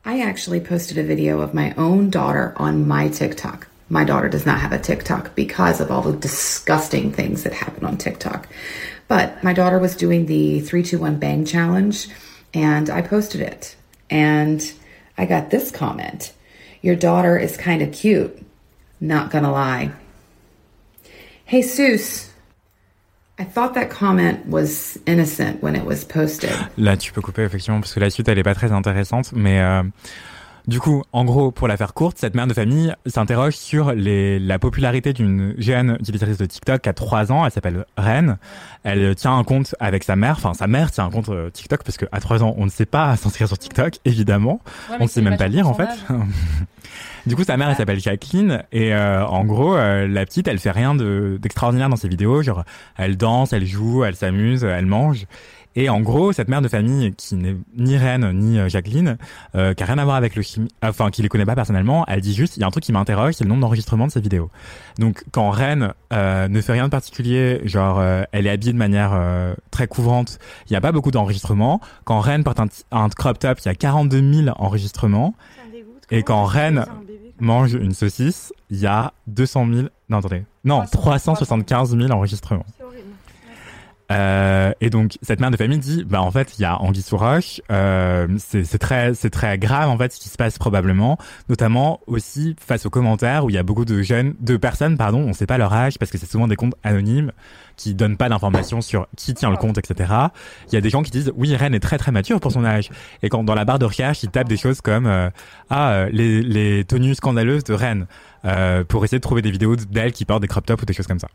I actually posted a video of my own daughter on my TikTok. My daughter does not have a TikTok because of all the disgusting things that happen on TikTok. But my daughter was doing the 321 bang challenge and I posted it. And I got this comment. Your daughter is kind of cute. Not gonna lie. Hey, Seuss. I thought that comment was innocent when it was posted. Là, tu peux couper, effectivement, parce que la suite, elle est pas très intéressante, mais euh, Du coup, en gros, pour la faire courte, cette mère de famille s'interroge sur les, la popularité d'une jeune utilisatrice de TikTok à 3 ans. Elle s'appelle Ren. Elle tient un compte avec sa mère. Enfin, sa mère tient un compte euh, TikTok parce que à 3 ans, on ne sait pas s'inscrire sur TikTok, évidemment. Ouais, mais on ne c'est sait même pas lire, en fait. vachement du coup, sa mère, elle s'appelle Jacqueline. Et euh, en gros, euh, la petite, elle fait rien de- d'extraordinaire dans ses vidéos. Genre, elle danse, elle joue, elle s'amuse, elle mange. Et en gros, cette mère de famille qui n'est ni Reine ni euh, Jacqueline, euh, qui a rien à voir avec le chimie, enfin qui les connaît pas personnellement, elle dit juste il y a un truc qui m'interroge, c'est le nombre d'enregistrements de ses vidéos. Donc quand Reine euh, ne fait rien de particulier, genre euh, elle est habillée de manière euh, très couvrante, il n'y a pas beaucoup d'enregistrements. Quand Reine porte un, t- un crop top, il y a 42 000 enregistrements. Et quand Reine mange une saucisse, il y a 200 000. Non, attendez. Non, 375 000 enregistrements. Euh, et donc cette mère de famille dit, bah en fait il y a Anguille sous roche, euh, c'est c'est très c'est très grave en fait ce qui se passe probablement, notamment aussi face aux commentaires où il y a beaucoup de jeunes, de personnes pardon, on sait pas leur âge parce que c'est souvent des comptes anonymes qui donnent pas d'informations sur qui tient le compte etc. Il y a des gens qui disent oui Ren est très très mature pour son âge et quand dans la barre de recherche ils tapent des choses comme euh, ah euh, les les tenues scandaleuses de Ren euh, pour essayer de trouver des vidéos d'elle qui porte des crop tops ou des choses comme ça.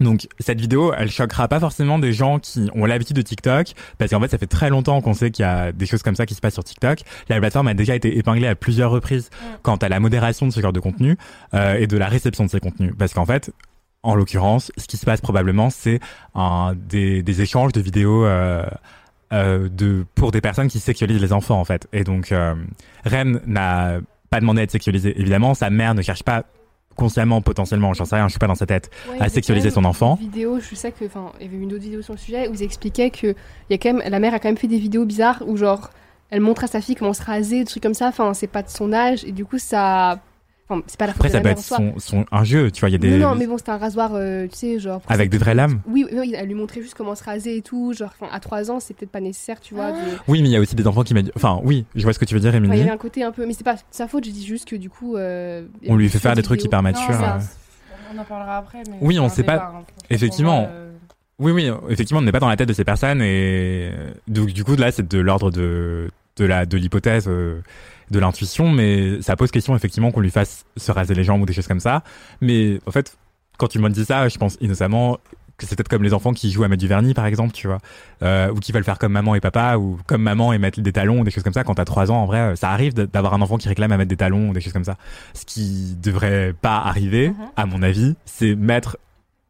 Donc cette vidéo, elle choquera pas forcément des gens qui ont l'habitude de TikTok, parce qu'en fait ça fait très longtemps qu'on sait qu'il y a des choses comme ça qui se passent sur TikTok. La plateforme a déjà été épinglée à plusieurs reprises quant à la modération de ce genre de contenu euh, et de la réception de ces contenus, parce qu'en fait, en l'occurrence, ce qui se passe probablement, c'est un des, des échanges de vidéos. euh, euh, de pour des personnes qui sexualisent les enfants en fait et donc euh, Ren n'a pas demandé à être sexualisée évidemment sa mère ne cherche pas consciemment potentiellement j'en sais rien je suis pas dans sa tête Ouais, il y à avait sexualiser quand même son enfant une Vidéo, je sais que, enfin, il y avait une autre vidéo sur le sujet où ils expliquaient que il y a quand même, la mère a quand même fait des vidéos bizarres où genre elle montre à sa fille comment se raser, des trucs comme ça. Enfin, c'est pas de son âge et du coup ça, enfin, c'est pas la faute Après, de ça la peut mère être en soi. son, son- un jeu, tu vois. Il y a des. Non, non, mais bon, c'était un rasoir, euh, tu sais, genre. pour Avec ses- des vraies lames Oui, oui, oui, elle lui montrait juste comment se raser et tout. Genre, enfin, à 3 ans, c'est peut-être pas nécessaire, tu Ah. vois. de- Oui, mais il y a aussi des enfants qui m'a dit. Enfin, oui, je vois ce que tu veux dire, Enfin, il y Émilie. avait un côté un peu. Mais c'est pas de sa faute, je dis juste que du coup. euh, il y On avait lui fait sur faire des vidéo. trucs hyper matures. c'est euh. un- On en parlera après. Mais Oui, c'est on un sait pas. débat, hein. effectivement. Franchement, euh, Oui, oui, effectivement, on n'est pas dans la tête de ces personnes et euh, donc du coup là, c'est de l'ordre de de la de l'hypothèse, euh, de l'intuition, mais ça pose question effectivement qu'on lui fasse se raser les jambes ou des choses comme ça. Mais en fait, quand tu me dis ça, je pense innocemment que c'est peut-être comme les enfants qui jouent à mettre du vernis par exemple, tu vois, euh, ou qui veulent faire comme maman et papa ou comme maman et mettre des talons ou des choses comme ça. Quand t'as trois ans, en vrai, ça arrive de- d'avoir un enfant qui réclame à mettre des talons ou des choses comme ça. Ce qui devrait pas arriver, à mon avis, c'est mettre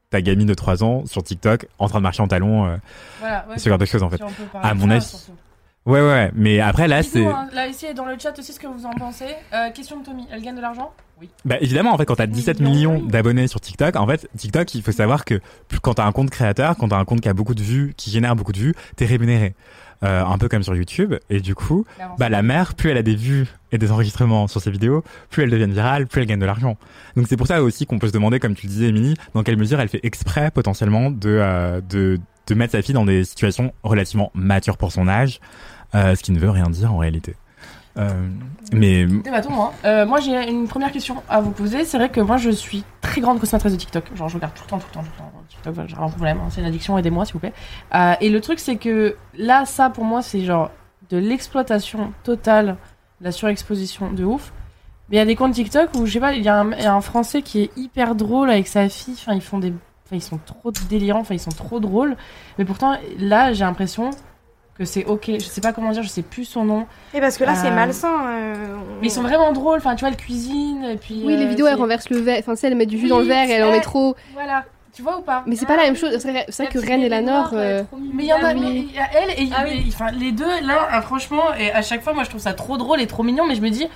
ta gamine de 3 ans sur TikTok en train de marcher en talons, euh, Voilà, ouais, ce genre de si- choses en si fait. on peut parler À de mon ça, avis. surtout. Ouais, ouais, mais après là, c'est. Dites-nous, hein, là, ici et dans le chat aussi ce que vous en pensez. Euh, question de Tommy, elle gagne de l'argent Bah évidemment, en fait, quand t'as 17 millions d'abonnés sur TikTok, en fait, TikTok, il faut savoir que plus- quand t'as un compte créateur, quand t'as un compte qui a beaucoup de vues, qui génère beaucoup de vues, t'es rémunéré. Euh, un peu comme sur YouTube. Et du coup, bah la mère, plus elle a des vues et des enregistrements sur ses vidéos, plus elles deviennent virales, plus elle gagne de l'argent. Donc c'est pour ça aussi qu'on peut se demander, comme tu le disais, Émilie, dans quelle mesure elle fait exprès potentiellement de, euh, de, de mettre sa fille dans des situations relativement matures pour son âge, euh, ce qui ne veut rien dire en réalité. Euh, mais Débattons, hein. Euh, moi, j'ai une première question à vous poser. C'est vrai que moi, je suis très grande consommatrice de TikTok. Genre, je regarde tout le temps, tout le temps, tout le temps. TikTok, voilà, j'ai un problème. hein. C'est une addiction, aidez-moi, s'il vous plaît. Euh, et le truc, c'est que là, ça, pour moi, c'est genre de l'exploitation totale, de la surexposition de ouf. Mais il y a des comptes TikTok où, je sais pas, il y, a un- il y a un Français qui est hyper drôle avec sa fille. Enfin, ils font des. Enfin, ils sont trop délirants, enfin, ils sont trop drôles. Mais pourtant, là, j'ai l'impression que c'est ok. Je sais pas comment dire, je sais plus son nom. Et parce que là, c'est Euh, malsain. mais ils sont vraiment drôles, enfin tu vois, le cuisine, et puis. euh, Oui, les vidéos, elles renversent le verre. Enfin, tu sais, elles mettent du jus dans le Oui, verre et elle en ouais. met trop. Voilà, tu vois ou pas Mais c'est pas la Ah, même chose. C'est vrai c'est vrai que Rennes et Lanor. euh, Mais il y en a, Oui. mais il y a elle et et- enfin, les deux, là, ah, franchement, et à chaque fois, moi je trouve ça trop drôle et trop mignon, mais je me dis.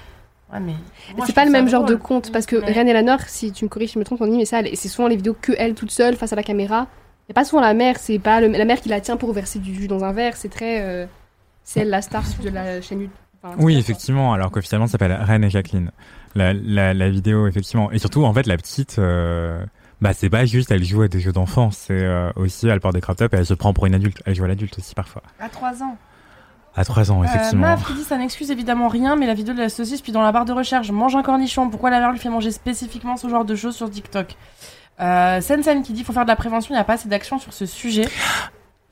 Ouais, mais. moi, je c'est pas trouve le ça même genre de drôle. compte parce que Mais- Reine et Lanor, si tu me corriges, si je me trompe, on dit mais ça, elle- c'est souvent les vidéos que elle toute seule face à la caméra. Et pas souvent la mère, c'est pas le- la mère qui la tient pour verser du jus dans un verre. C'est très, euh, c'est elle la star de la chaîne. YouTube. Enfin, Oui, effectivement, alors qu'officiellement, ça s'appelle Reine et Jacqueline. La, la, la vidéo, effectivement. Et surtout, en fait, la petite, euh, bah, c'est pas juste, elle joue à des jeux d'enfants, c'est euh, aussi, elle porte des crop tops et elle se prend pour une adulte. Elle joue à l'adulte aussi, parfois. À 3 ans. À 3 ans, Euh, effectivement. Maf qui dit ça n'excuse évidemment rien, mais la vidéo de la saucisse, puis dans la barre de recherche, mange un cornichon. Pourquoi la mère lui fait manger spécifiquement ce genre de choses sur TikTok euh, Sensen qui dit faut faire de la prévention, il n'y a pas assez d'action sur ce sujet.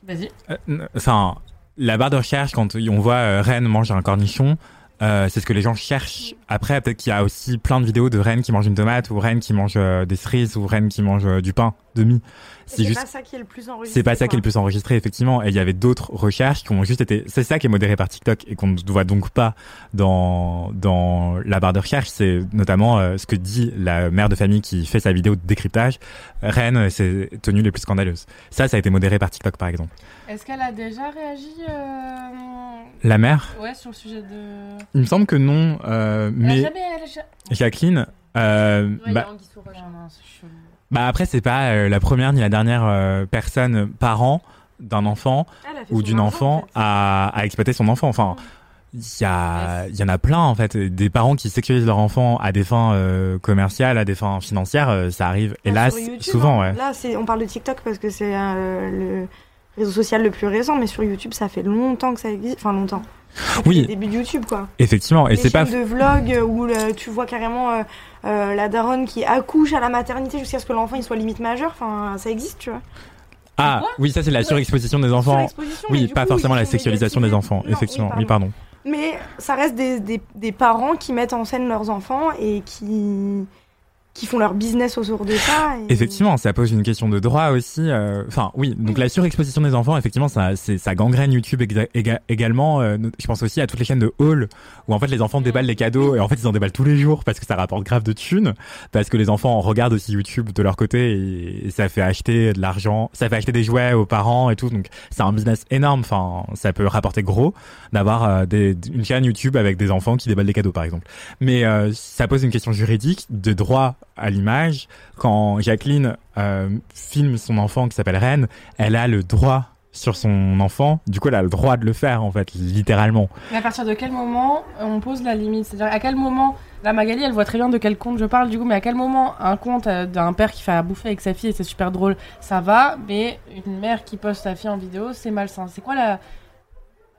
Vas-y. Euh, n- Enfin, la barre de recherche, quand on voit euh, Reine mange un cornichon, Euh, c'est ce que les gens cherchent. Après, peut-être qu'il y a aussi plein de vidéos de reines qui mangent une tomate, ou reines qui mangent euh, des cerises, ou reines qui mangent euh, du pain de mie. C'est pas ça qui est le plus enregistré, C'est pas ça qui est le quoi. plus enregistré, effectivement. Et il y avait d'autres recherches qui ont juste été. C'est ça qui est modéré par TikTok et qu'on ne voit donc pas dans dans la barre de recherche. C'est notamment euh, ce que dit la mère de famille qui fait sa vidéo de décryptage. Reines, c'est tenues les plus scandaleuses. Ça, ça a été modéré par TikTok, par exemple. Est-ce qu'elle a déjà réagi euh, La mère Ouais, sur le sujet de. Il me semble que non, euh, Elle a mais jamais- elle a ja- Jacqueline. euh, il y a bah- Anguille sous roche. Bah après, c'est pas euh, la première ni la dernière euh, personne parent d'un enfant ou d'une enfant à, à exploiter son enfant. Enfin, il y, a, il y en a plein en fait. Des parents qui sexualisent leur enfant à des fins euh, commerciales, à des fins financières, euh, ça arrive hélas Sur YouTube, souvent. hein. Ouais. Là, c'est- on parle de TikTok parce que c'est euh, le réseau social le plus récent, mais sur YouTube, ça fait longtemps que ça existe. Enfin, longtemps. Depuis Oui. Le début de YouTube, quoi. Effectivement, et Les c'est pas chaînes de vlog où le- tu vois carrément euh, euh, la daronne qui accouche à la maternité jusqu'à ce que l'enfant il soit limite majeur. Enfin, ça existe, tu vois. ah oui ça c'est la Ouais. surexposition des enfants. Surexposition, mais Oui, du pas coup, forcément ils la sont sexualisation des enfants. oui, effectivement, oui pardon. pardon. Mais ça reste des, des- des parents qui mettent en scène leurs enfants et qui, qui font leur business autour de ça. et- Effectivement, ça pose une question de droit aussi. euh, Enfin, oui, donc la surexposition des enfants, effectivement, ça, c'est- ça gangrène YouTube exa- éga- également. euh, no- je pense aussi à toutes les chaînes de haul où en fait les enfants déballent les cadeaux et en fait ils en déballent tous les jours parce que ça rapporte grave de thunes, parce que les enfants regardent aussi YouTube de leur côté et, et ça fait acheter de l'argent, ça fait acheter des jouets aux parents et tout. Donc c'est un business énorme. Enfin, ça peut rapporter gros d'avoir euh, des- une chaîne YouTube avec des enfants qui déballent des cadeaux, par exemple. Mais euh, ça pose une question juridique de droit à l'image. Quand Jacqueline euh, filme son enfant qui s'appelle Reine, elle a le droit sur son enfant. Du coup, elle a le droit de le faire, en fait, littéralement. Mais à partir de quel moment on pose la limite C'est-à-dire à quel moment la Magali, elle voit très bien de quel compte je parle du coup, mais à quel moment un compte euh, d'un père qui fait à bouffer avec sa fille et c'est super drôle, ça va, mais une mère qui poste sa fille en vidéo, c'est malsain. C'est quoi la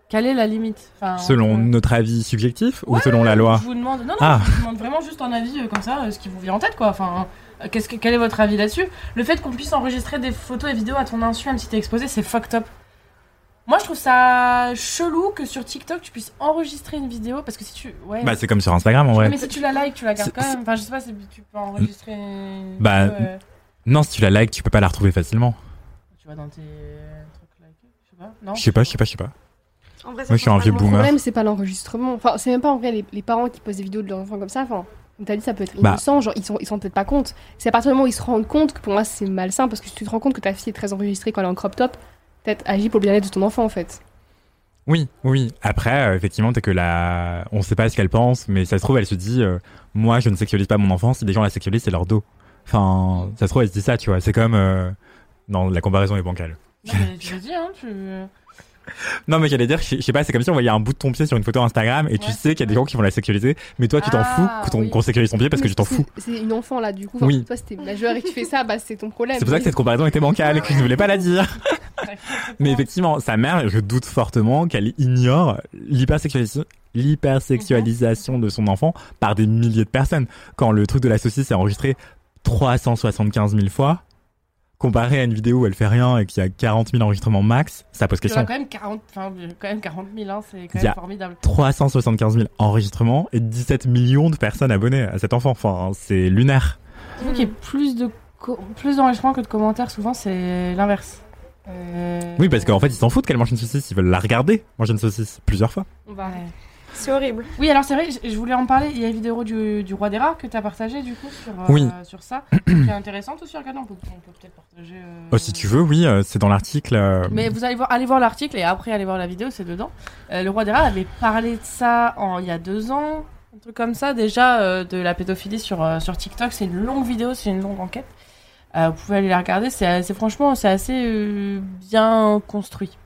Quelle est la limite Enfin, Selon notre avis subjectif ou selon la loi Ah, Je vous demande, non, non, Ah. je vous demande vraiment juste un avis euh, comme ça, euh, ce qui vous vient en tête, quoi. Enfin, euh, qu'est-ce que, quel est votre avis là-dessus Le fait qu'on puisse enregistrer des photos et vidéos à ton insu, même si t'es exposé, c'est fucked up. Moi, je trouve ça chelou que sur TikTok tu puisses enregistrer une vidéo parce que si tu, ouais. Bah, c'est comme sur Instagram, en vrai. Mais si tu la likes, tu la gardes C'est- quand même. Enfin, je sais pas, si tu peux enregistrer. une Bah, vidéo, euh, non, si tu la likes, tu peux pas la retrouver facilement. tu vois dans tes trucs likés, je sais pas. Non. Je sais pas, je sais pas, je sais pas. En Moi, je suis un vieux Le boomer. problème, c'est pas l'enregistrement. Enfin, c'est même pas en vrai les, les parents qui posent des vidéos de leurs enfants comme ça. Enfin, comme t'as dit, ça peut être Bah. innocent. Genre, ils sont, ils sont peut-être pas compte. C'est à partir du moment où ils se rendent compte que pour moi, c'est malsain parce que si tu te rends compte que ta fille est très enregistrée quand elle est en crop top, peut-être agis pour le bien-être de ton enfant en fait. Oui, oui. Après, euh, effectivement, t'es que la... on sait pas ce qu'elle pense, mais ça se trouve, elle se dit, euh, moi, je ne sexualise pas mon enfant, si des gens la sexualisent, c'est leur dos. Enfin, ça se trouve, elle se dit ça, tu vois. C'est comme... euh, Non, la comparaison est bancale. Non, mais tu le dis, hein, tu. Non, mais j'allais dire, je sais- je sais pas, c'est comme si on voyait un bout de ton pied sur une photo Instagram et tu sais qu'il y a des gens qui vont la sexualiser, mais toi, tu t'en Ah, fous que ton- oui. qu'on sexualise ton pied parce que tu t'en C'est- fous. C'est une enfant là, du coup. Enfin, Oui. Toi, c'était majeur et que tu fais ça, bah c'est ton problème. C'est pour ça que cette comparaison était bancale et que je ne voulais pas la dire. Mais effectivement, sa mère, je doute fortement qu'elle ignore l'hypersexualis- l'hypersexualisation de son enfant par des milliers de personnes. Quand le truc de la saucisse est enregistré 375 000 fois, comparé à une vidéo où elle fait rien et qu'il y a 40 000 enregistrements max, ça pose Il y en a question. quand même 40, enfin, il y a quand même 40 000, hein, c'est quand Il y même a formidable. 375 000 enregistrements et 17 millions de personnes abonnées à cet enfant. Enfin, c'est lunaire. Je trouve qu'il y Hmm. ait plus de co- plus d'enregistrements que de commentaires, souvent c'est l'inverse. Euh, Oui, parce qu'en fait, ils s'en foutent qu'elle mange une saucisse. Ils veulent la regarder manger une saucisse plusieurs fois. on va- C'est horrible. Oui, alors c'est vrai, je je voulais en parler. Il y a une vidéo du, du roi des rats que tu as partagée du coup sur, euh, Oui. sur ça, qui est intéressante aussi. Regardez, on peut, on peut peut-être partager. euh, Oh, si tu veux, oui, euh, c'est dans l'article. euh, Mais vous allez voir, allez voir l'article et après allez voir la vidéo, c'est dedans. Euh, le roi des rats avait parlé de ça en, il y a deux ans, un truc comme ça déjà euh, de la pédophilie sur euh, sur TikTok. C'est une longue vidéo, c'est une longue enquête. Euh, vous pouvez aller la regarder. C'est c'est- franchement c'est assez euh, bien construit.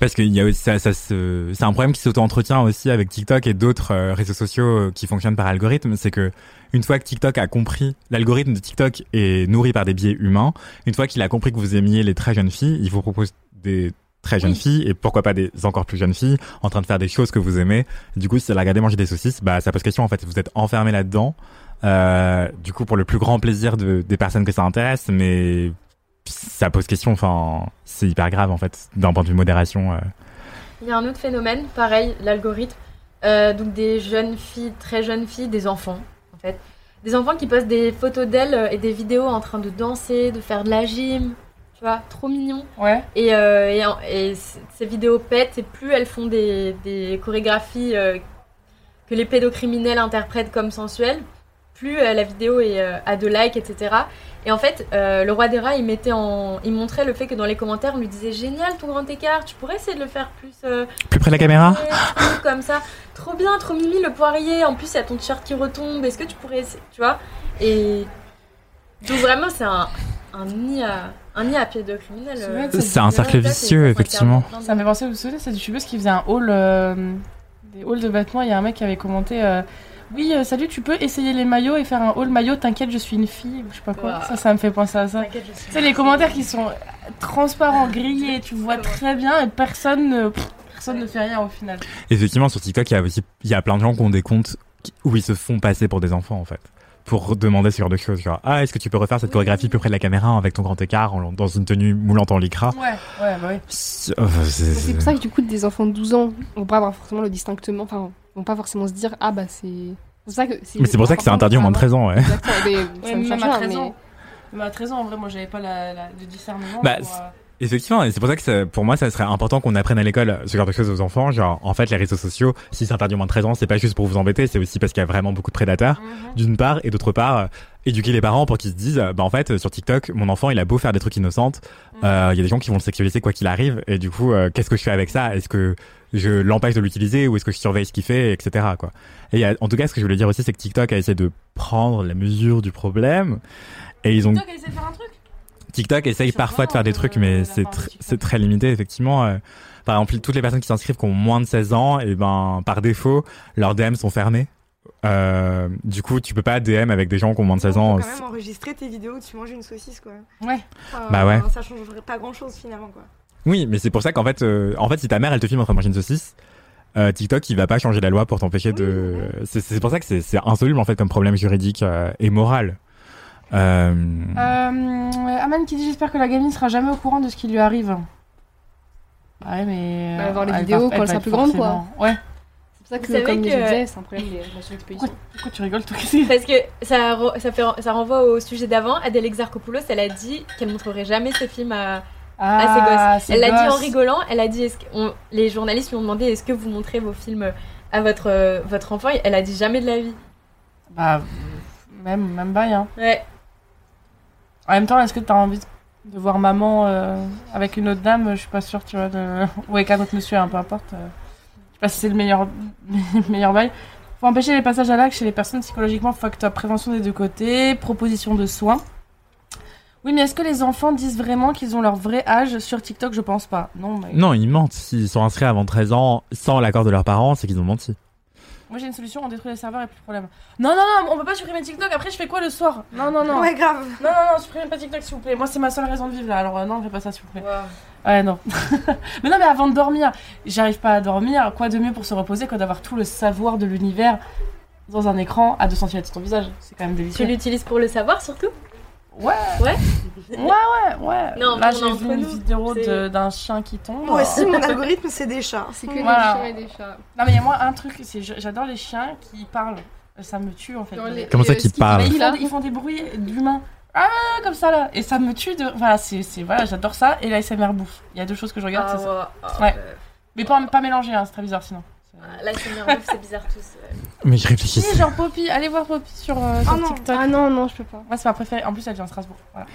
Parce que il y a, ça, ça se- c'est un problème qui s'auto-entretient aussi avec TikTok et d'autres euh, réseaux sociaux euh, qui fonctionnent par algorithme. C'est que une fois que TikTok a compris, l'algorithme de TikTok est nourri par des biais humains. Une fois qu'il a compris que vous aimiez les très jeunes filles, il vous propose des très jeunes filles et pourquoi pas des encore plus jeunes filles en train de faire des choses que vous aimez. Du coup, si la regardez manger des saucisses, bah ça pose question en fait. Vous êtes enfermé là-dedans. Euh, du coup, pour le plus grand plaisir de- des personnes que ça intéresse, mais ça pose question. Enfin, c'est hyper grave en fait d'un point de vue modération. euh. Il y a un autre phénomène, pareil, l'algorithme. Euh, donc des jeunes filles, très jeunes filles, des enfants en fait. Des enfants qui postent des photos d'elles euh, et des vidéos en train de danser, de faire de la gym, tu vois, trop mignon. Ouais. Et, euh, et en- et c- ces vidéos pètent et plus elles font des, des chorégraphies euh, que les pédocriminels interprètent comme sensuelles, plus euh, la vidéo est, euh, a de likes, etc. Et en fait, euh, le roi des rats, il, mettait en... il montrait le fait que dans les commentaires, on lui disait Génial ton grand écart, tu pourrais essayer de le faire plus. euh, Plus près de la caméra un truc comme ça. Trop bien, trop mimi le poirier. En plus, il y a ton t-shirt qui retombe. Est-ce que tu pourrais, essayer tu vois Et donc vraiment, c'est un, un nid à un nid à pied de criminel. euh. C'est un cercle vicieux, effectivement. Ça me fait penser, vous vous souvenez, c'est du fumeuse qui faisait un haul, euh, des hauls de vêtements. Il y a un mec qui avait commenté euh, Oui, euh, salut, tu peux essayer les maillots et faire un haul maillot. T'inquiète, je suis une fille, ou je sais pas quoi. Ouah. Ça, ça me fait penser à ça. T'inquiète, je Tu sais, les commentaires qui sont transparents, grillés, tu vois très bien et personne, ne- pff, personne ne fait rien au final. Effectivement, sur TikTok, il y a aussi, il y a plein de gens qui ont des comptes qui- où ils se font passer pour des enfants, en fait. Pour demander ce genre de choses. Genre, ah, est-ce que tu peux refaire cette chorégraphie plus près de la caméra hein, avec ton grand écart en- dans une tenue moulante en lycra? Ouais, ouais, bah ouais. C'est- enfin, c'est- C'est pour ça que du coup, des enfants de 12 ans vont pas avoir forcément le distinctement, enfin, vont pas forcément se dire ah bah c'est. c'est pour ça que Mais c'est pour ça que c'est interdit au moins de 13 ans, ouais. Exactement, mais ça Ouais, me même change à rien, 13 mais- ans. Même à 13 ans, en vrai, moi, j'avais pas la, la- le discernement. Bah, pour, c'est- euh, Effectivement, et c'est pour ça que ça- pour moi, ça serait important qu'on apprenne à l'école ce genre de choses aux enfants. Genre, en fait, les réseaux sociaux, si c'est interdit au moins de 13 ans, c'est pas juste pour vous embêter, c'est aussi parce qu'il y a vraiment beaucoup de prédateurs, Mhm. d'une part, et d'autre part, euh, éduquer les parents pour qu'ils se disent, euh, bah en fait, euh, sur TikTok, mon enfant, il a beau faire des trucs innocents, Mhm. euh, il y a des gens qui vont le sexualiser quoi qu'il arrive, et du coup, euh, qu'est-ce que je fais avec ça Est-ce que je l'empêche de l'utiliser ou est-ce que je surveille ce qu'il fait, etc. Quoi. Et il y a- en tout cas, ce que je voulais dire aussi, c'est que TikTok a essayé de prendre la mesure du problème, et ils ont TikTok a essayé de faire un truc. TikTok essaye parfois de faire des trucs, mais c'est tr- c'est très limité, effectivement. Euh, Par exemple, toutes les personnes qui s'inscrivent qui ont moins de 16 ans, et ben, par défaut, leurs DM sont fermés. Euh, du coup, tu peux pas DM avec des gens qui ont moins de 16 ans. Quand même enregistrer tes vidéos où tu manges une saucisse quoi. Ouais. Bah ouais. Ça changerait pas grand chose finalement quoi. Oui, mais c'est pour ça qu'en fait, euh, en fait, si ta mère, elle te filme en train de manger une saucisse, euh, TikTok, il va pas changer la loi pour t'empêcher de. C'est- C'est pour ça que c'est c'est insoluble, en fait, comme problème juridique euh, et moral. Euh, Euh, Aman qui dit J'espère que la gamine sera jamais au courant de ce qui lui arrive. Bah ouais, mais. Bah, voir les elle va- vidéos elle quand va elle sera être plus grande, quoi. forcément- Ouais. C'est pour ça que, Vous savez comme je que- disais, c'est un problème de la surexposition. Pourquoi tu rigoles, toi Parce que ça, re- ça, fait, ça renvoie au sujet d'avant. Adèle Exarchopoulos, elle a dit qu'elle montrerait jamais ses films à, Ah, à ses ses gosses. Elle l'a dit en gosses. rigolant. Elle a dit est-ce que- on- les journalistes lui ont demandé est-ce que vous montrez vos films à votre, euh, votre enfant Et Elle a dit jamais de la vie. Bah, même, même bail, hein. Ouais. En même temps, est-ce que t'as envie de voir maman euh, avec une autre dame Je suis pas sûre, tu vois. De... Ou avec un autre monsieur, hein, peu importe. euh, Je sais pas si c'est le meilleur, le meilleur bail. Faut empêcher les passages à l'acte chez les personnes psychologiquement fucked up. Prévention des deux côtés, proposition de soins. Oui, mais est-ce que les enfants disent vraiment qu'ils ont leur vrai âge sur TikTok Je pense pas. Non, mais. Non, ils mentent. S'ils sont inscrits avant 13 ans sans l'accord de leurs parents, c'est qu'ils ont menti. Moi j'ai une solution, on détruit les serveurs et plus de problème. Non, non, non, on peut pas supprimer TikTok, après je fais quoi le soir Non, non, non. Ouais, grave. Non, non, non, supprimez pas TikTok s'il vous plaît. Moi c'est ma seule raison de vivre là, alors euh, non, fais pas ça s'il vous plaît. Ouais, non. mais non, mais avant de dormir, j'arrive pas à dormir. Quoi de mieux pour se reposer que d'avoir tout le savoir de l'univers dans un écran à 2 cm de ton visage C'est quand même Tu délicieux. l'utilises pour le savoir surtout Ouais. Ouais. Ouais, ouais, ouais. Non, là on est j'ai entre vu une nous, vidéo c'est- de- d'un chien qui tombe. Ah. Moi aussi mon algorithme c'est des chats. C'est que des Voilà. chiens et des chats. Non mais il y a moi un truc, c'est je- j'adore les chiens qui parlent. Ça me tue en fait. Dans les- euh, Comment ça les- qu'ils ce qui- parlent Mais ils, font, ils font des bruits d'humains. Ah comme ça là et ça me tue de voilà c'est c'est- voilà j'adore ça et l'ASMR bouffe. Il y a deux choses que je regarde Ah c'est ça. ouais, ah ouais. ouais. Mais pas pas mélanger hein, c'est très bizarre sinon. Ah, Là, c'est bien, ouf, c'est bizarre tous. euh. Mais je réfléchis. Si, genre Poppy, allez voir Poppy sur, euh, sur TikTok. Ah non non je peux pas. Moi c'est ma préférée. En plus elle vient de Strasbourg. Voilà.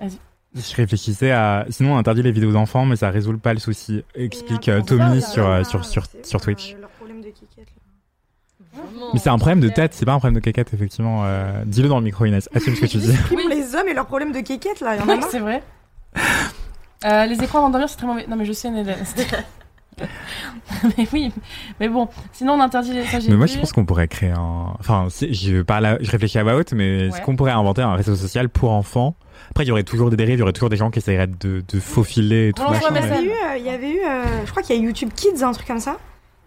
Vas-y. Je réfléchissais à. Sinon, on interdit les vidéos d'enfants, mais ça résout pas le souci. Explique euh, Tommy sur, euh, sur, sur, sur Twitch. Mais c'est un problème de tête, c'est pas un problème de caquette, effectivement. Euh, Dis-le dans le micro, Inès. Assume ce que tu dis. Prime les hommes et leurs problèmes de quéquette là, il y en a Oui, marre. c'est vrai. Euh, les écrans avant de dormir, c'est très mauvais. Non, mais je sais, Nédel. mais oui, mais bon, sinon on interdit les ça, j'ai Mais moi, vu. je pense qu'on pourrait créer un. Enfin, c'est- je parle, à- je réfléchis à ma haute, mais Ouais. est-ce qu'on pourrait inventer un réseau social pour enfants Après, il y aurait toujours des dérives, il y aurait toujours des gens qui essaieraient de, de faufiler et tout. Il y machin, mais- avait eu, euh, il y avait eu, euh, je crois qu'il y a YouTube Kids, un truc comme ça.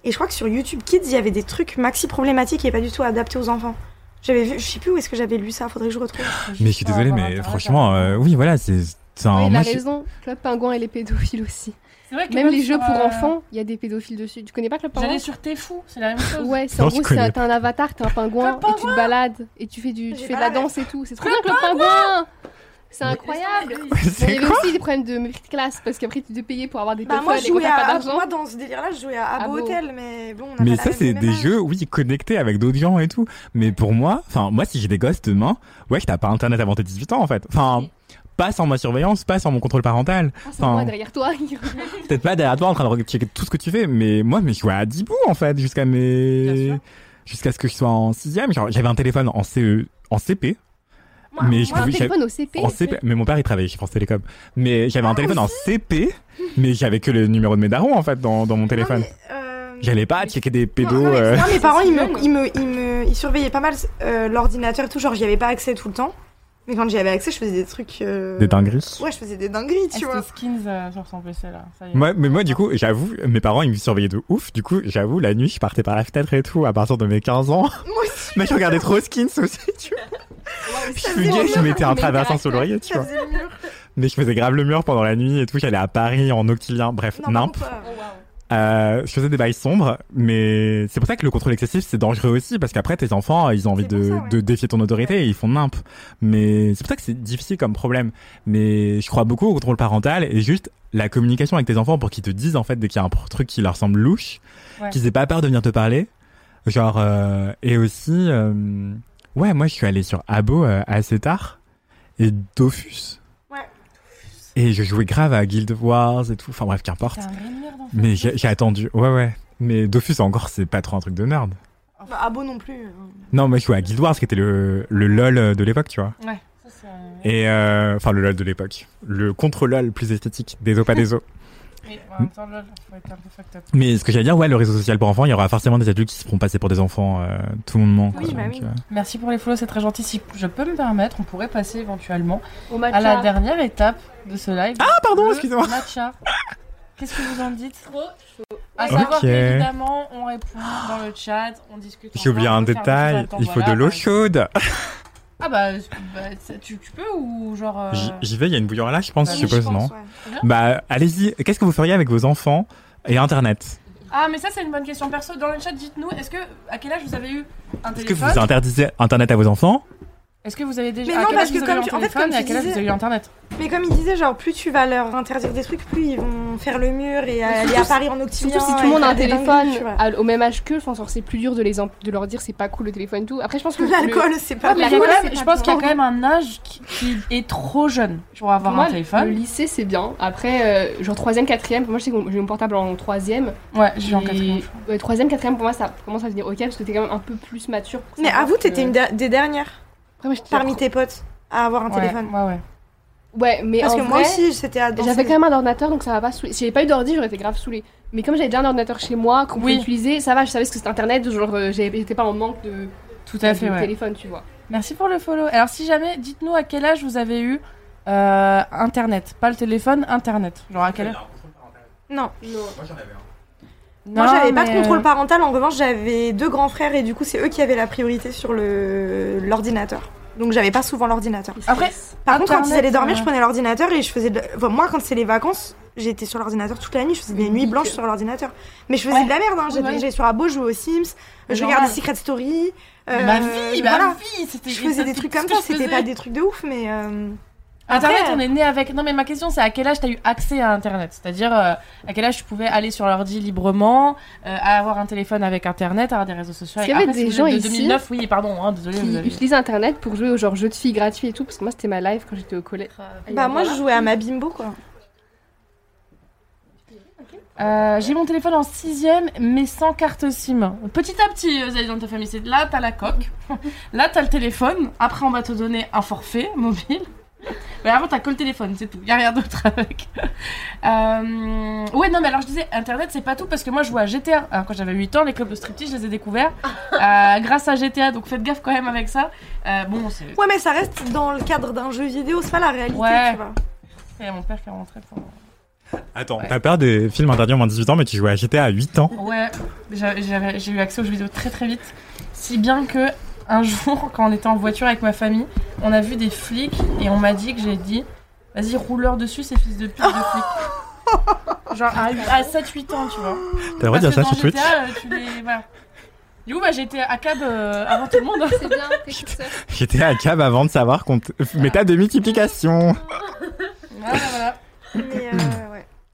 Et je crois que sur YouTube Kids, il y avait des trucs maxi problématiques et pas du tout adaptés aux enfants. J'avais vu, je sais plus où est-ce que j'avais lu ça, faudrait que je retrouve. Mais je suis désolé, mais franchement, euh, oui, voilà, c'est. c'est un- Oui, il moi, a je- raison. Club Pingouin et les pédophiles aussi. vrai que Même même les jeux sur, pour euh, enfants, il y a des pédophiles dessus. Tu connais pas Club Penguin J'allais sur T'es fou, c'est la même chose. Ouais, c'est en Non, gros, je c'est connais un- t'es un avatar, t'es un pingouin, et tu te balades, et tu fais, du, tu J'ai fais de pas la la danse et tout. C'est trop Club bien, Club Pingouin Pingouin C'est incroyable Bon, Il y avait aussi des problèmes de mépris de classe, parce qu'après, tu devais payer pour avoir des Bah, moi, téléphones je et quand jouais t'as pas à, d'argent. Ah moi, dans ce délire-là, je jouais à Abo Abo. Hotel, mais bon, on a Mais pas ça, la c'est même des jeux, oui, connectés avec d'autres gens et tout. Mais pour moi, enfin, moi, si j'ai des gosses demain, ouais, t'as pas internet avant tes 18 ans, en fait. Enfin, pas sans ma surveillance, pas sans mon contrôle parental. Ah, c'est moi Enfin, derrière toi peut-être pas derrière toi en train de regarder tout ce que tu fais, mais moi, mais je jouais à 10 bouts, en fait, jusqu'à mes, jusqu'à ce que je sois en sixième. Genre, j'avais un téléphone en CE, en CP. Moi- moi, un pouvais- j'avais- téléphone au CP. en CP. Mais mon père, il travaillait chez France Télécom. Mais j'avais Ah, un téléphone en CP, mais j'avais que le numéro de mes darons, en fait, dans, dans mon téléphone. J'allais pas checker des pédos. euh. euh, Non, mes parents, ils me, ils me, ils me- ils surveillaient pas mal euh, l'ordinateur et tout. Genre, j'y avais pas accès tout le temps. Mais quand j'y avais accès, je faisais des trucs. euh, Des dingueries. Ouais, je faisais des dingueries, tu vois. skins euh, sur son PC là. Ça y est. Moi, mais moi, du coup, j'avoue, mes parents, ils me surveillaient de ouf. Du coup, j'avoue, la nuit, je partais par la fenêtre et tout, à partir de mes 15 ans. Mais je regardais trop Skins aussi, tu vois. Puis je fuguais, je mettais un traversant sous l'oreiller, tu vois. Mais je faisais grave le mur pendant la nuit et tout. J'allais à Paris en octilien, bref, nimp. Euh, je faisais des bails sombres, mais c'est pour ça que le contrôle excessif c'est dangereux aussi parce qu'après tes enfants ils ont envie de, de défier ton autorité et ils font nimp. Mais c'est pour ça que c'est difficile comme problème. Mais je crois beaucoup au contrôle parental et juste la communication avec tes enfants pour qu'ils te disent en fait dès qu'il y a un pr- truc qui leur semble louche, Ouais. qu'ils aient pas peur de venir te parler. Genre euh, et aussi euh, ouais moi je suis allé sur Abo euh, assez tard et Dofus. Et je jouais grave à Guild Wars et tout. Enfin bref, qu'importe. T'es un vrai nerd, en fait. Mais j'ai j'ai attendu. Ouais, ouais. Mais Dofus encore, c'est pas trop un truc de nerd. Bah, Abo non plus. Non, moi je jouais à Guild Wars qui était le, le LOL de l'époque, tu vois. Ouais. Et euh, enfin, le LOL de l'époque. Le contre-LOL plus esthétique. Des os, pas des os. Mais Mm. en même temps, lol, faut être un peu fucked up. Mais ce que j'allais dire, ouais, le réseau social pour enfants, il y aura forcément des adultes qui se feront passer pour des enfants euh, tout le moment. quoi. bah Donc, euh, Merci pour les follow, c'est très gentil. Si je peux me permettre, on pourrait passer éventuellement Au matcha. à la dernière étape de ce live. Ah, pardon, Le excusez-moi. Matcha. Qu'est-ce que vous en dites Trop chaud. À Ah, Ok. savoir qu'évidemment, on répond dans le chat, on discute. J'ai oublié un ensemble, on fait des détail, choses à temps, il faut voilà, de l'eau par exemple. chaude. Ah bah, c'est- bah, ça- tu, tu peux ou genre. euh, J- J'y vais, il y a une bouilloire là, je pense, Bah Oui, je je suppose, pense, non ouais. Bah, allez-y, qu'est-ce que vous feriez avec vos enfants et Internet Ah, mais ça, c'est une bonne question perso. Dans le chat, dites-nous, est-ce que à quel âge vous avez eu un téléphone Est-ce que vous interdisez Internet à vos enfants Est-ce que vous avez déjà. Mais à non, quel parce âge que vous avez comme eu tu- un en fait, téléphone comme et à tu quel âge vous avez eu disais- internet Mais comme il disait, genre, plus tu vas leur interdire des trucs, plus ils vont faire le mur et aller à Paris en octilien. Surtout si tout et le monde a faire un des dingueries, tu téléphone vois. à- au même âge qu'eux, je pense que c'est plus dur de, les em- de leur dire c'est pas cool le téléphone et tout. Après, je pense que. L'alcool, c'est pas cool. cool. L'alcool, L'alcool, c'est Je pas pense qu'il y a cool. quand même un âge qui, qui est trop jeune pour avoir Pour moi, un téléphone. Le lycée, c'est bien. Après, euh, genre 3ème, 4ème, moi je sais que j'ai mon portable en 3ème. Ouais, j'ai eu en quatrième. 4ème. 3ème, 4ème, pour moi ça commence à devenir ok parce que t'es quand même un peu plus mature. pour Mais savoir à vous, que- t'étais une der- des dernières parmi j'étais- tes potes à avoir un Ouais, téléphone. Ouais, ouais. Ouais, mais Parce en que moi vrai, aussi, c'était à danser. J'avais quand même un ordinateur donc ça va pas saouler. Si j'avais pas eu d'ordi, j'aurais été grave saoulée. Mais comme j'avais déjà un ordinateur chez moi qu'on pouvait Oui. utiliser, ça va, je savais ce que c'était internet, genre euh, j'avais- j'étais pas en manque de. Tout à fait, de ouais. téléphone, tu vois. Merci pour le follow. Alors, si jamais, dites-nous à quel âge vous avez eu euh, Internet. Pas le téléphone, Internet. Genre à quel âge Non. Non, Moi, j'avais pas mais, de euh, contrôle parental. En revanche, j'avais deux grands frères et du coup, c'est eux qui avaient la priorité sur le l'ordinateur. Donc, j'avais pas souvent l'ordinateur. Après, par contre, quand ils Internet, allaient dormir, euh, je prenais l'ordinateur et je faisais. de la- enfin, moi, quand c'est les vacances, j'étais sur l'ordinateur toute la nuit. Je faisais des nuits blanches sur l'ordinateur. Mais je faisais de la merde. Hein. Oui, J'étais- ouais. J'allais sur Abo, je jouais aux Sims, Mais je normal. regardais Secret Story. Euh, Mais ma vie, ma vie, c'était- Je ça, faisais des c'est trucs tout comme ce que ça. je C'était faisais. pas des trucs de ouf, mais. euh, Internet, après- euh, on est né avec. Non, mais ma question, c'est à quel âge t'as eu accès à Internet C'est-à-dire, euh, à quel âge tu pouvais aller sur l'ordi librement, euh, avoir un téléphone avec Internet, avoir des réseaux sociaux. Parce qu'il y avait Après, si des vous gens êtes de ici 2009, oui, pardon, hein, désolé. Qui vous avez- utilisent internet pour jouer aux genre jeux de filles gratuits et tout, parce que moi c'était ma live quand j'étais au collège. Bah, moi, je jouais à ma bimbo, quoi. Euh, j'ai mon téléphone en 6ème, mais sans carte SIM. Petit à petit, euh, vous allez dans ta famille. C'est là, t'as la coque. Là, t'as le téléphone. Après, on va te donner un forfait mobile. Mais avant, t'as que le téléphone, c'est tout. Y a rien d'autre avec. Euh, Ouais, non, mais alors je disais, Internet, c'est pas tout parce que moi, je jouais à GTA. Alors, quand j'avais 8 ans, les clubs de striptease, je les ai découverts euh, grâce à GTA. Donc, faites gaffe quand même avec ça. Euh, bon, c'est. Ouais, mais ça reste euh, dans le cadre d'un jeu vidéo, c'est pas la réalité, Ouais. tu vois. Il y a mon père qui est rentré pour. Attends, t'as peur des films interdits en moins de 18 ans, mais tu jouais à GTA à 8 ans Ouais, j'a- j'avais- j'ai eu accès aux jeux vidéo très très vite. Si bien que un jour, quand on était en voiture avec ma famille, on a vu des flics et on m'a dit que j'ai dit Vas-y, rouleur dessus, ces fils de pute de flics. Genre à, 7-8 ans, tu vois. T'as le droit de dire Parce ça sur que dans Twitch GTA, euh, tu les. Voilà. Du coup, bah, j'étais à cab euh, avant tout le monde. C'est bien, J'étais à cab avant de savoir qu'on t- méthode de multiplication. Voilà, voilà.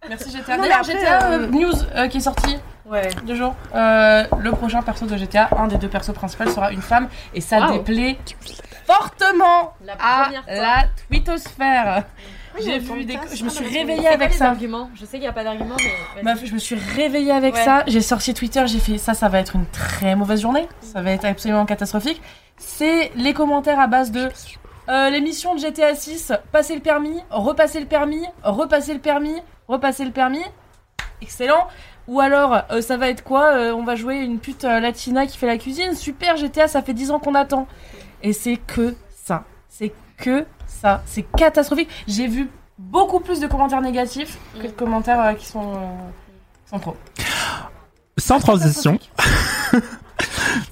Merci GTA. Non, mais D'ailleurs, après, GTA euh, euh, News euh, qui est sorti. Ouais. Deux jours. Euh, le prochain perso de GTA, un des deux persos principaux sera une femme et ça Wow. déplaît fortement La à première fois. la twittosphère. Oui, J'ai entendu vu des. ça, Je ça, me suis parce que réveillée c'est avec quoi les ça. arguments Je sais qu'il n'y a pas d'argument, mais. Meuf, je me suis réveillée avec Ouais. ça, j'ai sorti Twitter, j'ai fait ça, ça va être une très mauvaise journée, ça va être absolument catastrophique. C'est les commentaires à base de euh, l'émission de GTA 6, passer le permis, repasser le permis, repasser le permis, repasser le permis, excellent. Ou alors, euh, ça va être quoi Euh, On va jouer une pute euh, latina qui fait la cuisine, super GTA, ça fait 10 ans qu'on attend. Et c'est que ça, c'est que ça, c'est catastrophique. J'ai vu beaucoup plus de commentaires négatifs Mm. que de commentaires euh, qui sont... euh, sans trop. Sans transition.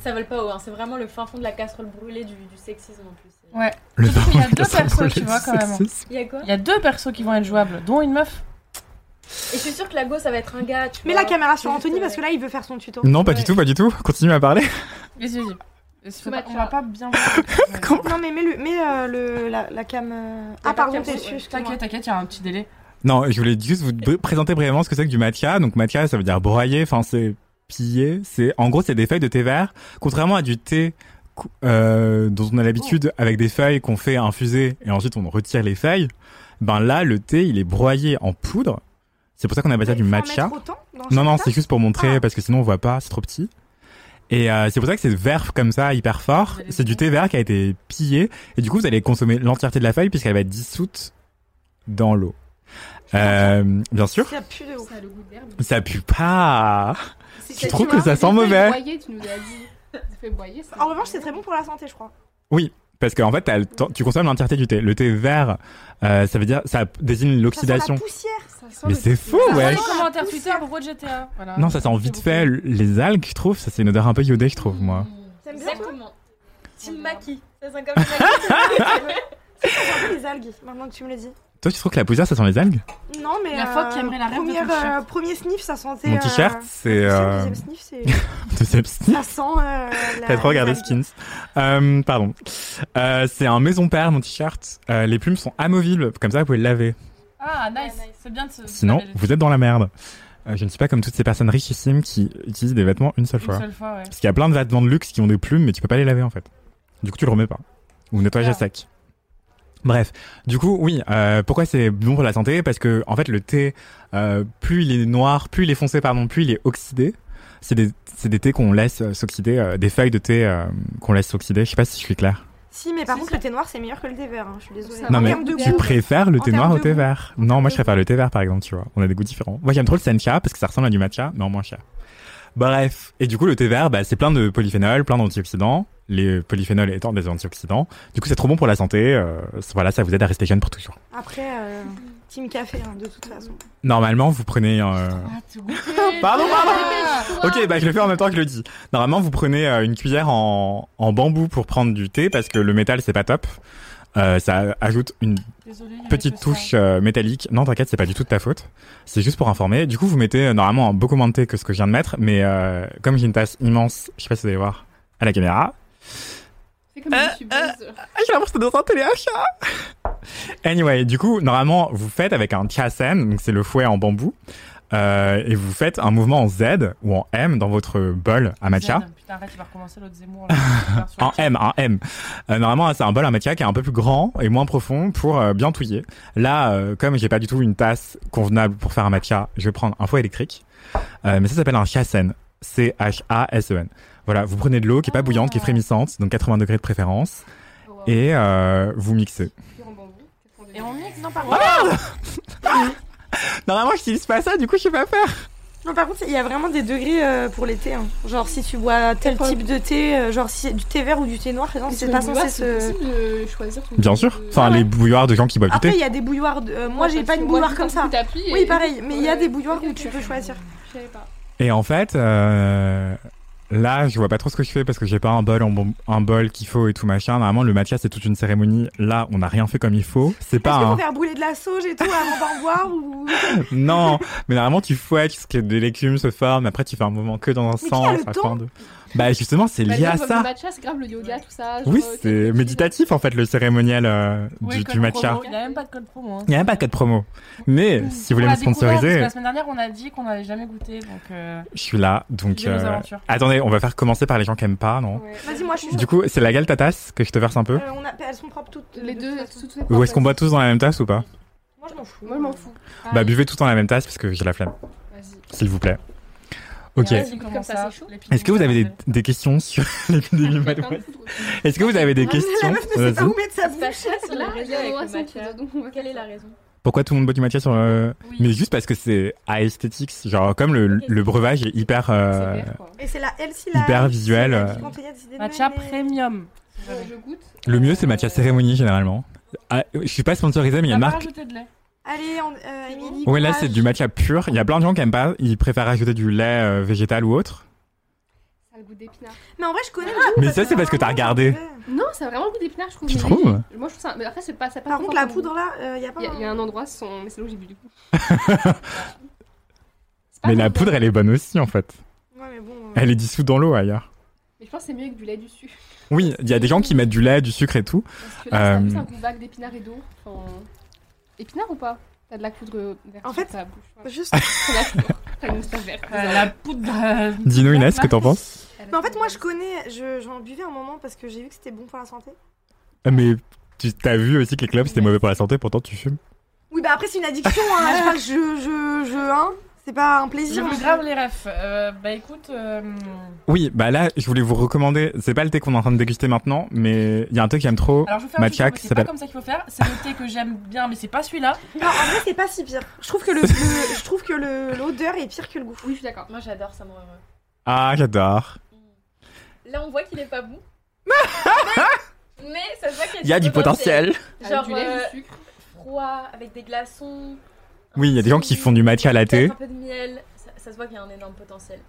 Ça vole pas haut, hein. c'est vraiment le fin fond de la casserole brûlée du, du sexisme en plus. Ouais. Le Surtout qu'il y a deux baromètre persos, sur tu le vois, quand même. sexisme. Il y a quoi Il y a deux persos qui vont être jouables, dont une meuf. Et je suis sûre que la go, ça va être un gars. Tu Mets vois. euh, la caméra sur Anthony parce que là il veut faire son tuto. Non, pas du tout, pas du tout. Continue à parler. Vas-y, vas-y. Faut pas- On va pas bien voir. Non mais mets, le, mets euh, le, la, la cam. euh, Ah pardon, t'es dessus. T'inquiète, t'inquiète, il y a un petit délai. Non, je voulais juste vous br- présenter brièvement ce que c'est que du matcha. Donc matcha, ça veut dire broyer, enfin c'est piller. C'est en gros c'est des feuilles de thé vert. Contrairement à du thé cou- euh, dont on a l'habitude avec des feuilles qu'on fait infuser et ensuite on retire les feuilles, ben là le thé il est broyé en poudre. C'est pour ça qu'on appelle ça du matcha. Non non, c'est juste pour montrer parce que sinon on voit pas, c'est trop petit. Et euh, c'est pour ça que c'est vert comme ça, hyper fort. C'est du thé vert qui a été pillé et du coup vous allez consommer l'entièreté de la feuille puisqu'elle va être dissoute dans l'eau. Euh, bien sûr. Ça pue de ouf. Ça a le goût d'herbe. Ça pue pas. C'est Je ça, trouve tu que vois, ça tu sent fais mauvais. hein boyer, tu nous as dit. Tu fais boyer, ça- En revanche, c'est très bon pour la santé, je crois. Oui, parce qu'en fait, t'as le temps- tu consommes l'entièreté du thé. Le thé vert, euh, ça veut dire, ça désigne l'oxydation. Mais c'est fou, Ça sent ouais. les commentaires Twitter pour de GTA. Voilà. Non, ça sent vite fait les algues, je trouve. Ça, c'est une odeur un peu iodée, je trouve, moi. T'aimes bien Exactement. Ah, Team Maki. Ça sent comme le Maki. J'adore les algues, maintenant que tu me le dis. Toi, tu trouves que la poussière, ça sent les algues Non, mais. La euh, phoque qui aimerait la rêve de ton première, t-shirt. euh, Premier sniff, ça sentait. Mon euh, t-shirt, c'est. euh, Deuxième sniff, c'est. Deuxième sniff. Ça sent. euh, la- T'as trop regardé les algues. Skins. Euh, pardon. Euh, c'est un maison père, mon t-shirt. Euh, les plumes sont amovibles, comme ça, vous pouvez le laver. Ah, nice. C'est bien de se. Sinon, vous êtes dans la merde. Euh, je ne suis pas comme toutes ces personnes richissimes qui utilisent des vêtements une seule Une fois. seule fois, ouais. Parce qu'il y a plein de vêtements de luxe qui ont des plumes, mais tu peux pas les laver en fait. Du coup, tu le remets pas. Ou Ah. nettoyage à sec. Bref, du coup, oui. euh, pourquoi c'est bon pour la santé Parce que en fait, le thé, euh, plus il est noir, plus il est foncé, pardon, plus il est oxydé. C'est des, c'est des thés qu'on laisse euh, s'oxyder, euh, des feuilles de thé euh, qu'on laisse s'oxyder. Je sais pas si je suis clair. Si, mais par contre, le thé noir, c'est meilleur que le thé vert. hein, Je suis désolée. Non En mais termes de tu goût- préfères le en thé termes noir au de thé goût. vert Non, moi je préfère le thé vert par exemple, tu vois. On a des goûts différents. Moi j'aime trop le sencha parce que ça ressemble à du matcha mais en moins cher. Bref, et du coup le thé vert bah, c'est plein de polyphénols, plein d'antioxydants, les polyphénols étant des antioxydants. Du coup c'est trop bon pour la santé, euh, voilà, ça vous aide à rester jeune pour toujours. Après, euh, team café, hein, de toute façon. Normalement, vous prenez euh, Ah, Pardon, pardon OK, bah je le fais en même temps que je le dis. Normalement, vous prenez euh, une cuillère en, en bambou pour prendre du thé parce que le métal c'est pas top. Euh, ça ajoute une Désolée, il y avait petite que ça. touche euh, métallique. Non, t'inquiète, c'est pas du tout de ta faute. C'est juste pour informer. Du coup, vous mettez euh, normalement beaucoup moins de thé que ce que je viens de mettre, mais euh, comme j'ai une tasse immense, je sais pas si vous allez voir à la caméra. C'est comme une subeuse. Euh, ah, J'ai l'impression d'être un téléachat. Anyway, du coup, normalement, vous faites avec un chasen, donc c'est le fouet en bambou, euh, et vous faites un mouvement en Z ou en M dans votre bol à matcha. Zed. Putain, arrête, il va recommencer l'autre Zemmour là. En M, en M. Euh, normalement, c'est un bol à matcha qui est un peu plus grand et moins profond pour euh, bien touiller. Là, euh, comme j'ai pas du tout une tasse convenable pour faire un matcha, je vais prendre un fouet électrique. Euh, mais ça s'appelle un chasen. C-H-A-S-E-N. E Voilà, vous prenez de l'eau qui est pas bouillante, qui est frémissante, donc 80 degrés de préférence, et euh, vous mixez. Et on mixe, non, par Ah Normalement, je n'utilise pas ça, du coup, je sais pas faire. Non, par contre, il y a vraiment des degrés euh, pour les thés. hein. Genre, si tu bois tel type de thé, euh, genre si, du thé vert ou du thé noir, non, Est-ce c'est que pas le censé bois, se. c'est possible de choisir ton- Bien sûr. Enfin, les bouilloires de gens qui boivent du Après, il thé. y a des bouilloires. de- euh, moi, Ouais, j'ai parce pas que une moi, bouilloire je comme pense ça. que t'appuies et- Oui, pareil. Mais il y a des bouilloires où tu peux choisir. Je savais pas. Et en fait, euh, Là, je vois pas trop ce que je fais parce que j'ai pas un bol, en bon- un bol qu'il faut et tout machin. Normalement, le matcha, c'est toute une cérémonie. Là, on n'a rien fait comme il faut. C'est pas Est-ce qu'ils un... vont faire brûler de la sauge et tout avant d'en boire ou... non, mais normalement tu fouettes jusqu'à ce que des légumes se forment. Après, tu fais un mouvement que dans un qui a sens. le afin temps de- Bah justement, c'est lié à Comme Le ça. matcha, c'est grave le yoga, tout ça. Oui, c'est méditatif en fait le cérémoniel euh, euh, Ouais, du, code du matcha. promo. Il n'y a même pas de code promo. hein. Il n'y a même pas de code promo. Mais si vous voulez On l'a découvert, parce me que sponsoriser, La semaine dernière, on a dit qu'on n'avait jamais goûté, donc. euh, je suis là. Donc Vivez nos euh, aventures. attendez, on va faire commencer par les gens qui aiment pas, non Vas-y, moi je suis. Du coup, c'est la gale ta tasse que je te verse un peu. Euh, on a- Elles sont propres toutes. Les deux, toutes Ou est-ce qu'on boit tous dans la même tasse ou pas Moi je m'en fous. Moi je m'en fous. Ah, Ah Bah buvez tout dans la même tasse parce que j'ai la flemme. S'il vous plaît. Ok. et ainsi, Comme ça, c'est chaud. Est-ce que vous avez des, des questions sur l'épidémie madouane Est-ce que vous avez des La questions meuf ne sait pas Vas-y. où mettre sa bouche. sur la raison avec le matcha. Quelle est la raison Pourquoi tout le monde boit du matcha sur le... Mais juste parce que c'est aesthétique, genre comme le, le breuvage est hyper euh, Et c'est la Elsie là. hyper visuel. euh. Matcha premium. Je goûte. Le mieux c'est matcha cérémonie généralement. Ah, je suis pas sponsorisé mais il y a une Ah, marque. Allez, on- euh, Émilie. Ouais là courage. c'est du matcha pur. Il y a plein de gens qui aiment pas, ils préfèrent ajouter du lait euh, végétal ou autre. Mais en vrai, je connais. Ah, Mais ça c'est parce que t'as regardé. Non, ça a vraiment le goût d'épinard, je trouve. Tu mais trouves oui. Moi, je trouve ça. Mais après, c'est pas. Ça Par contre, la poudre là, il y a pas. Il y, a un endroit, sans... mais c'est là où j'ai bu du coup. Mais la poudre elle est bonne aussi en fait. Ouais, mais bon. Elle est dissoute dans l'eau ailleurs. Mais je pense que c'est mieux avec du lait dessus. Oui, il y a des gens qui mettent du lait, du sucre et tout. Parce que là, Euh, c'est un goût vague d'épinard et d'eau. Enfin... Épinard ou pas T'as de la poudre verte En fait, sur ta bouche. voilà. juste- T'as de la poudre. T'as une moustache verte. Euh, la poudre. Dis-nous Inès ce que t'en penses. Mais en fait, moi je connais. je- J'en buvais un moment parce que j'ai vu que c'était bon pour la santé. Euh, Mais tu t'as vu aussi que les clubs c'était mauvais pour la santé, pourtant tu fumes. Oui, bah après, c'est une addiction. Hein. je, parle- je, je, je, hein. C'est pas un Je plaisir. me hein. grave les refs. Euh, bah écoute, euh, Oui, bah là, je voulais vous recommander. C'est pas le thé qu'on est en train de déguster maintenant, mais il y a un thé que j'aime trop, alors je vais faire un matcha, tuto, qui c'est pas s'appelle. comme ça qu'il faut faire. C'est le thé que j'aime bien, mais c'est pas celui-là. Non, en vrai, c'est pas si pire. Je trouve que le, le- je trouve que le- l'odeur est pire que le goût. Oui, je suis d'accord. Moi, j'adore, ça me rend heureux. Ah, j'adore. Là, on voit qu'il est pas bon. mais, mais ça se voit qu'il Il y a du potentiel. potentiel. Genre, Avec du lait, euh, du sucre. froid, avec des glaçons, Oui, il y a des gens qui font du matcha latte. peut-être un peu de miel. Ça, ça se voit qu'il y a un énorme potentiel.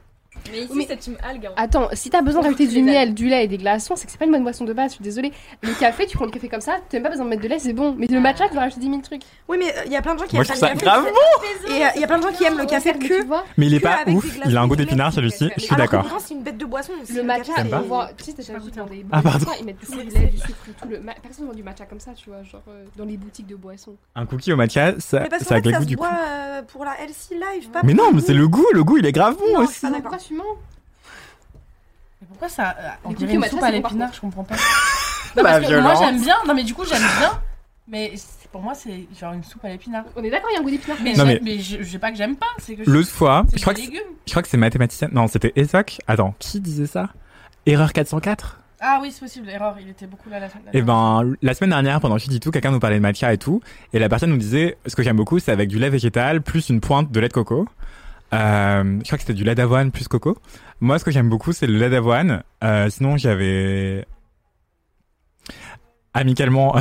Mais ici, Mais- c'est une algue. hein. Attends, si t'as besoin d'ajouter du Les miel, du lait et des glaçons, c'est que c'est pas une bonne boisson de base, je suis désolée. Le café, tu prends le café comme ça, t'as même pas besoin de mettre de lait, c'est bon. Mais le matcha, tu vas rajouter 10 000 trucs. Oui, mais il y a plein de gens qui Moi, aiment je pas trouve le ça café. Et il y a plein de gens qui aiment le café que. Mais il est que pas avec des ouf, glaçons il a un goût de lait. d'épinard celui-ci, je suis Alors que d'accord. pourtant, c'est une bête de boisson. c'est Le matcha, café, J'aime pas. on voit, tu sais, t'as jamais goûté dans des Ah, pardon. boutiques, ils mettent toujours du lait, du sucre et tout. Le ma- Personne ne vend du matcha comme ça, tu vois, genre euh, dans les boutiques de boissons. Un cookie au matcha, ça, Mais parce qu'en ça a fait, le ça goût se du coup. boit euh, pour la LC Live, pas Mais pour non, le mais goût. c'est le goût, le goût, il est grave Ah bon Non, je aussi. suis pas d'accord. Pourquoi tu mens Mais pourquoi ça euh, On Les dirait cookies une matcha, soupe c'est à bon, par l'épinard, contre. je comprends pas. Non, La parce que moi Bah, violence. j'aime bien. Non, mais du coup j'aime bien. Mais c'est- pour moi c'est genre une soupe à l'épinard. On est d'accord, il y a un goût d'épinard. Mais, j'aime- Non, mais- mais je, je sais pas que j'aime pas. C'est que je- L'autre fois, c'est je crois, que des c'est- légumes. je crois que c'est mathématicien. Non, c'était Esoc. Attends, qui disait ça Erreur 404 Ah oui, c'est possible. Erreur. Il était beaucoup là la semaine Et dernière. ben, la semaine dernière, pendant Chut dit tout, quelqu'un nous parlait de matcha et tout, et la personne nous disait, ce que j'aime beaucoup, c'est avec du lait végétal plus une pointe de lait de coco. Euh, je crois que c'était du lait d'avoine plus coco. Moi, ce que j'aime beaucoup, c'est le lait d'avoine. Euh, sinon, j'avais amicalement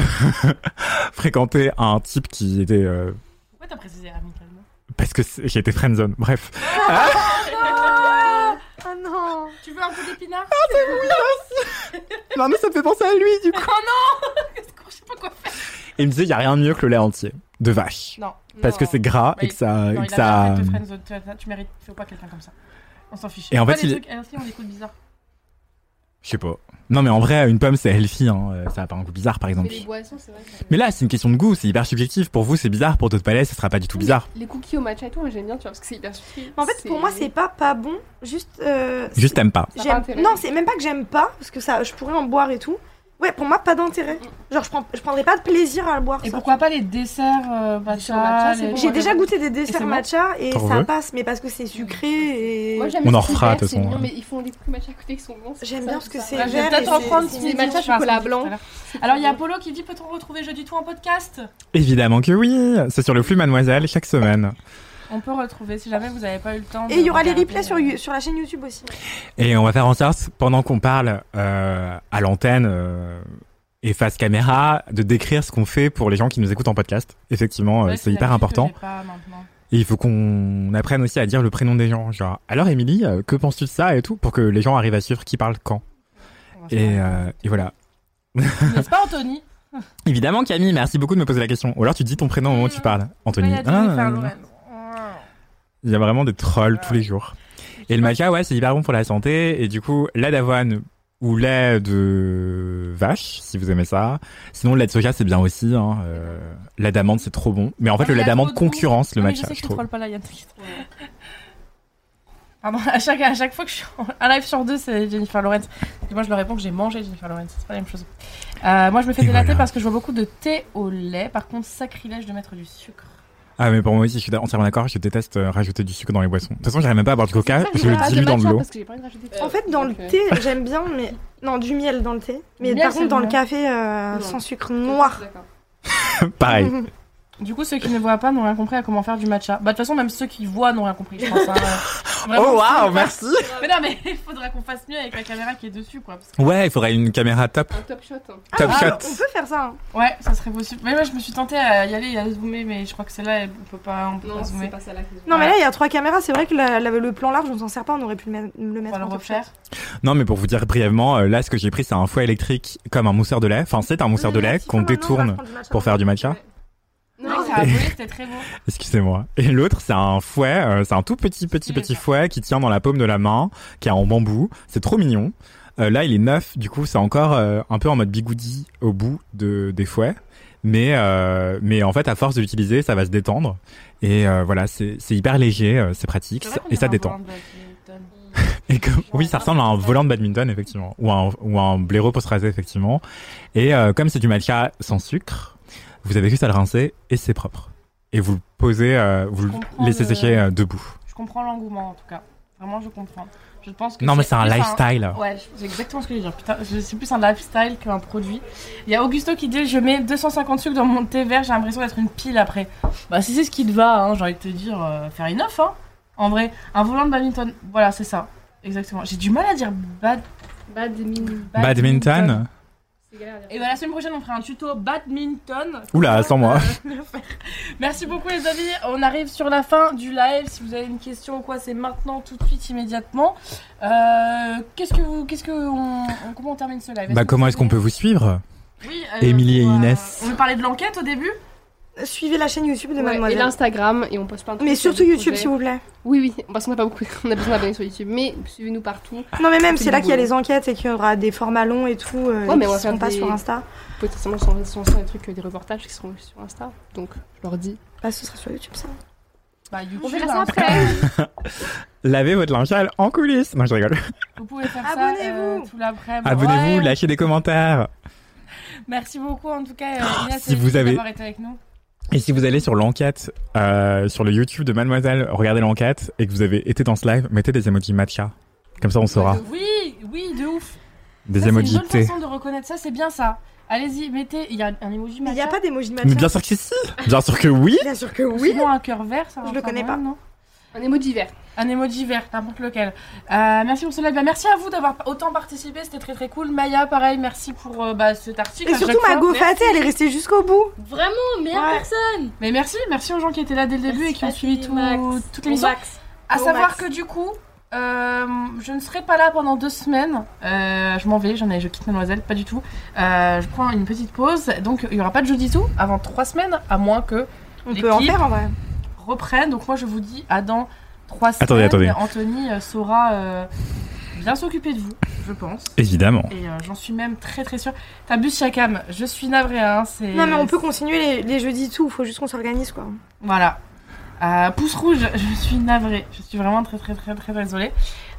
fréquenté un type qui était euh, Pourquoi t'as précisé amicalement parce que c'est- j'étais friendzone. Bref. Ah Ah Ah non Tu veux un peu d'épinard Ah, c'est non mais ça me fait penser à lui du coup. Oh non Je sais pas quoi faire. Il me disait, il y a rien de mieux que le lait entier de vache. Non. Parce que c'est gras Mais- et que ça, Bah, non, et il que a ça. euh, pas fait de friendzone, tu vois, Tu mérites. Faut pas quelqu'un comme ça. On s'en fiche. Et en Pas fait, les il- trucs healthy, on écoute bizarre. Je sais pas. Non, mais en vrai, une pomme, c'est healthy, hein. Euh, ça a pas un goût bizarre, par Mais exemple. les boissons, c'est vrai. que- Mais là, c'est une question de goût, c'est hyper subjectif. Pour vous, c'est bizarre, pour d'autres palais, ça sera pas du tout bizarre. Les cookies au matcha et tout, moi j'aime bien, tu vois, parce que c'est hyper sucré. En fait, pour moi, c'est pas pas bon, juste. euh, Juste, t'aimes pas. j'aime- Non, c'est même pas que j'aime pas, parce que ça, je pourrais en boire et tout. Ouais, pour moi, pas d'intérêt. Genre, je, prends, je prendrais pas de plaisir à le boire. Et ça. pourquoi pas les desserts euh, matcha, les- J'ai déjà goûté des Et c'est desserts bon matcha et T'en ça veux passe, mais parce que c'est sucré et. Moi, j'aime On les en cookies refera, verts, de toute c'est façon, mignon, hein. mais ils font des cookies matcha à côté qui sont bons. c'est J'aime ça, bien parce ça. que Ouais, c'est Ah, je vais vert peut-être et en c'est- prendre c'est ce du midi, matcha je ferai un chocolat sandwich blanc. tout à l'heure. Alors, il y a Apollo qui dit Peut-on retrouver jeudi tout un podcast Évidemment que oui. C'est sur le flux Mademoiselle chaque semaine. On peut retrouver si jamais vous n'avez pas eu le temps. Et de il y aura les regarder, replays sur, euh, You- sur la chaîne YouTube aussi. Et on va faire en sorte, pendant qu'on parle euh, à l'antenne euh, et face caméra, de décrire ce qu'on fait pour les gens qui nous écoutent en podcast. Effectivement, euh, ouais, c'est hyper l'habitude que important. j'ai pas maintenant. Et il faut qu'on apprenne aussi à dire le prénom des gens. Genre, alors Émilie, euh, que penses-tu de ça et tout Pour que les gens arrivent à suivre qui parle quand. Et, euh, et voilà. N'est-ce pas, Anthony Évidemment, Camille, merci beaucoup de me poser la question. Ou alors tu dis ton prénom au moment où tu parles. Anthony. Euh, Ouais, il y a Jennifer Ah, Lawrence. il y a vraiment des trolls tous les jours. Et le matcha, ouais, c'est hyper bon pour la santé. Et du coup, lait d'avoine ou lait de vache, si vous aimez ça. Sinon, le lait de soja, c'est bien aussi. Hein. Euh, lait d'amande, c'est trop bon. Mais en fait, Ah, le il lait a d'amande trop de goût. concurrence le Non, mais matcha, Je sais que je tu trouve. trolles pas la Yann Triste. Pardon, à chaque, à chaque fois que je suis en un live sur deux, c'est Jennifer Lawrence. Et moi, je leur réponds que j'ai mangé Jennifer Lawrence. C'est pas la même chose. Euh, moi, je me fais Et des latés voilà. parce que je vois beaucoup de thé au lait. Par contre, sacrilège de mettre du sucre. Ah, mais pour moi aussi, je suis entièrement d'accord. Je déteste euh, rajouter du sucre dans les boissons. De toute façon, j'arrive même pas à boire du coca. Je Ah, Ah, le dilue dans de l'eau. En fait, dans le thé, j'aime bien, mais. Non, du miel dans le thé. Mais miel, par c'est contre, dans le bon. café, euh, sans sucre noir. Pareil. Du coup, ceux qui ne voient pas n'ont rien compris à comment faire du matcha. Bah, de toute façon, même ceux qui voient n'ont rien compris, je pense. hein. Vraiment, Oh, waouh, c'est- merci. Mais non, mais il faudra qu'on fasse mieux avec la caméra qui est dessus, quoi. parce que- Ouais, il faudrait une caméra top. top shot. hein. Ah, Top bah, shot. peut faire hein. ça. Ouais, ça serait possible. Mais moi, je me suis tentée à y aller et à zoomer, mais je crois que celle-là, elle- on peut pas, on peut pas zoomer. Non, mais là, il y a trois caméras. C'est vrai que la- la- le plan large, on s'en sert pas. On aurait pu le, mettre- le mettre en top shot. Non, mais pour vous dire brièvement, euh, là, ce que j'ai pris, c'est un fouet électrique comme un mousseur de lait. Enfin, c'est un Mmh, mousseur de lait qu'on détourne pour faire du matcha. Non, ça a volé, Ah c'était très beau. Excusez-moi. Et l'autre, c'est un fouet, euh, c'est un tout petit, petit, petit fouet qui tient dans la paume de la main, qui est en bambou. C'est trop mignon. Euh, là, il est neuf, du coup, c'est encore euh, un peu en mode bigoudi au bout de, des fouets. Mais, euh, mais en fait, à force de l'utiliser, ça va se détendre. Et euh, voilà, c'est c'est hyper léger, euh, c'est pratique, et ça détend. Et comme- oui, ça ressemble à un volant de badminton, effectivement, ou un, ou un blaireau pour se raser, effectivement. Et euh, comme c'est du matcha sans sucre, vous avez juste à le rincer et c'est propre. Et vous le posez, euh, vous comprends le laissez le- sécher euh, debout. Je comprends l'engouement, en tout cas. Vraiment, je comprends. Je pense que Non, mais c'est un plus lifestyle. Ouais, je- c'est exactement ce que je veux dire. Putain, je- c'est plus un lifestyle qu'un produit. Il y a Augusto qui dit Je mets 250 sucres dans mon thé vert, j'ai l'impression d'être une pile après. Bah, si c'est ce qui te va, hein, j'ai envie de te dire, euh, faire une offre, hein. En vrai, un volant de badminton. Voilà, c'est ça. Exactement. J'ai du mal à dire bad. Badminton. Badminton Et bah, la semaine prochaine, on fera un tuto badminton. Oula, sans moi. Merci beaucoup les amis, on arrive sur la fin du live. Si vous avez une question ou quoi, c'est maintenant, tout de suite, immédiatement. Euh, qu'est-ce que vous, qu'est-ce que on, on- comment on termine ce live Est-ce Bah, que comment vous est-ce qu'on peut vous suivre Oui, euh, Émilie et on va- Inès. On veut parler de l'enquête au début. Suivez la chaîne YouTube de Et Mademoiselle. l'Instagram, et on poste plein de Mais trucs, surtout des YouTube, projets. s'il vous plaît. Oui, oui, parce qu'on n'a pas beaucoup, on a besoin d'abonnés sur YouTube, mais suivez-nous partout. Non, mais même, c'est là qu'il y a boulot. les enquêtes et qu'il y aura des formats longs et tout. euh, Ouais, mais qui on va seront faire pas des- sur Insta. Potentiellement, sur sur Insta, des trucs, euh, des reportages qui seront sur Insta. Donc, je leur dis. Bah, ce sera sur YouTube, ça. Bah, YouTube, On verra ça hein. après. Lavez votre linge sale en coulisses. Non, je rigole. Vous pouvez faire ça euh, tout l'après-midi. Abonnez-vous, Ouais. lâchez des commentaires. Merci beaucoup en tout cas, euh, Inès, Oh, si et vous Lucie avez- d'avoir été avec nous. Et si vous allez sur l'enquête, euh, sur le YouTube de Mademoiselle, regardez l'enquête et que vous avez été dans ce live, mettez des emojis matcha. Comme ça, on saura. Oui, oui, de ouf. Des Ça, emojis C'est une bonne thé. façon de reconnaître ça, c'est bien ça. Allez-y, mettez. Il y a un emoji matcha. Il n'y a pas d'emoji matcha. Mais bien sûr que si Bien sûr que oui Bien sûr que oui. Sinon, un cœur vert, ça. Je le connais pas. Non un emoji vert. Un emoji vert, n'importe lequel. Euh, merci pour ce live. Bah, merci à vous d'avoir autant participé, c'était très très cool. Maya, pareil, merci pour euh, bah, cet article. Et à surtout, chaque ma fois. gofaté, elle est restée jusqu'au bout. Vraiment, meilleure personne Mais merci, merci aux gens qui étaient là dès le début et qui ont suivi tout, toute l'émission. Max. À Au savoir max. que du coup, euh, je ne serai pas là pendant deux semaines. Euh, je m'en vais, j'en ai, je quitte Mademoiselle, pas du tout. Euh, je prends une petite pause, donc il n'y aura pas de jeudi tout avant trois semaines, à moins que On peut en l'équipe faire en vrai. reprenne. Donc moi je vous dis à dans trois semaines. Attendez, attendez. Anthony euh, saura euh, bien s'occuper de vous, je pense. Évidemment. Et euh, j'en suis même très très sûre. T'abuses Chakam, je suis navrée. Hein, c'est- Non, mais on peut continuer les, les jeudis tout. Faut juste qu'on s'organise, quoi. Voilà. Euh, pouce rouge, je suis navrée. Je suis vraiment très très très très désolée.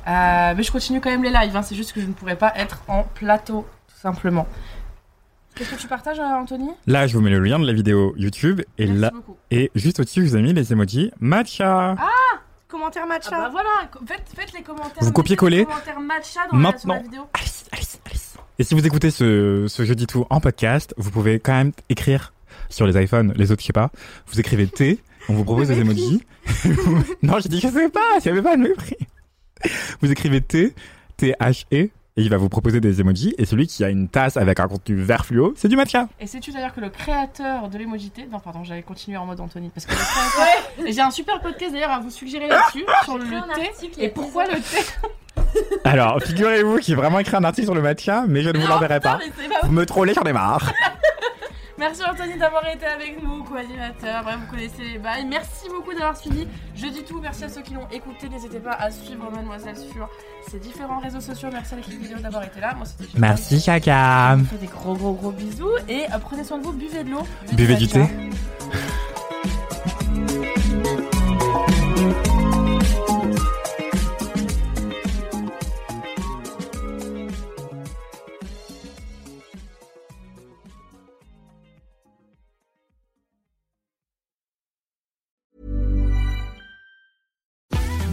Euh, mais je continue quand même les lives. hein. C'est juste que je ne pourrais pas être en plateau, tout simplement. Qu'est-ce que tu partages, euh, Anthony Là, je vous mets le lien de la vidéo YouTube et là et juste au-dessus, je vous ai mis les emojis matcha. Ah Commentaire matcha. bah voilà, co- faites, faites les commentaires. Vous copiez-collez. mettez les commentaires matcha dans la- sur la Maintenant. vidéo. Et si vous écoutez ce, ce jeudi tout en podcast, vous pouvez quand même écrire sur les iPhones, les autres je sais pas. Vous écrivez T, on vous propose des emojis. Oh, non, j'ai dit je sais pas, il y avait pas de mépris. Vous écrivez T, T H E et il va vous proposer des emojis. Et celui qui a une tasse avec un contenu vert fluo, c'est du matcha. Et sais-tu d'ailleurs que le créateur de l'emojité. Non, pardon, j'allais continuer en mode Anthony. Parce que le créateur- Et J'ai un super podcast d'ailleurs à vous suggérer là-dessus, sur le thé. Et pourquoi le thé Alors, figurez-vous qu'il a vraiment écrit un article sur le matcha, mais je ne vous l'enverrai pas. mais c'est pas Vous me trollez, j'en ai marre. Merci Anthony d'avoir été avec nous, co-animateur. Voilà, vous connaissez les bails. Merci beaucoup d'avoir suivi. Je dis tout. Merci à ceux qui l'ont écouté. N'hésitez pas à suivre Mademoiselle sur ses différents réseaux sociaux. Merci à l'équipe vidéo d'avoir été là. Moi, c'était Juliette. Merci, Chaka. Je vous fais des gros, gros, gros bisous. Et euh, prenez soin de vous. Buvez de l'eau. Buvez du matcha. thé.